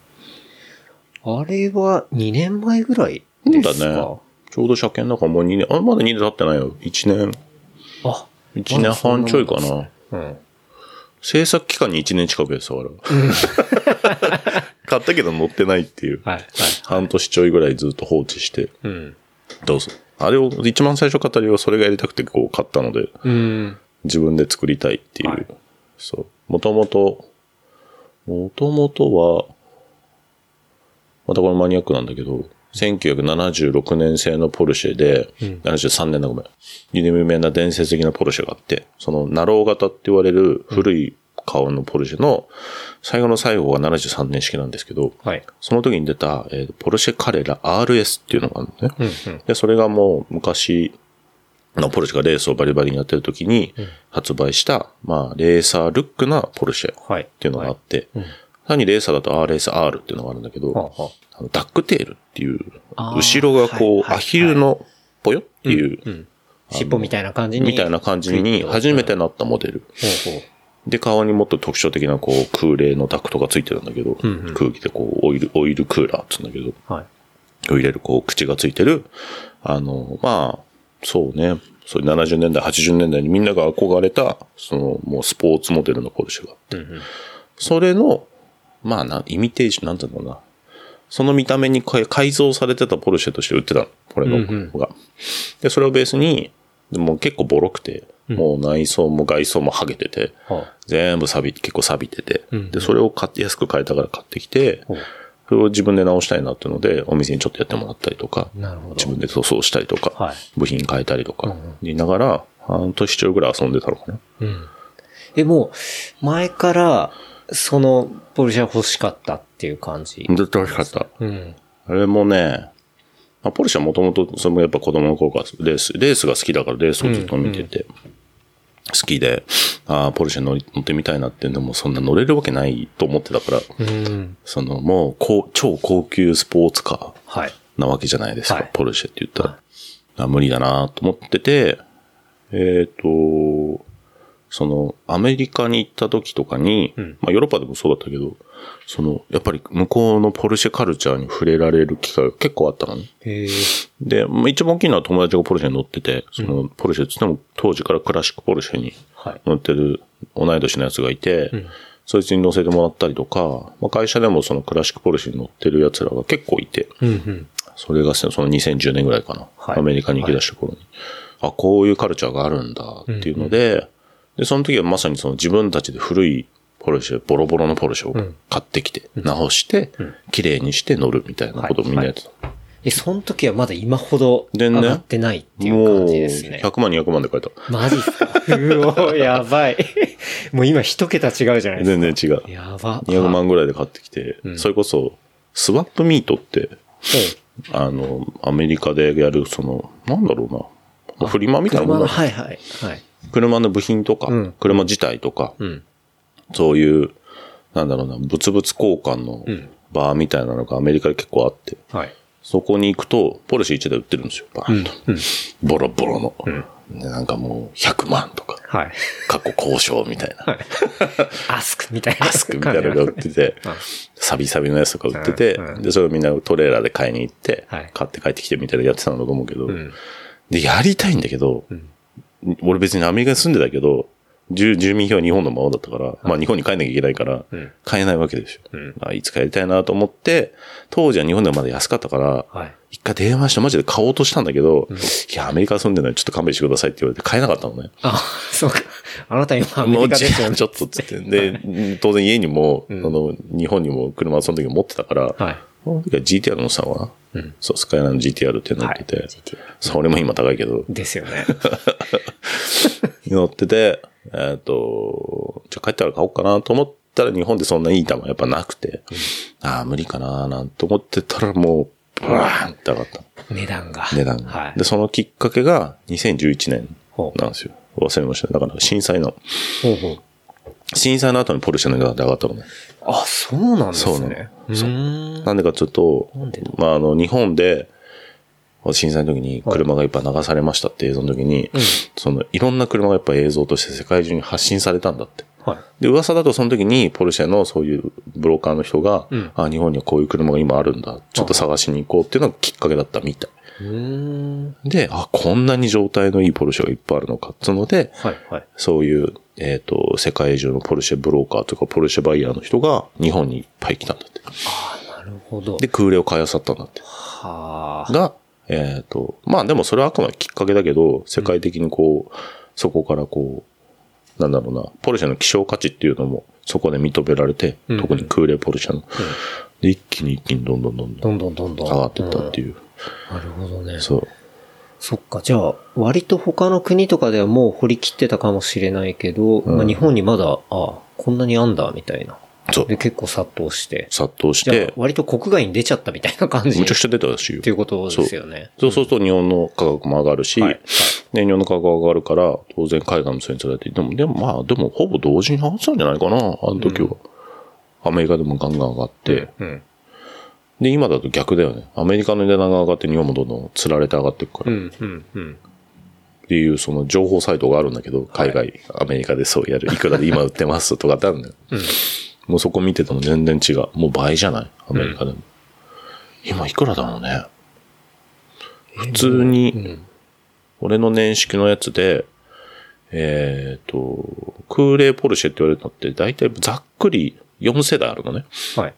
あれは2年前ぐらいそうでだすね。か、ちょうど車検だからもう2年、あ、まだ2年経ってないよ。1年、あ、 1年半ちょいかな。うん。制作期間に1年近くやってたから。買ったけど乗ってないっていう。はい、はい。半年ちょいぐらいずっと放置して、うん。どうぞ。あれを、一番最初買った理由はそれがやりたくてこう買ったので、うん。自分で作りたいっていう。はいそう。もともと、もともとは、またこれマニアックなんだけど、1976年製のポルシェで、73年だごめん。有名な伝説的なポルシェがあって、そのナロー型って言われる古い顔のポルシェの最後の最後が73年式なんですけど、はい。その時に出た、えーポルシェカレラ RS っていうのがあるのね。うんうん。で、それがもう昔、のポルシェがレースをバリバリにやってる時に発売した、まあ、レーサールックなポルシェはい。っっていうのがあって、うん単にレーサーだと RSR っていうのがあるんだけど、はあはあのダックテールっていう、あー後ろがこ、はいうはいアヒルのぽよっていう、うん。尻尾みたいな感じに。みたいな感じに初めてなったモデル。ほうほう。で、顔にもっと特徴的なこう空冷のダクトがついてるんだけど、んうん空気でこうオイル、オイルクーラーって言うんだけど、はい。を入れるこう口がついてる、あの、まあ、そうね、そういう70年代、80年代にみんなが憧れた、そのもうスポーツモデルのポルシェがあって、それの、まあな、イミテージョン、なんていうのかな、その見た目にこれ改造されてたポルシェとして売ってたの、これのうんうんが。で、それをベースに、でも結構ボロくて、もう内装も外装も剥げてて、はあ全部錆び、結構錆びてて、うんうんで、それを買って、安く買えたから買ってきて、ほうそれを自分で直したいなっていうので、お店にちょっとやってもらったりとか、なるほど自分で塗装したりとか、はい部品変えたりとうんかうん、言いながら、半年ちょいぐらい遊んでたのかな。うん。え、もう、前から、その、ポルシェは欲しかったっていう感じ。ずっと欲しかった。うん。あれもね、まあ、ポルシェはもともと、それもやっぱ子供の頃からレース、レースが好きだからレースをずっと見てて、好きで、ああ、ポルシェ乗り乗ってみたいなって、でもそんな乗れるわけないと思ってたから、うん。そのもう高、超高級スポーツカー。はい。なわけじゃないですか、はいポルシェって言ったら。あ無理だなと思ってて、えっ、と、その、アメリカに行った時とかに、うんまあヨーロッパでもそうだったけど、その、やっぱり向こうのポルシェカルチャーに触れられる機会が結構あったのね。へえ。で、まあ、一番大きいのは友達がポルシェに乗ってて、その、ポルシェって言っても当時からクラシックポルシェにはい。乗ってる同い年のやつがいて、んそいつに乗せてもらったりとか、まあ、会社でもそのクラシックポルシェに乗ってるやつらが結構いて、うんうん。それがその2010年ぐらいかな。はいアメリカに行き出した頃に、あ、こういうカルチャーがあるんだっていうので、で、その時はまさにその自分たちで古いポルシェ、ボロボロのポルシェを買ってきて、直して、綺麗にして乗るみたいなことをみんなやってた。え、その時はまだ今ほどで上ねがってないっていもうう、感じですね。 100万、200万で買えた。マジっすかうお、やばい。 もう今一桁違うじゃないです全然違うか。。やば。 200は万ぐらいで買ってきて、うんそれこそ、スワップミートって、い。あの、アメリカでやる、その、なんだろうな、フリマみたいなも車んだの、はいはい。はい。車の部品とか、うん車自体とか、うん。そういう、なんだろうな、物々交換のうんバーみたいなのがアメリカで結構あって、はい。そこに行くと、ポルシェ1台売ってるんですよ、バーンと。うん。ボロボロの、で。なんかもう100万とか、はい。過去交渉みたいな、アスクみたいな。アスクみたいなのが売って てうん、サビサビのやつとか売っててうんう、んで、それをみんなトレーラーで買いに行ってはい、買って帰ってきてみたいなやってたんだと思うけどう、ん。で、やりたいんだけど、俺別にアメリカに住んでたけど、住住民票は日本のままだったから、まあ日本に帰んなきゃいけないからうん、買えないわけですようん。あいつかやりたいなと思って、当時は日本でもまだ安かったから、はい。一回電話してマジで買おうとしたんだけど、いや、アメリカ住んでるのにちょっと勘弁してくださいって言われて買えなかったのね。あ、そうか。あなた今アメもうリカですちよょね。ちょっとっつって。で、当然家にも、あの、日本にも車その時持ってたから、はい。その時は GTR のさんは、うんそう、スカイラインの GTR って乗ってて、はい GTR それも今高いけど、ですよね。乗ってて、えっ、と、じゃあ帰ったら買おうかなと思ったら日本でそんないい球やっぱなくて、ああ、無理かななんて思ってたらもう、ブワーンって上がった。値段が。値段が。はいで、。そのきっかけが2011年ほうなんですよ。忘れましたね。だから震災の。ほうほう。震災の後にポルシェの値段って上がったのね。あ、そうなんですそうねね。うーん。なんでかちょっとなんでだ、まあ、あの、日本で、震災の時に車がいっぱい流されましたって映像の時に、その、いろんな車がやっぱ映像として世界中に発信されたんだって。はい。で、噂だとその時にポルシェのそういうブローカーの人が、んあ、日本にはこういう車が今あるんだ。ちょっと探しに行こうっていうのがきっかけだったみたうーん。い。で、あ、こんなに状態のいいポルシェがいっぱいあるのかっつうので、はい、はい。そういう、えっ、と、世界中のポルシェブローカーとかポルシェバイヤーの人が日本にいっぱい来たんだって。なるほど。で、空冷を買い漁ったんだって。はあ。が、えっ、と、まあでもそれはあくまできっかけだけど、世界的にこう、そこからこう、なんだろうな、ポルシェの希少価値っていうのも、そこで認められて、うん特に空冷ポルシェの、で一気に一気にどんどんどんどどんんどんどんどん。上がってったってういう。ん。なるほどね。そう。そっか、じゃあ、割と他の国とかではもう掘り切ってたかもしれないけど、まあ、日本にまだ、ああ、こんなにあんだ、みたいな。そうで、。結構殺到して。殺到しじゃあて、、割と国外に出ちゃったみたいな感じ。むちゃくっちゃ出たらしいよ。ていうことですよね。そうすると日本の価格も上がるし、はいはいで日本の価格が上がるから、当然海外の人に連れて行って、でも、でもまあ、でもほぼ同時に上がってたんじゃないかな、あの時は。アメリカでもガンガン上がって、うん。で、今だと逆だよね。アメリカの値段が上がって日本もどんどん釣られて上がっていくかうら、っん、うん、うん。ていうその情報サイトがあるんだけど、海外、アメリカでそうやる、いくらで今売ってますとかってあるんだよ。もうそこ見てても全然違う。もう倍じゃないアメリカでも。今いくらだろうね。普通に、俺の年式のやつで、えっ、と、空冷ポルシェって言われたのって、だいたいざっくり4世代あるのね。はい。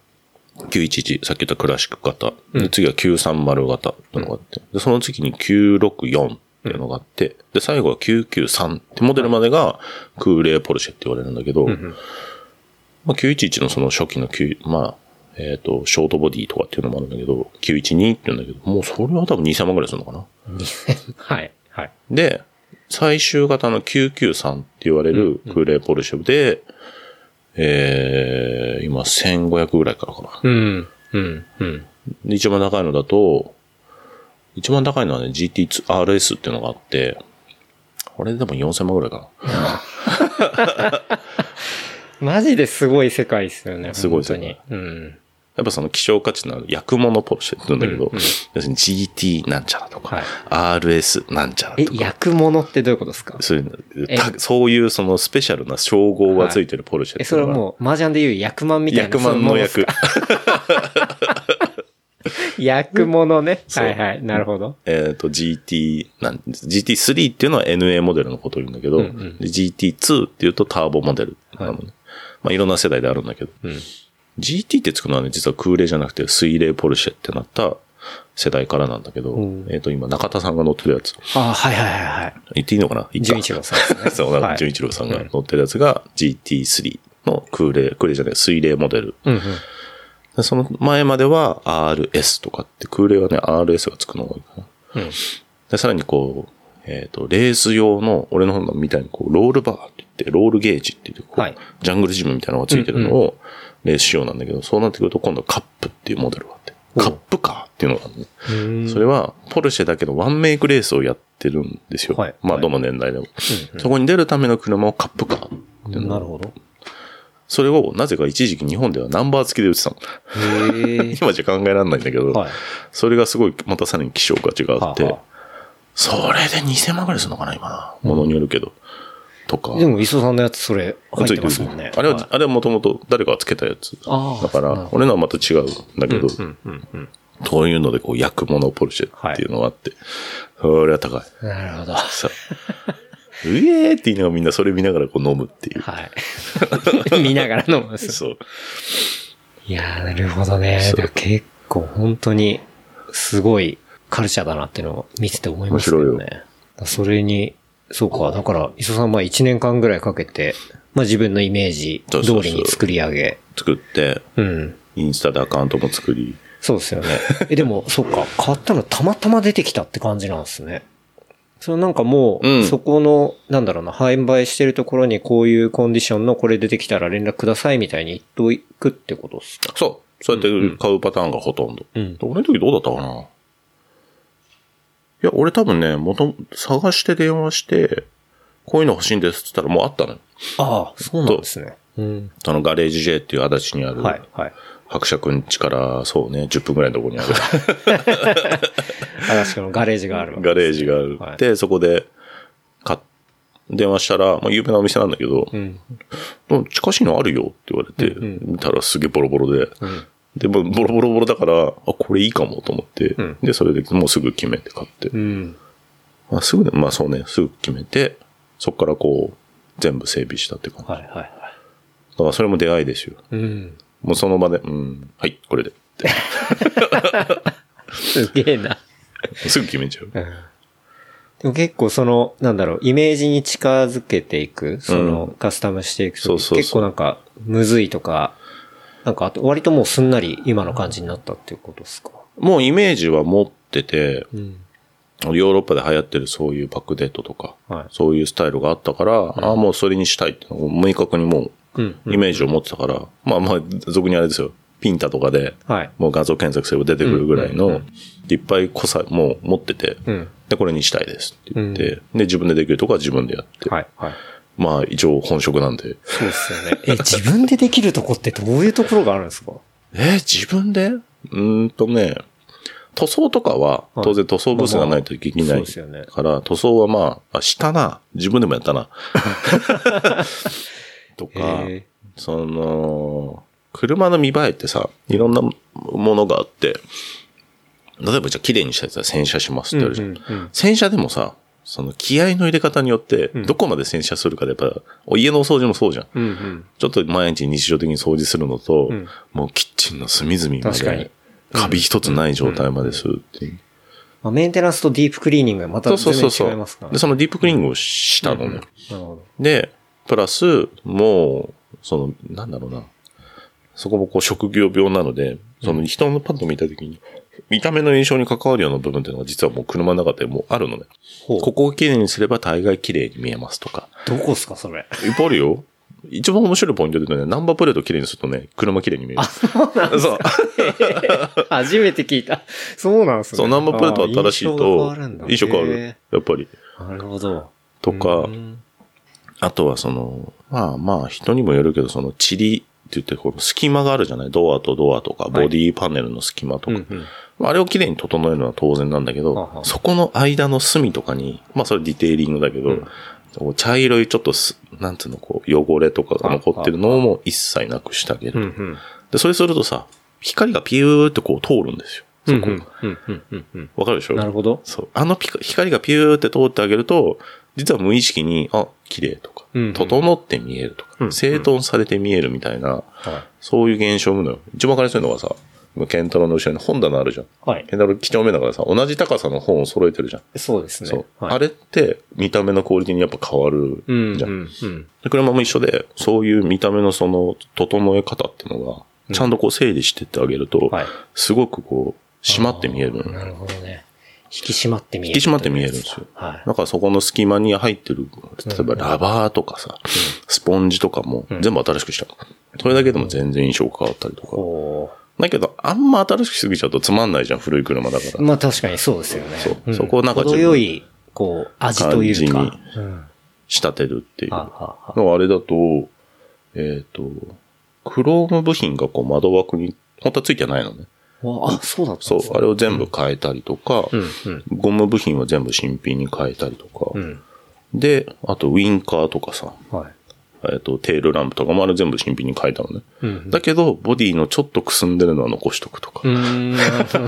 911、さっき言ったクラシック型。で次は930型ってのがあって。で、その次に964っていうのがあって、で、最後は993ってモデルまでが空冷ポルシェって言われるんだけど、まあ、911のその初期の9、まあ、えっ、と、ショートボディとかっていうのもあるんだけど、912って言うんだけど、もうそれは多分2000万ぐらいするのかな。はい。はい。で、最終型の993って言われる空冷ポルシェで、えー、今1500ぐらいからかな。うん、うん、うん。で、一番高いのだと、一番高いのはね、GT2RS っていうのがあって、これでも4000万ぐらいかな。マジですごい世界ですよね。すごい世世界界。うん。やっぱその希少価値のある薬物ポルシェって言うんだけど、うんうん要するに GT なんちゃらとか、はい RS なんちゃらえと、か、焼くものってどういうことですかそういうえのたそういうそのスペシャルな称号がついてるポルシェえ、ってそいれうはのがもう、麻雀で言う役満みたいな。薬満の役。役物ね。そうはいはい。なるほど。えっ、と、GT、なん、GT3 っていうのは NA モデルのことを言うんだけど、うんうんで GT2 っていうとターボモデルなのね。まあ、いろんな世代であるんだけど、うん。 GT ってつくのはね、実は空冷じゃなくて水冷ポルシェってなった世代からなんだけど、うんえっ、と、今中田さんが乗ってるやつ、あはいはいはいはい。言っていいのかな純一郎さんですね そうはい純一郎さんが乗ってるやつが GT3 の空冷、空冷じゃない、水冷モデル。うんうん。でその前までは RS とかって、空冷はね、RS がつくのが多いかな。うん。で、さらにこう、えっ、と、レース用の、俺の方みたいにこう、ロールバーって言って、ロールゲージって言って、こうはいジャングルジムみたいなのがついてるのを、レース仕様なんだけど、そうなってくると今度はカップっていうモデルがあって、おうカップカーっていうのがあるのねうんそれは、ポルシェだけどワンメイクレースをやってるんですよ。はいまあ、はいどの年代でも、そこに出るための車をカップカー。なるほど。それを、なぜか一時期日本ではナンバー付きで売ってたの。へえ。今じゃ考えられないんだけど、はいそれがすごい、またさらに希少価値があって、はあはそれで2000万ぐらいするのかな、今な。ものによるけど。とか。でも、磯さんのやつそれ入ってますもんね。あれは、いあれはもともと誰かがつけたやつ。ああだかそうならの、俺のはまた違うんだけど、うんうんうん。こういうので、こう、焼くものポルシェっていうのがあって、それは高い。なるほど。 さ、うえーって言いながらみんなそれ見ながらこう飲むっていう。はい。 見ながら飲むんです。そう。いやー、なるほどね。だから結構本当にすごいカルチャーだなっていうのを見てて思いますけどね。面白それに、そうか、だから、磯さんは1年間ぐらいかけて、まあ自分のイメージそう通そうそうりに作り上げ。作って、うん。インスタでアカウントも作り、そうですよね。え、で も、そうか、買ったのたまたま出てきたって感じなんですね。そのなんかもう、うんそこの、なんだろうな、販売してるところにこういうコンディションのこれ出てきたら連絡くださいみたいに言っといくってことっすかそう。そうやって買うパターンがほとんど。うん俺の時どうだったかないや、俺多分ね、もとも、探して電話して、こういうの欲しいんですって言ったらもうあったのよ。ああ、そうなんですね。うん。そのガレージ J っていう足立にある、はい、はい。伯爵くん家から、そうね、10分ぐらいのところにある確かのガレージがあるわ けガレージがある。はいで、そこで、買っ、電話したら、まあ、有名なお店なんだけど、うん。うん近しいのあるよって言われて、見たらすげえボロボロで、で、もうボロボロボロだから、あ、これいいかもと思って、んで、それでもうすぐ決めて買って、うん。まあ、すぐで、まあそうね、すぐ決めて、そこからこう、全部整備したって感じ。はい、はい、はだからそれも出会いですよ。い。うん。もうその場で、うん、はい、これで。ってすげえな。すぐ決めちゃう。うん。でも結構その、なんだろう、イメージに近づけていく、その、うカスタムしていくそとうそうそう結構なんか、むずいとか、なんか、あと、割ともうすんなり今の感じになったっていうことですか。 もうイメージは持ってて、うん。ヨーロッパで流行ってるそういうバックデートとか、はいそういうスタイルがあったから、ああ、もうそれにしたいって、明確にもうん。うイメージを持ってたから、まあまあ、俗にあれですよ。ピンタとかで、はい。もう画像検索すれば出てくるぐらいうんうのん、いっぱいこさ、もう持ってて、うん。で、これにしたいですって言って、で、自分でできるとこは自分でやって、はい。はい。まあ、一応本職なんで。そうですよ ね。え、自分でできるとこってどういうところがあるんですかえー自分でうーんとね、塗装とかは、はい当然塗装ブースがないとできまあなまいあそうですよねから、塗装はまあ、あ、したな。自分でもやった な。とか、へその、車の見栄えってさ、いろんなものがあって、例えばじゃあ綺麗にしたやつは洗車しますってあるじゃん。うんうんうん洗車でもさ、その気合の入れ方によって、んどこまで洗車するかでやっぱ、お家のお掃除もそうじゃん。うんうん。ちょっと毎日日常的に掃除するのと、うんもうキッチンの隅々ま確かにで、カビ一つない状態までするっていう。まあ、メンテナンスとディープクリーニングはまたそう全そうそう然そ違いますかう。らで、ね。そのディープクリーニングをしたのね。なるほで、プラス、もう、その、なんだろうな。そこもこう職業病なので、その人のパッと見たときに、見た目の印象に関わるような部分っていうのが実はもう車の中でもうあるのね。ほうここを綺麗にすれば大概綺麗に見えますと か。ど。どこっすか、それ。いっぱいあるよ。一番面白いポイントで言うとね、ナンバープレート綺麗にするとね、車綺麗に見える。そう。初めて聞いた。そうなんですね。そう、ナンバープレート新しいとあー印象が変わるんだ、印象変わるへ。やっぱり。ーなるほど。とかう、んあとはその、まあまあ人にもよるけど、そのチリって言って、この隙間があるじゃないドアとドアとか、はいボディパネルの隙間とうか。んうんまああれを綺麗に整えるのは当然なんだけど、はあはあそこの間の隅とかに、まあそれディテーリングだけど、うんこう茶色いちょっとす、なんつうの、こう、汚れとかが残ってるのをもう一切なくしてあげうる。んうん。で、それするとさ、光がピューってこう通るんですよ。うそんこ。わ、うんうんうんうんかるでしうょん。なるほど。そう。あのピカ光がピューって通ってあげると、実は無意識に、あ、綺麗とかうんうん、整って見えるとか、うん整頓されて見えるみたいな、はそういう現象を生むのよ。一番わかりやすいのがさ、ケンタロウの後ろに本棚あるじゃん。い。はいケ。ンタロウ貴重めだからさ、同じ高さの本を揃えてるじゃん。そうですね。そう。はい、あれって見た目のクオリティにやっぱ変わるうんうんじゃん。うん。で車も一緒で、そういう見た目のその整え方っていうのが、ちゃんとこう整理してってあげると、はいすごくこう、締まって見えるのよなるほどね。引き締まって見え引る。き締まって見えるんですよ。はい。だからそこの隙間に入ってる、例えばラバーとかさ、スポンジとかも全部新しくしたの。それだけでも全然印象変わったりとか。こだけど、あんま新しくしすぎちゃうとつまんないじゃん、古い車だかう。ら。まあ確かにそうですよね。そうんそこをなんか自分程よい、こう、味という感かじ。うん。は仕立てるっていう。あはのあはあれだと、えっと、クローム部品がこう窓枠に、本当はついてないのね。あわあ、そうだったそんうです、ね。あれを全部変えたりとか、うんうん。ゴム部品は全部新品に変えたりとかう。ん。で、あとウィンカーとかさ、はい。えっと、テールランプとかもあれ全部新品に変えたのね。うん。だけど、ボディのちょっとくすんでるのは残しとくとかう、ん。なるほ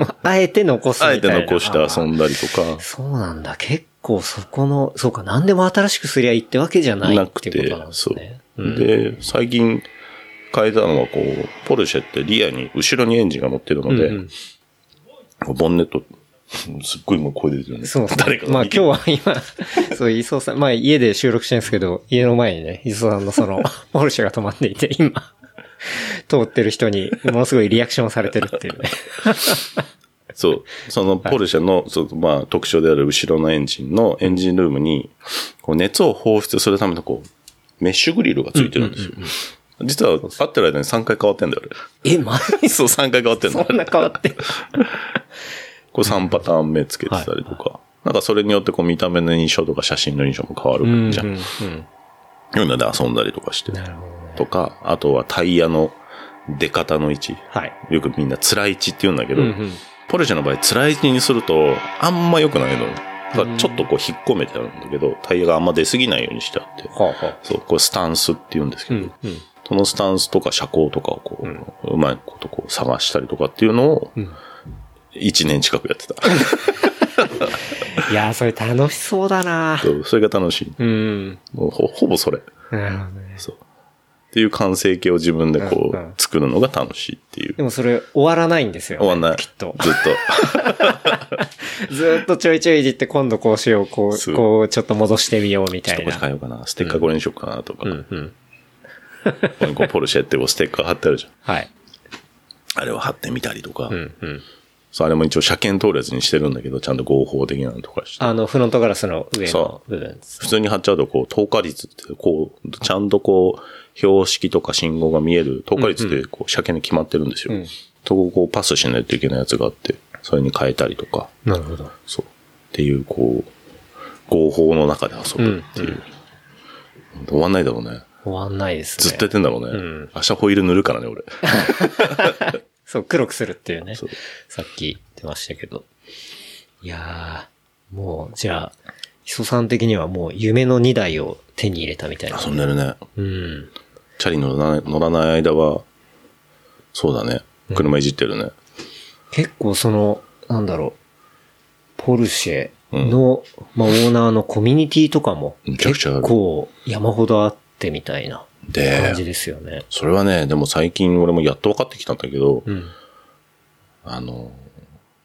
どあえて残すみあたえいな。て残して遊んだりとか、そうなんだ。結構そこの、そうか、何でも新しくすりゃいいってわけじゃないなっくてていうことなん、ですそうね。。で、最近変えたのは、こう、ポルシェってリアに、後ろにエンジンが乗ってるのうんうんで、こうボンネット、すっごいもう声出てるよね。そう。誰かがまあ今日は今、 そう、磯さん、まあ家で収録してるんですけど、家の前にね、磯さんのその、 ポルシェが止まっていて、今、通ってる人に、ものすごいリアクションされてるっていうね。そう。そのポルシェの、そうまあ、特徴である後ろのエンジンのエンジンルームに、こう熱を放出するためのこう、メッシュグリルがついてるんですよ。実は、会ってる間に3回変わってんだよ、 え、マあれ。ジそう、3回変わってんだ。 そんな変わって。こう3パターン目つけてたりとか、なんかそれによってこう見た目の印象とか写真の印象も変わるじゃん。いうので遊んだりとかして。なるほどね。とか、あとはタイヤの出方の位置。はい。よくみんな辛い位置って言うんだけど、うんうんポルシェの場合辛い位置にするとあんま良くないのよ。だからちょっとこう引っ込めてあるんだけど、タイヤがあんま出過ぎないようにしてあって。はあはあ。そう、これスタンスって言うんですけうど、んうん。そのスタンスとか車高とかをこう、うまいことこう探したりとかっていうのを、ん1年近くやってた。 いやー、それ楽しそうだなそうそれが楽しい。うん。もうほほぼそれ。なるほどね。そう。っていう完成形を自分でこうんうんう、作るのが楽しいっていうで。もそれ終わらないんですよ、終わんない。きっと。ずっずーっとちょいちょいいじって今度こうしよう、こ、そううこうちょっと戻してみようみと、ちたょっとこいれな。変えようかな。ステッカーこれにしようかなとか、うんうん。ここにこうポルシェってこうステッカー貼ってあるじゃん。はい。あれを貼ってみたりとか、うんうん。そう、あれも一応車検通るやつにしてるんだけど、ちゃんと合法的なのとかして。あの、フロントガラスの上のそ部分です。普通に貼っちゃうと、こう、透過率って、こう、ちゃんとこう、標識とか信号が見える、透過率って、こう、車検で決まってるんですよ。うんそこをこう、パスしないといけないやつがあって、それに変えたりとか、なるほど。そう。っていう、こう、合法の中で遊ぶっていう。終わんないだろうね。終わんないですね。ずっとやってんだろうね。うん明日ホイール塗るからね、 俺。そう、黒くするっていうねそう。さっき言ってましたけど。いやー、もう、じゃあ、磯さん的にはもう夢の2台を手に入れたみたいな。遊んでるね。うん。チャリ乗らない乗らない間は、そうだね。車いじってるね。結構その、なんだろう、ポルシェの、まあ、オーナーのコミュニティとかも、めちゃくち結ゃある構山ほどあってみたいなで感じ、ですよね。それはね、でも最近俺もやっと分かってきたんだけど、うん。 あの、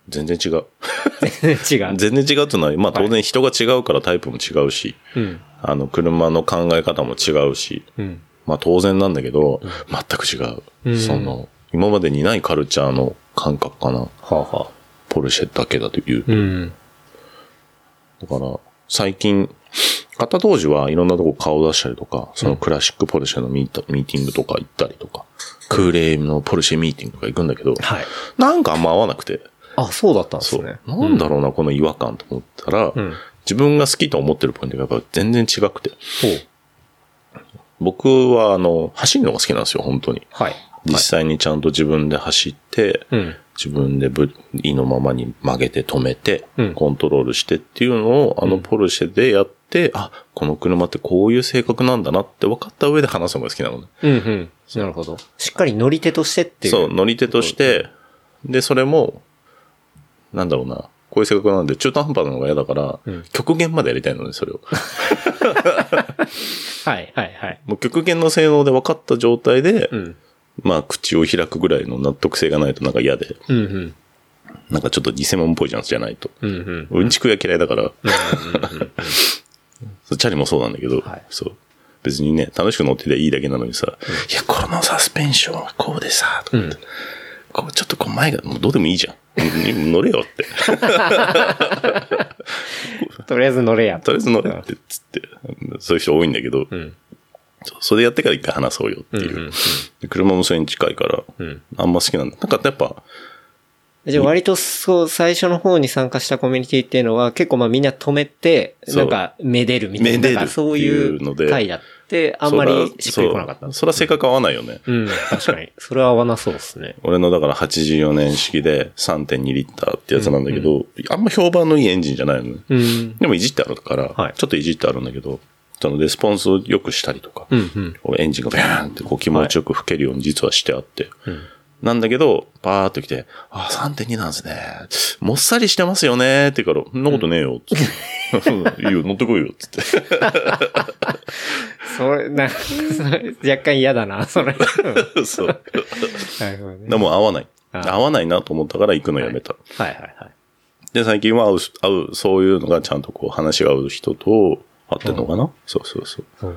全然違う。 違全う。然違うっていうのは、まあ当然人が違うからタイプも違うし、うん。あの、車の考え方も違うし、うん。まあ当然なんだけど、全く違う。うんその、今までにないカルチャーの感覚かな。はあ、はあ、ポルシェだけだという。うん。だから、最近、買った当時はいろんなとこ顔出したりとか、そのクラシックポルシェのミートミーティングとか行ったりとか、クーレームのポルシェミーティングとか行くんだけど、はい。なんかあんま合わなくて、あ、そうだったんですそう。ね。なんだろうな、この違和感と思ったら、うん。自分が好きと思ってるポイントがやっぱ全然違くて。ほう。僕は、あの、走るのが好きなんですよ、本当に。はい。実際にちゃんと自分で走って、うん。自分でぶ、意のままに曲げて止めてうん、コントロールしてっていうのを、あのポルシェでやって、あ、この車ってこういう性格なんだなって分かった上で話すのが好きなのね。うんうん。なるほど。しっかり乗り手としてっていう。そう、乗り手として、で、それも、なんだろうな、こういう性格なんで、中途半端なのが嫌だから、うん極限までやりたいのね、それを。はいはいはい。もう極限の性能で分かった状態で、うん。まあ、口を開くぐらいの納得性がないとなんか嫌で、うんうん。なんかちょっと偽物っぽいじゃん、じゃないと。うんうん。うんちくが嫌いだから。そうチャリもそうなんだけど、はいそう。別にね、楽しく乗ってていいだけなのにさ、いや、このサスペンションはこうでさ、とか言って、こうちょっとこう前が、もうどうでもいいじゃん。うん乗れよって。とりあえず乗れや。とりあえず乗れって、つって、そういう人多いんだけど、んそうそれやってから一回話そうよっていう。で車もそれに近いから、うんあんま好きなんだ。なんかやっぱ、じゃあ割とそう、最初の方に参加したコミュニティっていうのは結構まあみんな止めて、そうなんかめでるみたいめでな、るなんかそういっていうのうで回だって、あんまりしっくりこなかっそたんでうす。そら性格合わないよね。うん、確かに。 それは合わなそうですね。俺のだから84年式で3.2リッターってやつなんだけど、あんま評判のいいエンジンじゃないのね。うん。でもいじってあるから、はいちょっといじってあるんだけど、そのレスポンスを良くしたりとか、うん、うん。こうエンジンがビャーンってこう気持ちよく吹けるように実はしてあって、うんなんだけど、パーって来て、あ、3.2なんですね。もっさりしてますよねって言うから、そんなことねえよ。つって。 いいよ、乗ってこいよ。つって。 それ、 なんか、それ若干嫌だな、それ。うんそう。だ かなるほどね。らもう合わない。あー合わないなと思ったから行くのやめた。はいはいはい。で、最近は会う、会う、そういうのがちゃんとこう話が合う人と会ってんのかな、そうそうそう。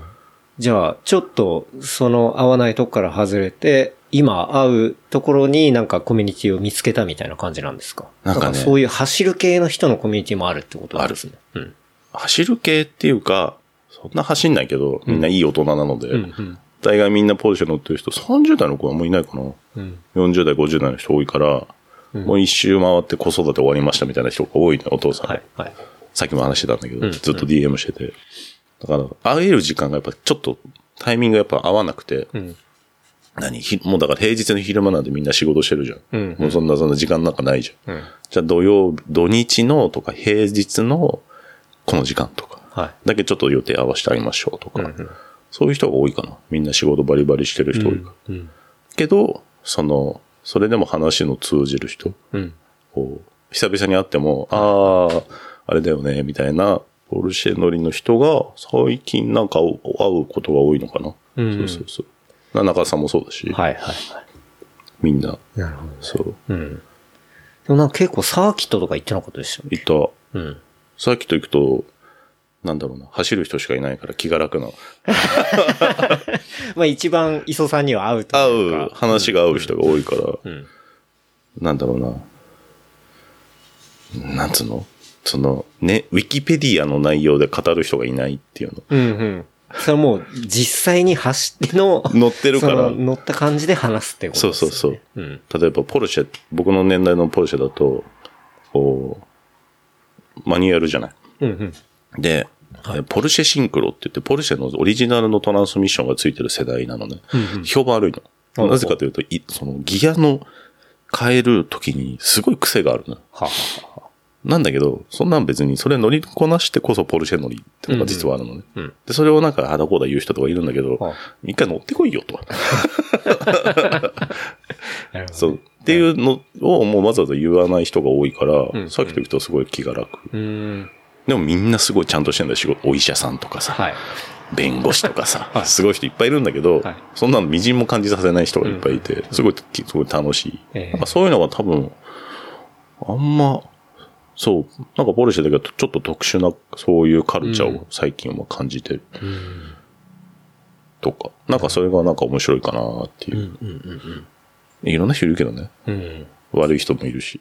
じゃあ、ちょっと、その合わないとこから外れて、今会うところになんかコミュニティを見つけたみたいな感じなんですかなんかねそういう走る系の人のコミュニティもあるってことなんですね。うん。走る系っていうか、そんな走んないけど、みんないい大人なので、うんうん。大概みんなポルシェ乗ってる人、30代の子はもういないかな。うん。 40代、50代の人多いから、もう一周回って子育て終わりましたみたいな人が多いの、お父さんが。はい。はい。さっきも話してたんだけど、んずっと DM してて。だから、会える時間がやっぱちょっと、タイミングがやっぱ合わなくて、うん。何ひもうだから平日の昼間なんてみんな仕事してるじゃん。うんもうそんなそんな時間なんかないじゃん。うん。じゃあ土曜、土日のとか平日のこの時間とか、はだけちょっと予定合わせてあげましょうとか、うんそういう人が多いかな。みんな仕事バリバリしてる人多いから。い。うん。けど、その、それでも話の通じる人、うん。こう、久々に会っても、ああ、あれだよね、みたいな、ポルシェ乗りの人が最近なんか会う会うことが多いのかな。うんうんそうそうそう。な中田さんもそうだし、はいはいはみんな、い。なるほど。そう、うん。でもなんか結構サーキットとか行ってなかったでしたね。行った、うん。さっきと行くと、なんだろうな、走る人しかいないから気が楽な。まあ一番磯さんには合うと合いうか。う、話が合う人が多いから、うん。なんだろうな、なんつうのその、ね、ウィキペディアの内容で語る人がいないっていうの。うんうん。それはもう実際に走っての、乗ってるからその乗った感じで話すってことですよね。そうそうそううん。例えばポルシェ、僕の年代のポルシェだと、こう、マニュアルじゃない。うんうん。で、ポルシェシンクロって言って、ポルシェのオリジナルのトランスミッションがついてる世代なのね。評判悪いあの。なぜかというと、いそのギアの変える時にすごい癖があるのよ。はあはあはあなんだけど、そんなん別に、それ乗りこなしてこそポルシェ乗りってのが実はあるのね。うんうんうんで、それをなんか、あだこうだ言う人とかいるんだけど、はあ一回乗ってこいよと。なるほど。そう。っていうのをもうわざわざ言わない人が多いから、んさっきと言うとすごい気が楽。うーん。でもみんなすごいちゃんとしてんだよ、仕事。お医者さんとかさ、はい。弁護士とかさ、はいすごい人いっぱいいるんだけど、はいそんなの微塵も感じさせない人がいっぱいいて、すごい、すごい楽しい。ええなんかそういうのが多分、あんま、そう、なんかポルシェだけど、ちょっと特殊な、そういうカルチャーを最近は感じてる。とか、なんかそれがなんか面白いかなっていう。いろんな人いるけどね。うん。悪い人もいる し。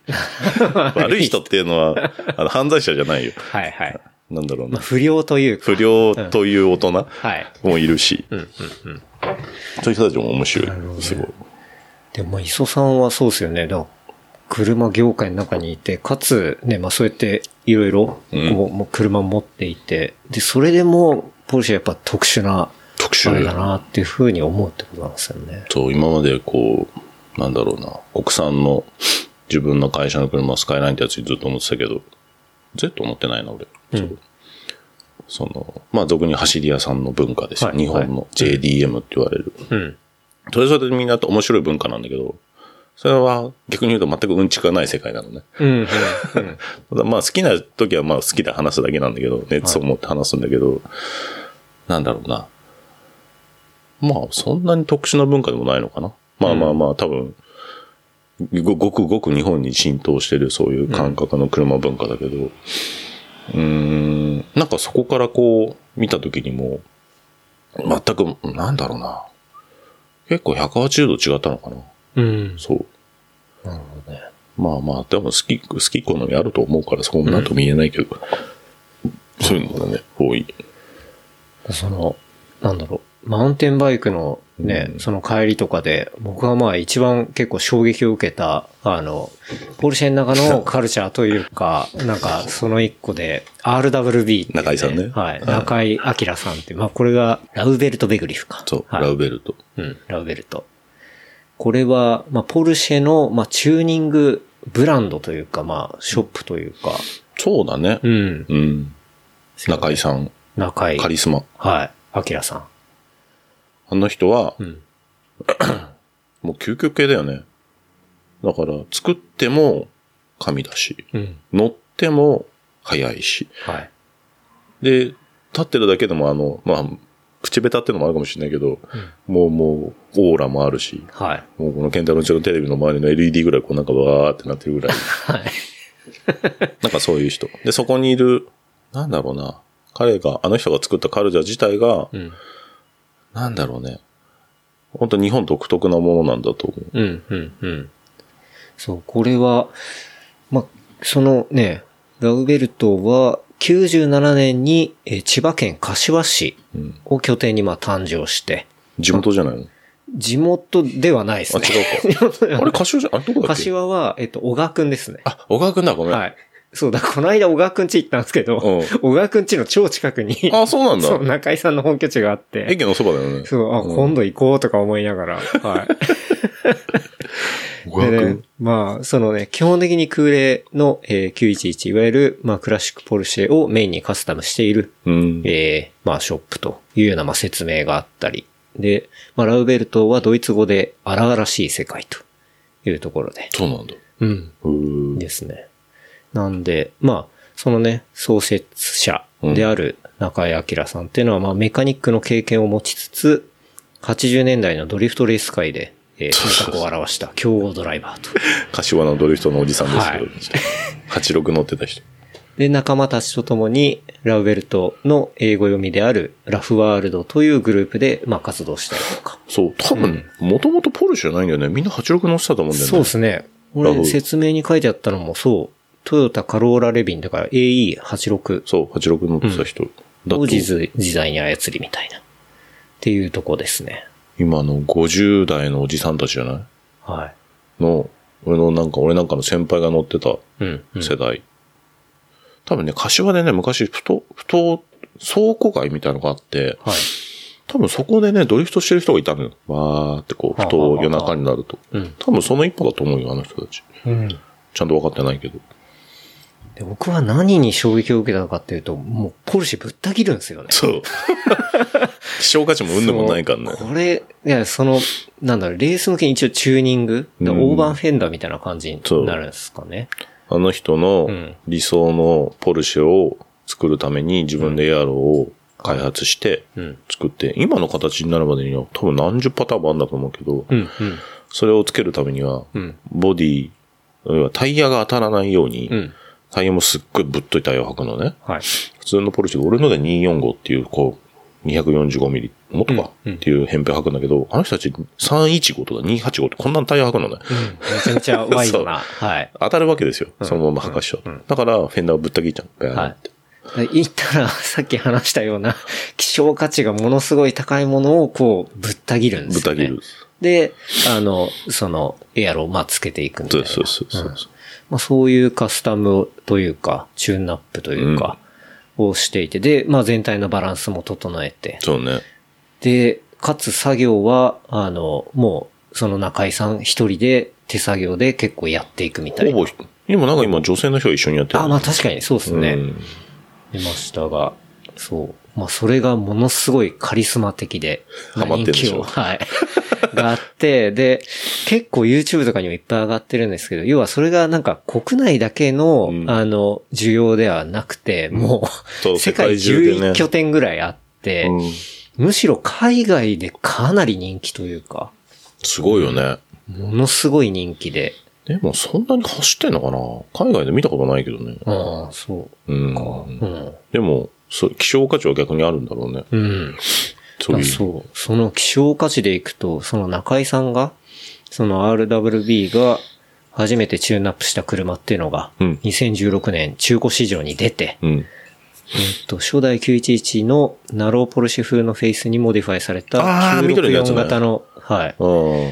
悪い人っていうのは、あの、犯罪者じゃないよ。はいはい。なんだろうまあな。不良というか。不良という大人はい。もいるし。そういう人たちも面白い。すごい。でも、まあ磯さんはそうですよね。だから車業界の中にいて、かつ、ね、まあそうやっていろいろ、こう、うんもう車持っていて、で、それでも、ポルシェやっぱ特殊な、特あ殊れだなっていうふうに思うってことなんですよね。そう、今までこう、なんだろうな、国産の自分の会社の車、スカイラインってやつにずっと思ってたけど、Z 乗ってないな、俺。うん。その、まあ、俗に走り屋さんの文化ですよ。はい日本の JDM って言われる。うん。それぞれみんなと面白い文化なんだけど、それは逆に言うと全くうんちくがない世界なのね。うん。うん。ただまあ好きな時はまあ好きで話すだけなんだけど、熱を持って話すんだけど、なんだろうな。まあそんなに特殊な文化でもないのかな。まあまあまあ多分、ごごくごく日本に浸透してるそういう感覚の車文化だけど、うーん、なんかそこからこう見た時にも、全く、なんだろうな。結構180度違ったのかな。うん。そう。なるほどね。まあまあ、でも好き、好き好みあると思うから、そこもなんとも言えないけど、そういうのがね、多い。その、なんだろう、マウンテンバイクのね、うんその帰りとかで、僕はまあ一番結構衝撃を受けた、あの、ポルシェの中 のカルチャーというか、なんかその一個で、RWB って、中井さんねはい。うん中井明さんって、まあこれが、ラウベルト・ベグリフか。そう、はいラウベルト。うん、ラウベルト。これは、まあ、ポルシェの、まあ、チューニングブランドというか、まあ、ショップというか、そうだねう。ん、うん。中井さん、中井、カリスマ。はい、明さん。あの人は、うん。もう究極系だよね。だから、作っても神だし、うん。乗っても速いし。はい。で、立ってるだけでもあの、まあ、口下手ってのもあるかもしれないけど、もうもう、オーラもあるし、はい。もうこのケンタロウちのテレビの周りの LED ぐらいこうなんかわーってなってるぐらい。なんかそういう人。で、そこにいる、なんだろうな。彼が、あの人が作ったカルチャー自体が、んなんだろうね。本当日本独特なものなんだと思う。うん、うん、うん。そう、これは、ま、そのね、ラウベルトは97年にえー千葉県柏市うんを拠点にまあ誕生して、地元じゃないの地元ではないですあ、ね。違うか。あれ、柏じゃ、あれどこだっけ柏は、えっと、小川くんですね。あ、小川くんだ、ごめん。はい。そうだ、この間小川くん家行ったんですけど、うん小川くん家の超近くに、あ、そうなんそだ。う、中井さんの本拠地があって、駅のそばだよね。そう、あ、うん今度行こうとか思いながら、はい。小川くでねん。まあ、そのね、基本的に空冷の、えー911、いわゆる、まあ、クラシックポルシェをメインにカスタムしている、うん。えーまあ、ショップというような、まあ、説明があったり。で、まあ、ラウベルトはドイツ語で荒々しい世界というところで。そうなんだ。うん。うーん。ですね。なんで、まあ、そのね、創設者である中井明さんっていうのは、まあ、メカニックの経験を持ちつつ、 80年代のドリフトレース界で、えー、そうそうそう頭角を現した強豪ドライバーと。柏のドリフトのおじさんですけど、86乗ってた人。で、仲間たちと共に、ラウベルトの英語読みであるラフワールドというグループで、まあ、活動したりとか。そう、多分、もともとポルシェじゃないんだよね。みんな86乗ってたと思うんだよね。そうですね。ラフ俺、説明に書いてあったのもそう、トヨタカローラレビンだから AE86 そう、86乗ってた人。だをと、自在自在に操りみたいな。っていうとこですね。今の50代のおじさんたちじゃないはの、俺のなんか、俺なんかの先輩が乗ってたい。うん、うん。世代。多分ね、柏でね、昔、ふと、ふと、倉庫街みたいなのがあって、はい。多分そこでね、ドリフトしてる人がいたのよ。わーってこう、ふはあはあとはあ夜中になると。うん多分その一歩だと思うよ、あの人たち。うん。ちゃんと分かってないけど。で僕は何に衝撃を受けたかっていうと、もうポルシェぶった切るんですよね。 そう。希少価値もうんでもないからね。そのこれ、いや、その、なんだろう、レース向けに一応チューニング、うんオーバーフェンダーみたいな感じになるんですかね。あの人うのん理想のポルシェを作るために自分でエアロを開発してうん作って、今の形になるまでには多分何十パターンもあるんだと思うけど、うん、うん、それをつけるためにはん、ボディ、要はタイヤが当たらないよううにん、タイヤもすっごいぶっといタイヤを履くのね。はい。普通のポルシェで、俺ので245っていう、こう、245ミリ、もっとか、うんうんっていう扁平履くんだけど、あの人たち315とか285ってこんなタイヤ履くのね。めちゃめちゃワイドな。はい。当たるわけですよ。そのまま履かしちゃう。だから、フェンダーをぶった切っちゃう。ベアーって。で言ったら、さっき話したような、希少価値がものすごい高いものをこう、ぶった切るんでぶっすよ、たね。切る。で、あの、その、エアロをまあつけていくみたいそうな。そうそうそう。まあ、そういうカスタムというか、チューンナップというか、をしていて、で、まあ全体のバランスも整えて、そうね。で、かつ作業は、あの、もう、その中井さん一人で手作業で結構やっていくみたほいな。ぼ、でもなんか今女性の人が一緒にやってる。あ、まあ確かにそうですね。うん出ましたが、そう。まあ、それがものすごいカリスマ的で、ハマってるでしょまあ人気をはい。 があって、で、結構 YouTube とかにもいっぱい上がってるんですけど、要はそれがなんか国内だけの、うんあの、需要ではなくて、もそうう、世界世界中でね11拠点ぐらいあって、うんむしろ海外でかなり人気というか、すごいよね。ものすごい人気で、でもそんなに走ってんのかな海外で見たことないけどね。ああ、そううか。ん。うん。でも、そう、希少価値は逆にあるんだろうね。うん。そういう。そう。その希少価値でいくと、その中井さんが、その RWB が初めてチューンアップした車っていうのが、うん2016年中古市場に出て、うん。えっと、初代911のナローポルシェ風のフェイスにモディファイされたあー緑のやつね964型の、はい。あ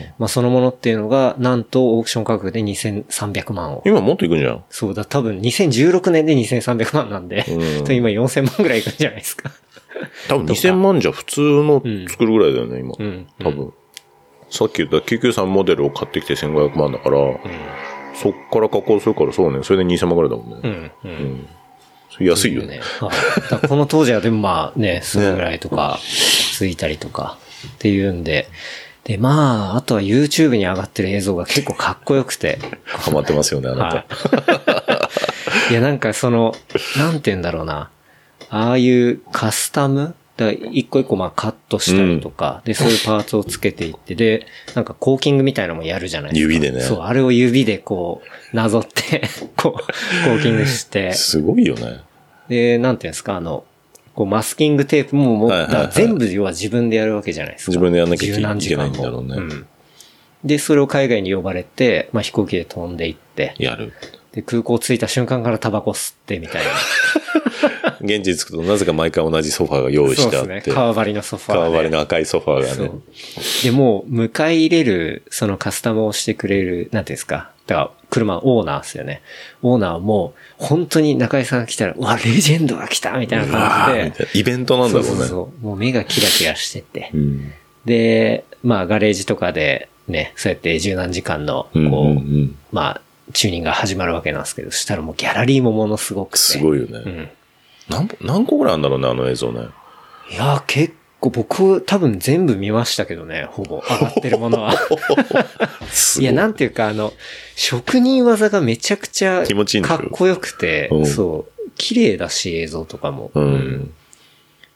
あ。まあ、そのものっていうのが、なんとオークション価格で2300万を。今もっといくんじゃん。そうだ、多分2016年で2300万なんで、 うんと今4000万ぐらいいくんじゃないですか。多分2000万じゃ普通の作るぐらいだよね、今。ん多分。さっき言った993モデルを買ってきて1500万だから、そっから加工するからそうね、それで2000万ぐらいだもんうね。ん。うんそれ安いよね。はいだからこの当時はでもまあね、それぐらいとか、ついたりとか、っていうんで、で、まあ、あとは YouTube に上がってる映像が結構かっこよくて、ハマってますよね、あなはた。 い。いや、なんかその、なんて言うんだろうな、ああいうカスタムだから一個一個まあカットしたりとか、で、そういうパーツをつけていって、で、なんかコーキングみたいなのもやるじゃないですか。指でねそう、あれを指でこう、なぞって、こう、コーキング して。すごいよね。で、なんていうんですか、あの、こうマスキングテープも持っはいはいはいた、全部要は自分でやるわけじゃないですか。自分でやんなきゃいけ十何時間いけないんだろうねもんで、それを海外に呼ばれて、まあ、飛行機で飛んで行って、やる。で、空港着いた瞬間からタバコ吸ってみたいな。現地に着くとなぜか毎回同じソファーが用意してあっそうでてす。ね。革張りのソファーで。革張りの赤いソファーそがうね。。で、もう、迎え入れる、そのカスタムをしてくれる、なんていうんですか。だから、車、オーナーですよね。オーナーはもう、本当に中井さんが来たら、うわ、レジェンドが来たみたいなうわ感じーでみ。たいなイベントなんだろそううそねう。そう。もう目がキラキラしてて。うんで、まあ、ガレージとかで、ね、そうやって十何時間の、こうう、んうんうんまあ、チューニングが始まるわけなんですけど、したらもうギャラリーもものすごくて。すごい。いようね。ん。何何個ぐらいあるんだろうね、あの映像ね。いや、結構僕、多分全部見ましたけどね、ほぼ。上がってるものは。 すいごや、なんていうか、あの、職人技がめちゃくちゃ、気持ちいいんでしかょっこよくてうん、そう。綺麗だし、映像とかも。うん。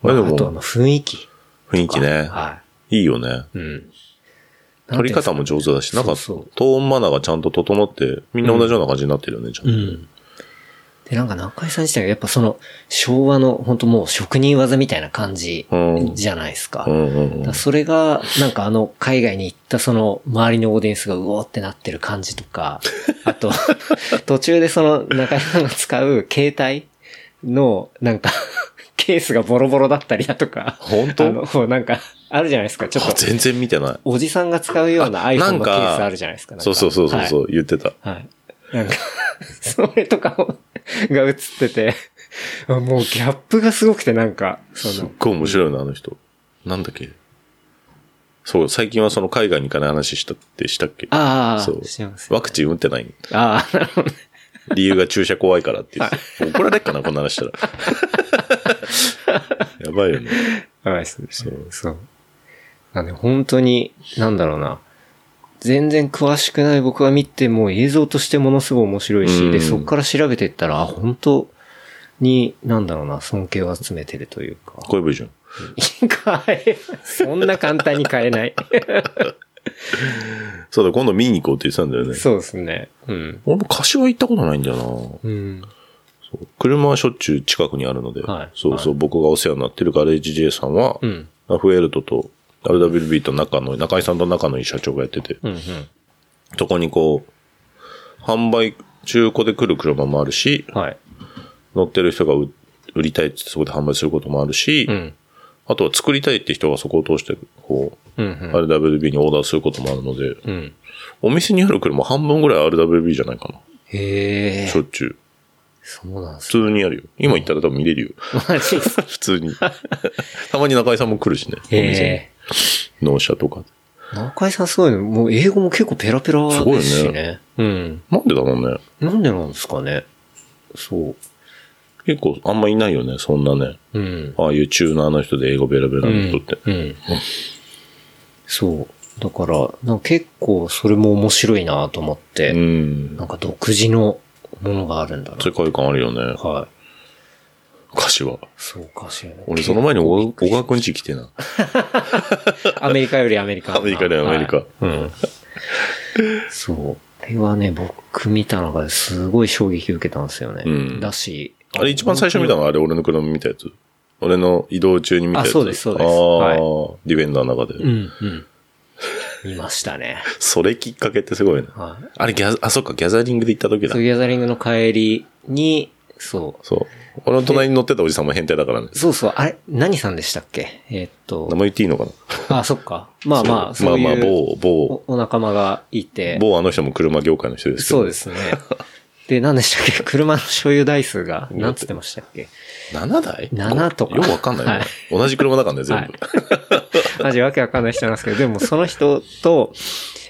まあであとあも、の、雰囲気。雰囲気ね。はいいよね。うん。取り方も上手だし、なんか、そうそうトーンマナーがちゃんと整って、みんな同じような感じになってるよね、ちゃんと。うん。で、なんか中井さん自体がやっぱその昭和の本当もう職人技みたいな感じうんじゃないですか。うんうんだうからん。それが、なんかあの、海外に行ったその、周りのオーディエンスがうおーってなってる感じ とか、あと、途中でその、中井さんが使う携帯の、なんか、ケースがボロボロだったりだとか、本あ当の、こうなんか、あるじゃないですか、ちょっあと。全然見てない。おじさんが使うようなあ iPhone なんのかケースあるじゃないですか。なんかそうそうそうそう、はいそう言ってた。はい。なんか、 それとかもが映ってて、あもうギャップがすごくてなんか、すそっの、ごい面白いな、あの人。なんだっけそう、最近はその海外に行かない話したってしたっけああ、そうしてます。ワクチン打ってないああ、なるほど。理由が注射怖いから って言って怒られっかな、こんな話したら。 やばいよね。やばいですね。そう。そう。なんで本当に、なんだろうな。全然詳しくない僕が見ても映像としてものすごい面白いし、うんで、そこから調べていったら、あ、本当に、なんだろうな、尊敬を集めてるというか。こういう部分。変え、 そんな簡単に変え ない。そうだ、今度見に行こうって言ってたんだよね。そうですね。うん。俺も柏行ったことないんだよなそうん。う。車はしょっちゅう近くにあるので、はいそうそう、僕がお世話になってるガレージ J さんは、うん。ラフエルトと RWB と中の、中井さんと仲のいい社長がやってて、うんうん。そこにこう、販売、中古で来る車もあるし、はい。乗ってる人が売売りたいってそこで販売することもあるし、うん。あとは作りたいって人がそこを通して、こうんう、うん。 RWB にオーダーすることもあるので、うん。お店にある車半分ぐらい RWB じゃないかへな。えし。ょっちゅう。そうなんです 普通にあるよ。今行ったら多分見れるよ。マジですか普通 に。たまに中井さんも来るしね。へお店にえ。納車とか。中井さんすごいね。もう英語も結構ペラペラですしね。うん。なんでだろうね。なんでなんですかね。そう。結構あんまいないよね、そんなね。うん。ああいうチューナーの人で英語ベラベラうのん人って。うん。そう。だから、なんか結構それも面白いなと思っうて、んな。んか独自のものがあるんだな。世界観あるよね。はい。柏。そうかしら。俺その前に小小川くんち来て な。アメリカよりアメリカ。アメリカだよアメリカはいうん。そう。これはね、僕見た中ですごい衝撃受けたんですよね。うんだし。あれ一番最初見たのはあれ俺の車見たやつ。俺の移動中に見たやつ。あそうですそうですああ、はディフェンダーの中で。うん、うん。見ましたね。それきっかけってすごいね。はい。あれギャザ、あ、そっか、ギャザリングで行った時だそう、。ギャザリングの帰りに、そう。そう。俺の隣に乗ってたおじさんも変態だからね。そうそう、あれ、何さんでしたっけえーっと名、前言っていいのかなあ、そっか。まあまあ、そうそういうまあまあ、某、某、おお仲間がいて、某あの人も車業界の人ですけど。そうですね。で、何でしたっけ 車の所有台数が、何つってましたっけ7台7とかよくわかんないね、はい同じ車だからね、全部。 マジわけわかんない人なんですけど、でもその人と、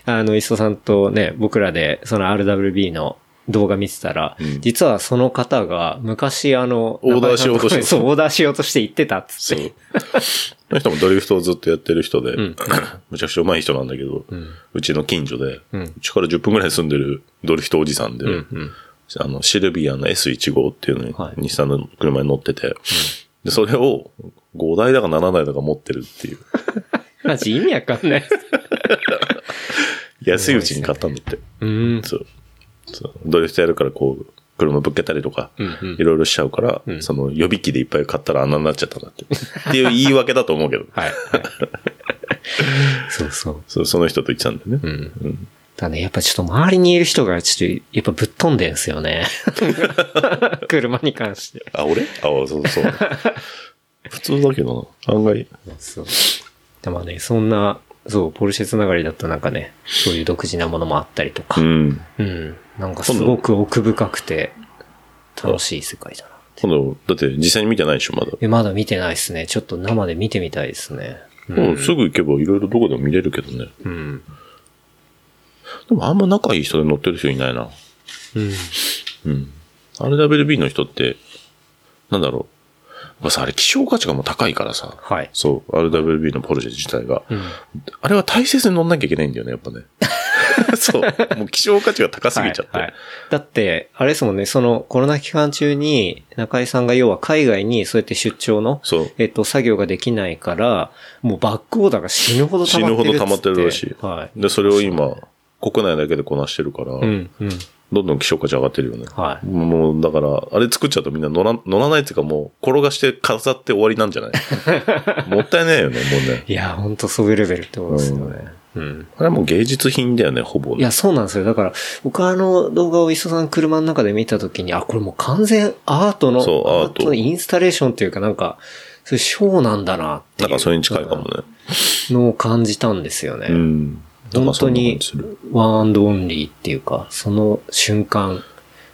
あの、磯さんとね、僕らで、その RWB の動画見てたら、うん実はその方が昔あの、オーダーしようとして中井さんのとこにそう、オーダーしようとして行ってたっつそっうて。。あの人もドリフトをずっとやってる人で、んむちゃくちゃ上手い人なんだけど、ううんちの近所で、ううんちから10分ぐらい住んでるドリフトおじさんで、うんうんあの、シルビアの S15 っていうのに、はい日産の車に乗ってて、で、それを5台だか7台だか持ってるっていう。マジ意味わか んない。安いうちに買ったんだって。うん。そう。そうドリフトやるからこう、車ぶっけたりとか、うんうんいろいろしちゃうから、その予備機でいっぱい買ったらあんなになっちゃったんだって。っていう言い訳だと思うけど。 はい。はいそうそう。そうその人と言ってたんだよね。うん。ただね、やっぱちょっと周りにいる人がちょっと、やっぱぶっ飛んでんす よね。車に関して。あ、俺あ、そう そう。普通だけどな。案外。そう。でもね、そんな、そう、ポルシェつながりだとなんかね、そういう独自なものもあったりとか、ううん、ん。なんかすごく奥深くて、楽しい世界だな。今度、だって実際に見てないでしょ、まだ。え、まだ見てないですね。ちょっと生で見てみたいですね。うん。もうすぐ行けばいろいろどこでも見れるけどね。うん。でもあんま仲いい人で乗ってる人いないな。うん。うん。RWB の人って、なんだろう。やっぱさ、あれ希少価値がもう高いからさ。はいそう、RWB のポルシェ自体が。うん。 あれは大切に乗んなきゃいけないんだよね、やっぱね。そう。もう希少価値が高すぎちゃって。はいはいだって、あれですもんね、そのコロナ期間中に中井さんが要は海外にそうやって出張の、そうえっと、作業ができないから、もうバックオーダーが死ぬほど溜死まぬっほてるっつって。ど溜まってるらしい。はい。で、それを今、国内だけでこなしてるから、うん、うん。どんどん希少価値上がってるよね。はいもう、だから、あれ作っちゃうとみんな乗ら乗らないっていうかもう、転がして飾って終わりなんじ ゃないもったいないよね、もうね。いや、ほんとそういうレベルってことですよね。うん。あれはもう芸術品だよね、ほぼね。いや、そうなんですよ。だから、僕はあの動画を磯さん車の中で見たときに、あ、これもう完全アートの、そうアートのインスタレーションっていうかなんか、そういうショーなんだなってないう。んかそれに近いかもね。のを感じたんですよね。うん。なん本かそ当んなに感じする、ワンアンドオンリーっていうか、その瞬間、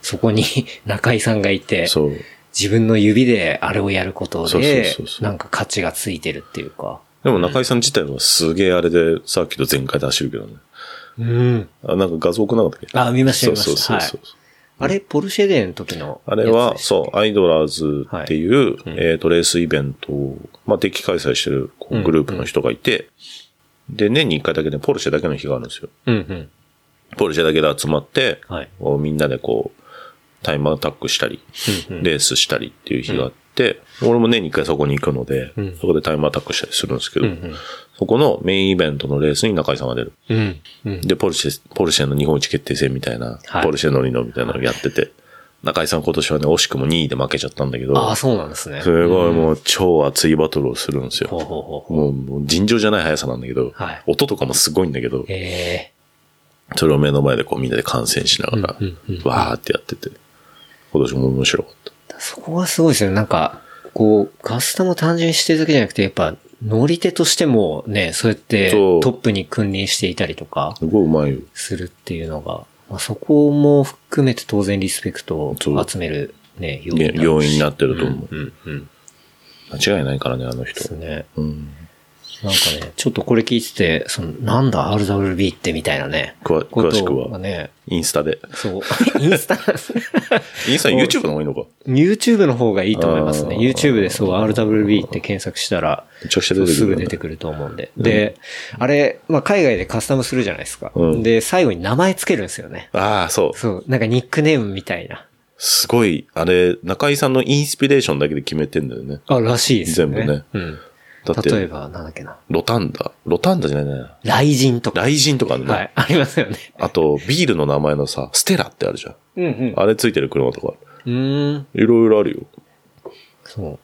そこに 中井さんがいて、そう。自分の指であれをやることそうそうでそう、そうなんか価値がついてるっていうか。でも中井さん自体はすげえあれで、さっきと全開で走るけどね。うん。あ、なんか画像送んなかったっけあ、見ましそた、見うまそうした。そうはそうい。。あれ、ポルシェデーの時のあれは、う。そう、アイドラーズっていう、はいうんえっ、と、レースイベントを、まあ、定期開催してるこうグループの人がいて、で、年に一回だけね、ポルシェだけの日があるんですよ。うんポルシェだけで集まって、うん。はい。こうみんなでこう、タイムアタックしたり、うんうんレースしたりっていう日があって、俺も年に一回そこに行くので、うんそこでタイムアタックしたりするんですけうど、んそこのメインイベントのレースに中井さんが出る。うん。うんうん。で、ポルシェ、ポルシェの日本一決定戦みたいな、はいポルシェ乗りのみたいなのやってて、中井さん今年はね、惜しくも2位で負けちゃったんだけど、ああ、そうなんですね。すごいうん。もう超熱いバトルをするんですほうよ。ほうほう。もうもう尋常じゃない速さなんだけど、はい音とかもすごいんだけど、えそれを目の前でこうみんなで観戦しながら、うんうんうんわーってやってて、今年も面白かった。えそこがすごいですよね。なんか、こう、カスタム単純にしてるだけじゃなくて、やっぱ、乗り手としてもね、そうやってそトうップに君臨していたりとかすごいうまいよ。するっていうのが、まあ、そこも含めて当然リスペクトをそう集めるね、要ね要因になってると思う。うんうんうん。間違いないからね、あのです人。ね。うん。なんかね、ちょっとこれ聞いてて、その、なんだ RWB ってみたいなね。くわ詳しくことがは、ね、インスタで。そう。インスタなんですね。インスタ YouTube の方がいいのか YouTube の方がいいと思いますね。あー YouTube でそう RWB って検索したら、めちゃくちゃそ出うてくするぐよね、出てくると思うんで。で、あれ、まあ、海外でカスタムするじゃないですか。うんで、最後に名前つけるんですよね。ああ、そう。そう、なんかニックネームみたいな。すごい、あれ、中井さんのインスピレーションだけで決めてんだよね。あ、らしいですよね。全部ねうん。だって、例えば、なんだっけな。ロタンダ。ロタンダじゃないな。雷神とか。雷神とかあるね。はい、ありますよね。あと、ビールの名前のさ、ステラってあるじゃん。うんうん。あれついてる車とか。うーん。いろいろあるよ。そう。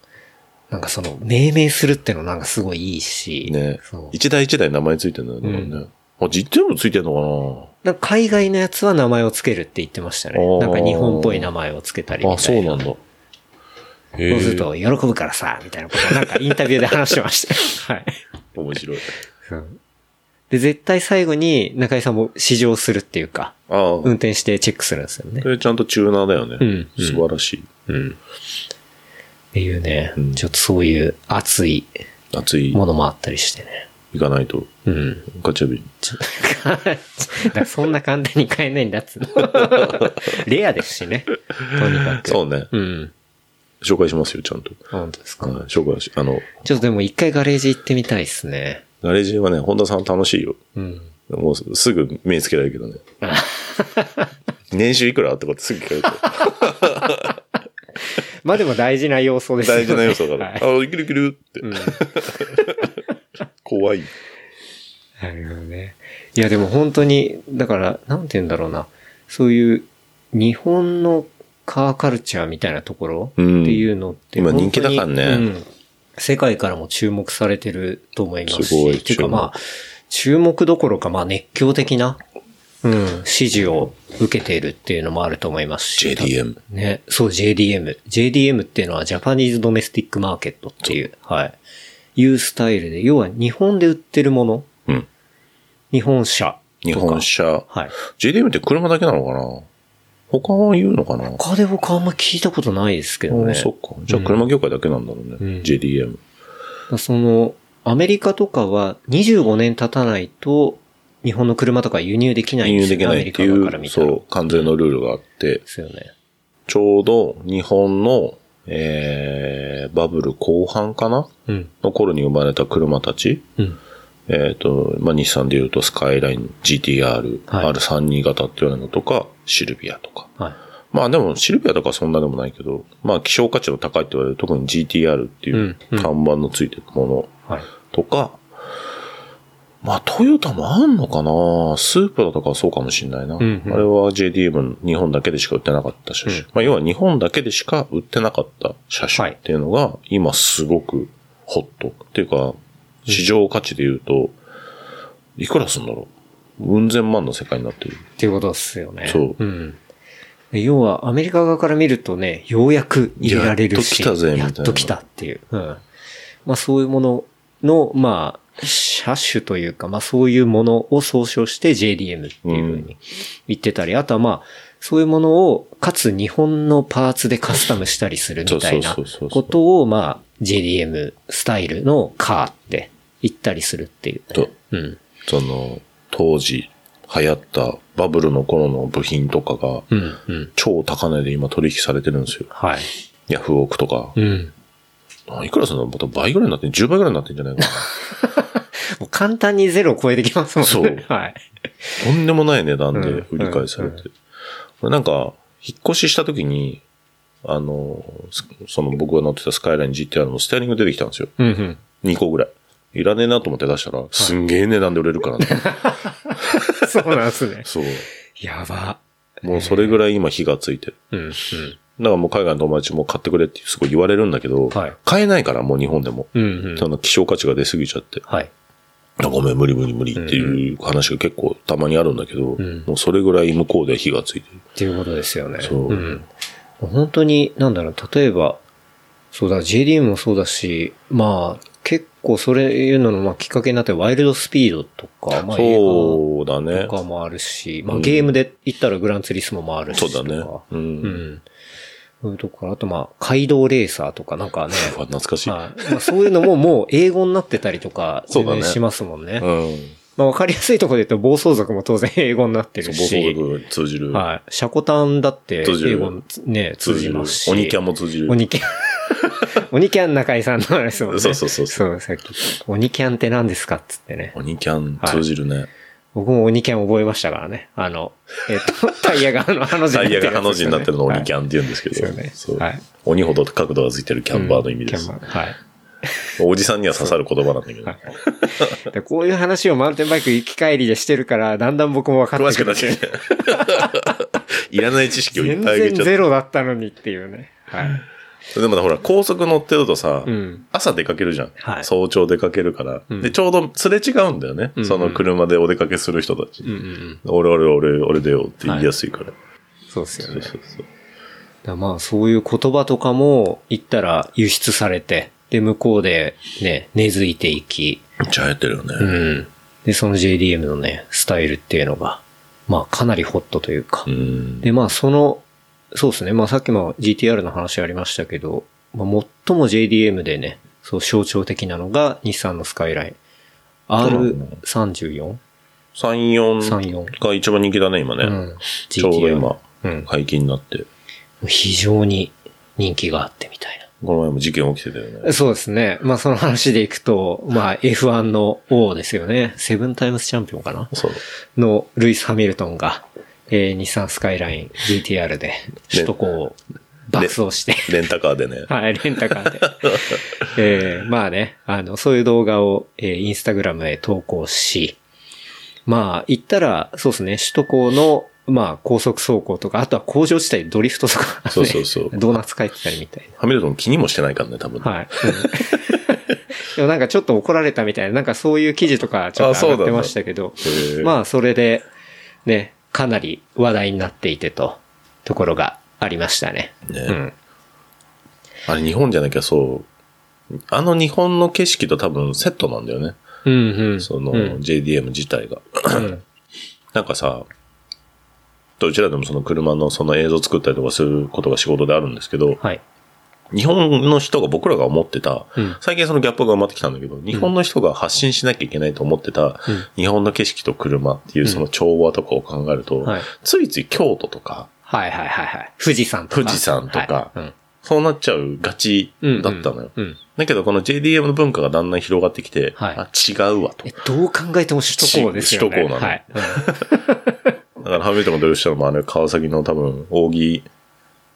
なんかその、命名するってのなんかすごいいいし。ねそう。一台一台名前ついてるんだよね。うんだからねあ、実店もついてんのなんか海外のやつは名前をつけるって言ってましたあね。ーなんか日本っぽい名前をつけたりかなみあ、そたいうな。なんだ。へそうするえ。と、喜ぶからさ、みたいなことをなんかインタビューで話してま した。はい。面白い。で、絶対最後に中井さんも試乗するっていうか、ああ、運転してチェックするんですよねこ。れちゃんとチューナーだよね。うん素晴らしい。うん。っていうね、うんちょっとそういう熱い熱い。も行のもあったりしてね。かないと。うん。ガチャビン。 だからそんな簡単に買えないんだっつうの レアですしね。とにかく。そうね。うん。紹介しますよ、ちゃんと。本当ですか。はい紹介し、あの、ちょっとでも一回ガレージ行ってみたいですね。ガレージはね、本田さん楽しいよ。うん。もうすぐ目つけられるけ どね。年収いくらってことすぐ聞かれて。まあでも大事な要素 ですよ大ね。事な要素だから。はいあ、いけるいけるって。怖い。なるほどね。いや、でも本当に、だから、なんて言うんだろうな。そういう、日本のカーカルチャーみたいなところってうんいうのって、今本当に人気だからねうん世界からも注目されてると思いますすし。ごいっていうかまあ、注目どころか、まあ熱狂的な、うん、支持を受けているっていうのもあると思いますし。 JDM。ね、そう JDM。JDM っていうのはジャパニーズドメスティックマーケットっていう、はい。いうスタイルで、要は日本で売ってるもの、うん。日本車と日か。本車。はい。 JDM って車だけなのかな他は言うのかな他で僕あんま聞いたことないですけどあね。あそっか。じゃあ車業界だけなんだろうね。うん JDM。その、アメリカとかは25年経たないと、日本の車とか輸入できない輸んで入すよできね。なアメいリってカい側からう、見たら。そう、関税のルールがあってで、すよね。ちょうど日本の、えー、バブル後半かなうん。の頃に生まれた車たちうん。えっ、と、まあ、日産で言うとスカイライン、GTR、はい R32 型っていうようなのとか、シルビアとか。はい。まあでも、シルビアとかそんなでもないけど、まあ希少価値の高いって言われる、特に GTR っていううんうん看板のついてるものはい。とか、まあトヨタもあんのかなスープラとかはそうかもしんないな。んうんあれは JDM 日本だけでしか売ってなかった車種。うんまあ要は日本だけでしか売ってなかった車種っていうのが、今すごくホット。っていうか、市場価値で言うと、いくらすんだろううん千万の世界になってる。っていうことですよね。そううん。要は、アメリカ側から見るとね、ようやく入れられるし。やっと来たぜみたいやなっと来たっていう。うん。まあ、そういうものの、まあ、車種というか、まあ、そういうものを総称して JDM っていうふうに言ってたり、あとはまあ、そういうものを、かつ日本のパーツでカスタムしたりするみたいなそうそうそうそうそうことを、まあ、JDM スタイルのカーって言ったりするっていう、とうん。その、当時流行ったバブルの頃の部品とかが、うん。うん。超高値で今取引されてるんですよ。はい。ヤフオクとかう。ん。いくらするのまた倍ぐらいになってん、10倍ぐらいになってんじゃないか な。もう簡単にゼロを超えてきますもんね。そう はい。とんでもない値段でうん売り買いされうんて。これなんか、引っ越しした時に、あの、すその僕が乗ってたスカイライン GTR のステアリング出てきたんですよ。うんうん。 2個ぐらい。いらねえなと思って出したら、すんげえ値段で売れるから ね。 そうなんですね。そう。やば。もうそれぐらい今火がついてる。うんうん。だからもう海外の友達も買ってくれってすごい言われるんだけど、はい買えないからもう日本でも。うんうそん。の希少価値が出すぎちゃって、はい。あごめん無理無理無理っていう話が結構たまにあるんだけど、んもうそれぐらい向こうで火がついてる。っていうことですよね。。そうん本当に、なんだろう、例えば、そうだ、JDM もそうだし、まあ、結構それいうのの、まあ、きっかけになって、ワイルドスピードとか、まあ、映そうだ画ねと。かもあるし、まうあ、んゲームで言ったらグランツリスモもあるしそとうか。だね。う。うんん。そういうとこから、あと、まあ、街道レーサーとか、なんかね、うわ懐かしい。はい。まあ、そういうのももう英語になってたりとか、 そうだね全然しますもんね。うん。まあ、わかりやすいところで言うと、暴走族も当然英語になってそるう、暴走し、族に通じる。はい。シャコタンだって通じる英語にね、通じますし。鬼キャンン。も通じる。鬼キ ャン。鬼キャン中井さんの話ですもんね。そうそうそうそそう、さっき。鬼キャンって何ですかっつってね。鬼キャン通じるね。僕も鬼キャン覚えましたからね。あの、えっと、 タイヤがあの、ハの字タイヤがハの字になってるのを鬼キン。ャンって言うんですけですどよね。そうはい鬼ほど角度がついてるキャンバーの意味でキすャン。バーはい。おじさんには刺さる言葉なんだけど。で こういう話をマウンテンバイク行き帰りでしてるから、だんだん僕も分か詳っしてくくなるっちゃう。 いらない知識をい全っぱいあげ然ちゃっゼロだったのにっていうね。はい。て。でもほら、高速乗ってるとさ、うん。朝出かけるじゃん。はい早朝出かけるから、うんで、ちょうどすれ違うんだよね。うんその車でお出かけする人たち。うんうんうん。俺、俺、俺、俺だよって言いやすいから。そうですよそうね。だそうそう。からまあそういう言葉とかも言ったら輸出されて、で向こうでね、根付いていき、めっちゃ流行ってるようね。ん。で、その JDM のね、スタイルっていうのが、まあかなりホットというかう、ん。で、まあその、そうですね。まあさっきも GTR の話ありましたけど、まあ最も JDM でね、そう象徴的なのが日産のスカイライン。R34?34? 3、4が一番人気だね、今ね。うん。ちょうど今 GTR。うん。解禁になって。非常に人気があってみたいな。この前も事件起きてたよね。そうですね。まあその話でいくと、まあ F1 の王ですよね。セブンタイムスチャンピオンかなそう。のルイス・ハミルトンが、えー、日産スカイライン GTR で首都高を爆走して、レンタカーでね。はい、レンタカーで。 えーまあね、あの、そういう動画を、えーインスタグラムへ投稿し、まあ、言ったら、そうですね、首都高の、まあ、高速走行とか、あとは工場地帯ドリフトとか、ね、そうそうそう ドーナツ書いてたりみたいハミルトン気にもしてないからね、多分。な。はい。うん でもなんかちょっと怒られたみたいな、なんかそういう記事とかちょっあそとう上なんがだってましたけど、へえまあ、それで、ね、かなり話題になっていてと、ところがありましたね。ねうん。あれ日本じゃなきゃそう。あの日本の景色と多分セットなんだよね。うんうん。そのうん JDM 自体が。うんなんかさ、どちらでもその車のその映像作ったりとかすることが仕事であるんですけど、はい。日本の人が僕らが思ってた、うん最近そのギャップが埋まってきたんだけど、日本の人が発信しなきゃいけないと思ってた、日本の景色と車っていうその調和とかを考えると、はいついつい京都とか、はいはいはいはい。富士山とか。富士山とかはいうんそうなっちゃうがちうんだったのよ。うん。だけど、この JDM の文化がだんだん広がってきて、はいあ違うわと。え、どう考えても首都高ですよ首都ね。高なのはい。だから、ハミルトンが努力したのも、あの、川崎の多分、扇、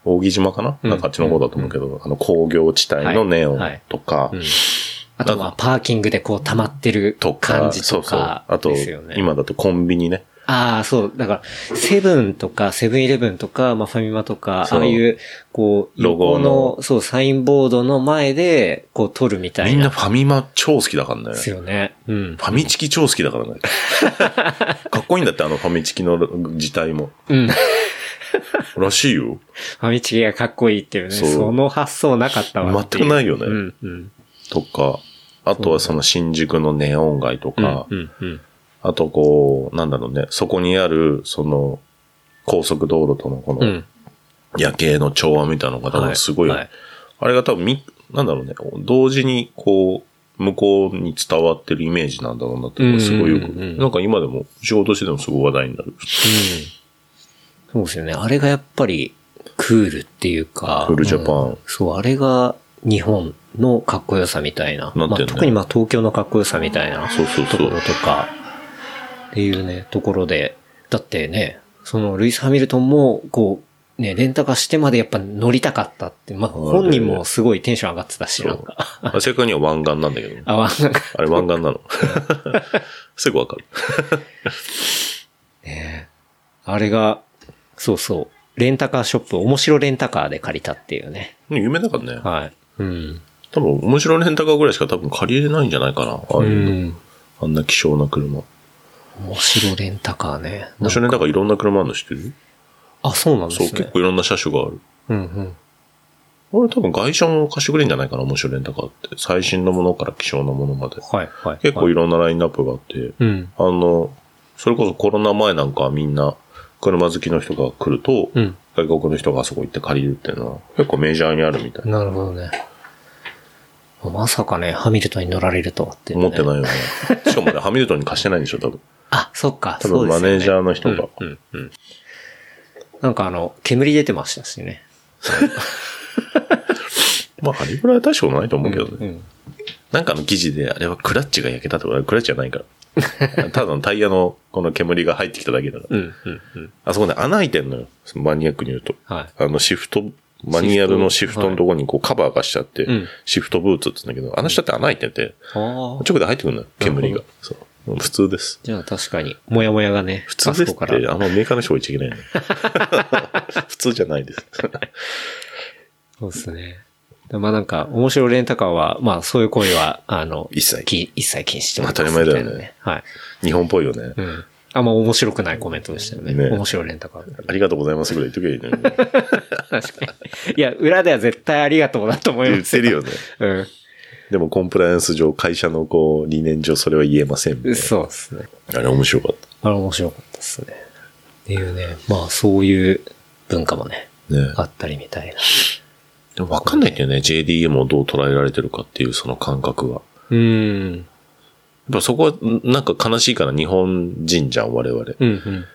扇島かな、うんなんかあっちの方だと思うけど、あの、工業地帯のネオンとか、うんうんあとは、パーキングでこう溜まってるとか、感じとそうそう。かあと、ですよね。今だとコンビニね。ああ、そう。だから、セブンとか、セブンイレブンとか、まあ、ファミマとか、そうああいう、こう、ロゴの横そう、サインボードの前で、こう、撮るみたいみな。んなファミマ超好きだからね。ですよね。うんフ。ァミチキ超好きだから ね。かっこいいんだって、あのファミチキの字体も。うん。フ らしいよ。ァミチキがかっこいいっていうね。そそうの発想なかったわっていう。全くないよねうん、うん。とか、あとはその新宿のネオン街とうんか、、うん、うん。あとこう、なんだろうね、そこにある、その、高速道路とのこうのん。夜景の調和みたいなのが多分すごい、ははいあれが多分み、なんだろうね、同時にこう、向こうに伝わってるイメージなんだろうなっていうのがすごいよく、うんうんうんうんなんか今でも仕事しててもすごい話題になる。うん。そうですよね。あれがやっぱり、クールっていうか。クールジャパンうんそう、あれが日本のかっこよさみたいな。なってんねまあ、特にまあ東京のかっこよさみたいなそうそうそうとこ ろとか、っていうね、ところで。だってね、そのルイス・ハミルトンも、こう、ね、レンタカーしてまでやっぱ乗りたかったって、まあ本人もすごいテンション上がってたし、そなんうか。。あ正確には湾岸なんだけどね。あ、わなんかあれ湾岸なの。 すぐわかる。ねえあれが、そうそう、レンタカーショップ、面白レンタカーで借りたっていうね。有名だからね。はい。うん。多分、面白いレンタカーぐらいしか多分借りれないんじゃないかな。ああいうの。あんな希少な車。面白レンタカーね。面白いレンタカーいろんな車あるの知ってるあ、そうなんでそう、す結ね。構いろんな車種がある。うんうん。これ多分外車も貸してくれんじゃないかな、面白いレンタカーって。最新のものから希少なものまで。はいはい。結構はいいろんなラインナップがあって、うん。あの、それこそコロナ前なんかはみんな、車好きの人が来ると、うん。外国の人があそこ行って借りるっていうのは、結構メジャーにあるみたい。なるほどね。まさかね、ハミルトンに乗られるとはって、ね。思ってないよ ね。しかもね、ハミルトンに貸してないんでしょ、多分。あ、そっか。多分そうですよねマネージャーの人がうんうんうん。なんかあの、煙出てましたしね。まあ、あれぐらいは大したことないと思うけどね。うん。なんかの記事で、あれはクラッチが焼けたとか、クラッチじゃない から。ただのタイヤのこの煙が入ってきただけだから。うんうんうん。あそこね、穴開いてんのよ。そのマニアックに言うと。はい。あのシフト、マニュアルのシフトのところにこうカバーがしちゃって、うんシフトブーツって言うんだけど、あの人って穴開いてて、ああ。直で入ってくるのよ、煙がなる。そう。普通です。じゃあ確かに、もやもやがね、普通ですあそこっからて、あんまメーカーの人置いちゃいけないの。 普通じゃないです。 そうですね。まあなんか、面白いレンタカーは、まあそういう行為は、あの、一切き一切禁止してます。当たり前だよねみたいな。はい。日本っぽいよね。うん。あんま面白くないコメントでしたよね。ね面白いレンタカー。ありがとうございますぐらい言っときゃいいのに。って確かに。いや、裏では絶対ありがとうだと思い言まっすてるよね。でもコンプライアンス上、会社のこう、理念上それは言えませんみたういん。そうですね。な。あれ面白かっあれ面白かったですね。っていうね、まあそういう文化もね、た。ねあったりみたいな。でもわかんないんだよね、JDM をどう捉えられてるかっていうその感覚は。うん。やっぱそこは、んなんか悲しいから日本人じゃん、我々。うんうん。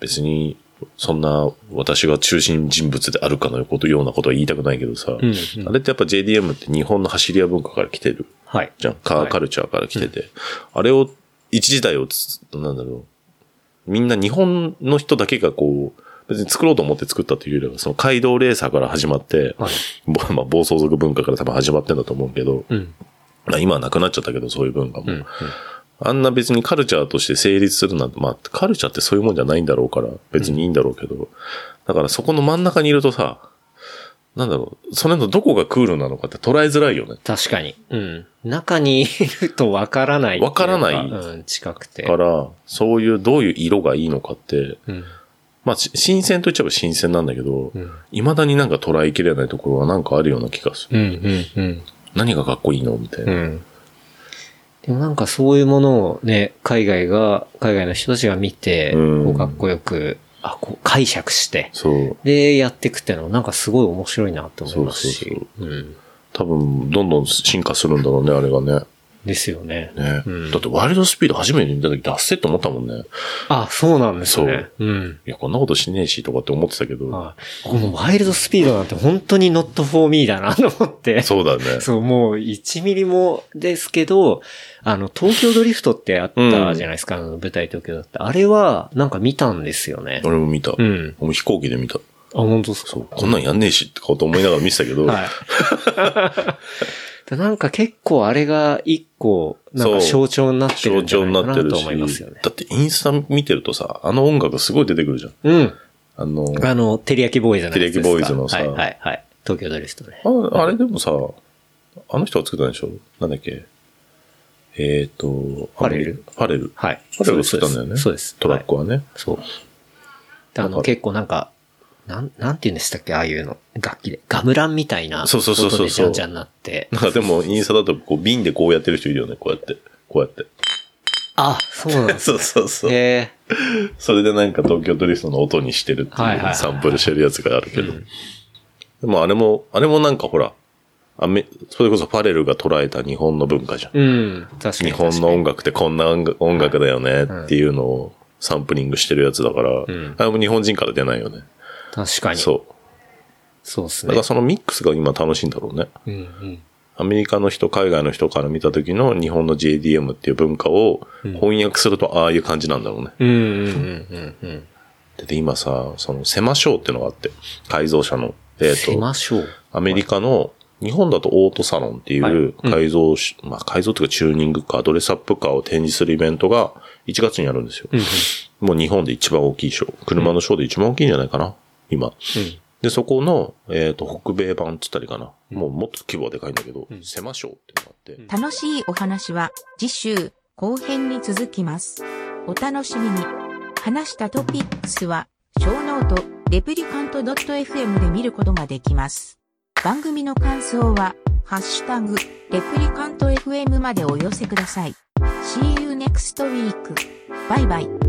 別に、そんな私が中心人物であるかのよことようなことは言いたくないけどさ、んうんあれってやっぱ JDM って日本の走り屋文化から来てるはい。じゃん。カはいーカルチャーから来てて。あれを、一時代をつ、なんだろう。みんな日本の人だけがこう、別に作ろうと思って作ったというよりは、その街道レーサーから始まって、はいぼまあ、暴走族文化から多分始まってんだと思うけど、うん。まあ今はなくなっちゃったけど、そういう文化も。うんうん。あんな別にカルチャーとして成立するなんて、まあ、カルチャーってそういうもんじゃないんだろうから、別にいいんだろうけど、だからそこの真ん中にいるとさ、なんだろう、それのどこがクールなのかって捉えづらいよね。確かに。うん。中にいるとわからないってうわからないうん、近くて。だから、そういう、どういう色がいいのかって、うん。まあ、し新鮮と言っちゃえば新鮮なんだけど、うん。未だになんか捉えきれないところはなんかあるような気がする。うん、うん、うん。何がかっこいいのみたいな。うん。でもなんかそういうものをね、海外が、海外の人たちが見て、うんこうかっこよく、あ、こう解釈して、そう。で、やっていくっていうのはなんかすごい面白いなって思いますし。そううん。多分、どんどん進化するんだろうね、あれがね。ですよね。ね、うんだってワイルドスピード初めて見た時、脱せって思ったもんね。あ、そうなんですね。うん。いや、こんなことしねえし、とかって思ってたけど。はい。このワイルドスピードなんて本当に not for me だなと思って。そうだね。そう、もう1ミリもですけど、あの、東京ドリフトってあったじゃないですか、あの舞台東京だった。あれは、なんか見たんですよね。俺も見た。うん。俺も飛行機で見た。あ、本当ですかそう。こんなんやんねえし、ってこと思いながら見てたけど。 はい。だなんか結構あれが一個、なんかそう象徴になってる象んじゃ徴なにいなかっなてるとし。思いますよね。だってインスタ見てるとさ、あの音楽すごい出てくるじゃん。うん。あの、あの、テリヤキボーイズのやつですテかリヤキボーイズのさはいはいはい。東京ドリフトね。ああれでもさ、あの人が作ったんでしょなんだっけえっ、と、ファレルファレル。フはい。ァレルが作ったんだよね。そうです。トラックはね。そう。であわかの、る結構なんか、なん、なんて言うんでしたっけああいうの。楽器で。ガムランみたいな。そうそうそうそうそうでじゃんじゃんな って。なんかでもインスタだとこう瓶でこうやってる人いるよね。こうやって。こうやって。あ、そうなんですそうそうそう。ね。それでなんか東京ドリフトの音にしてるってはいはいいはういサンプルしてるやつがあるけど。うんでもあれも、あれもなんかほら、アメそれこそファレルが捉えた日本の文化じゃん。うん。確か日に。本の音楽ってこんな音楽音楽だよねっていうのをサンプリングしてるやつだから、んあれも日本人から出ないよね。確かに。そう。そそうですう。だかねら。そのミックスが今楽しいんだろうね。うんうん。アメリカの人、海外の人から見た時の日本の JDM っていう文化を翻訳するとああいう感じなんだろうね。うんうんうんうんうん。で、今さ、その、狭小っていうのがあって、改造車の。えっ、しましょう。アメリカの、日本だとオートサロンっていはいううん改造し、まあ改造というかチューニングカー、ドレスアップカーを展示するイベントが1月にあるんですよ。もう日本で一番大きいショー。車のショーで一番大きいんじゃないかな、今。で、そこの、えっ、と、北米版って言ったらいいかな。もうもっと規模はでかいんだけど、うん狭小っていうのがあって。ん楽しいお話は次週後編に続きます。お楽しみに。話したトピックスは、小ノート、レプリカント .fm で見ることができます。番組の感想は、ハッシュタグ、レプリカント fm までお寄せください。See you next week. バイバイ。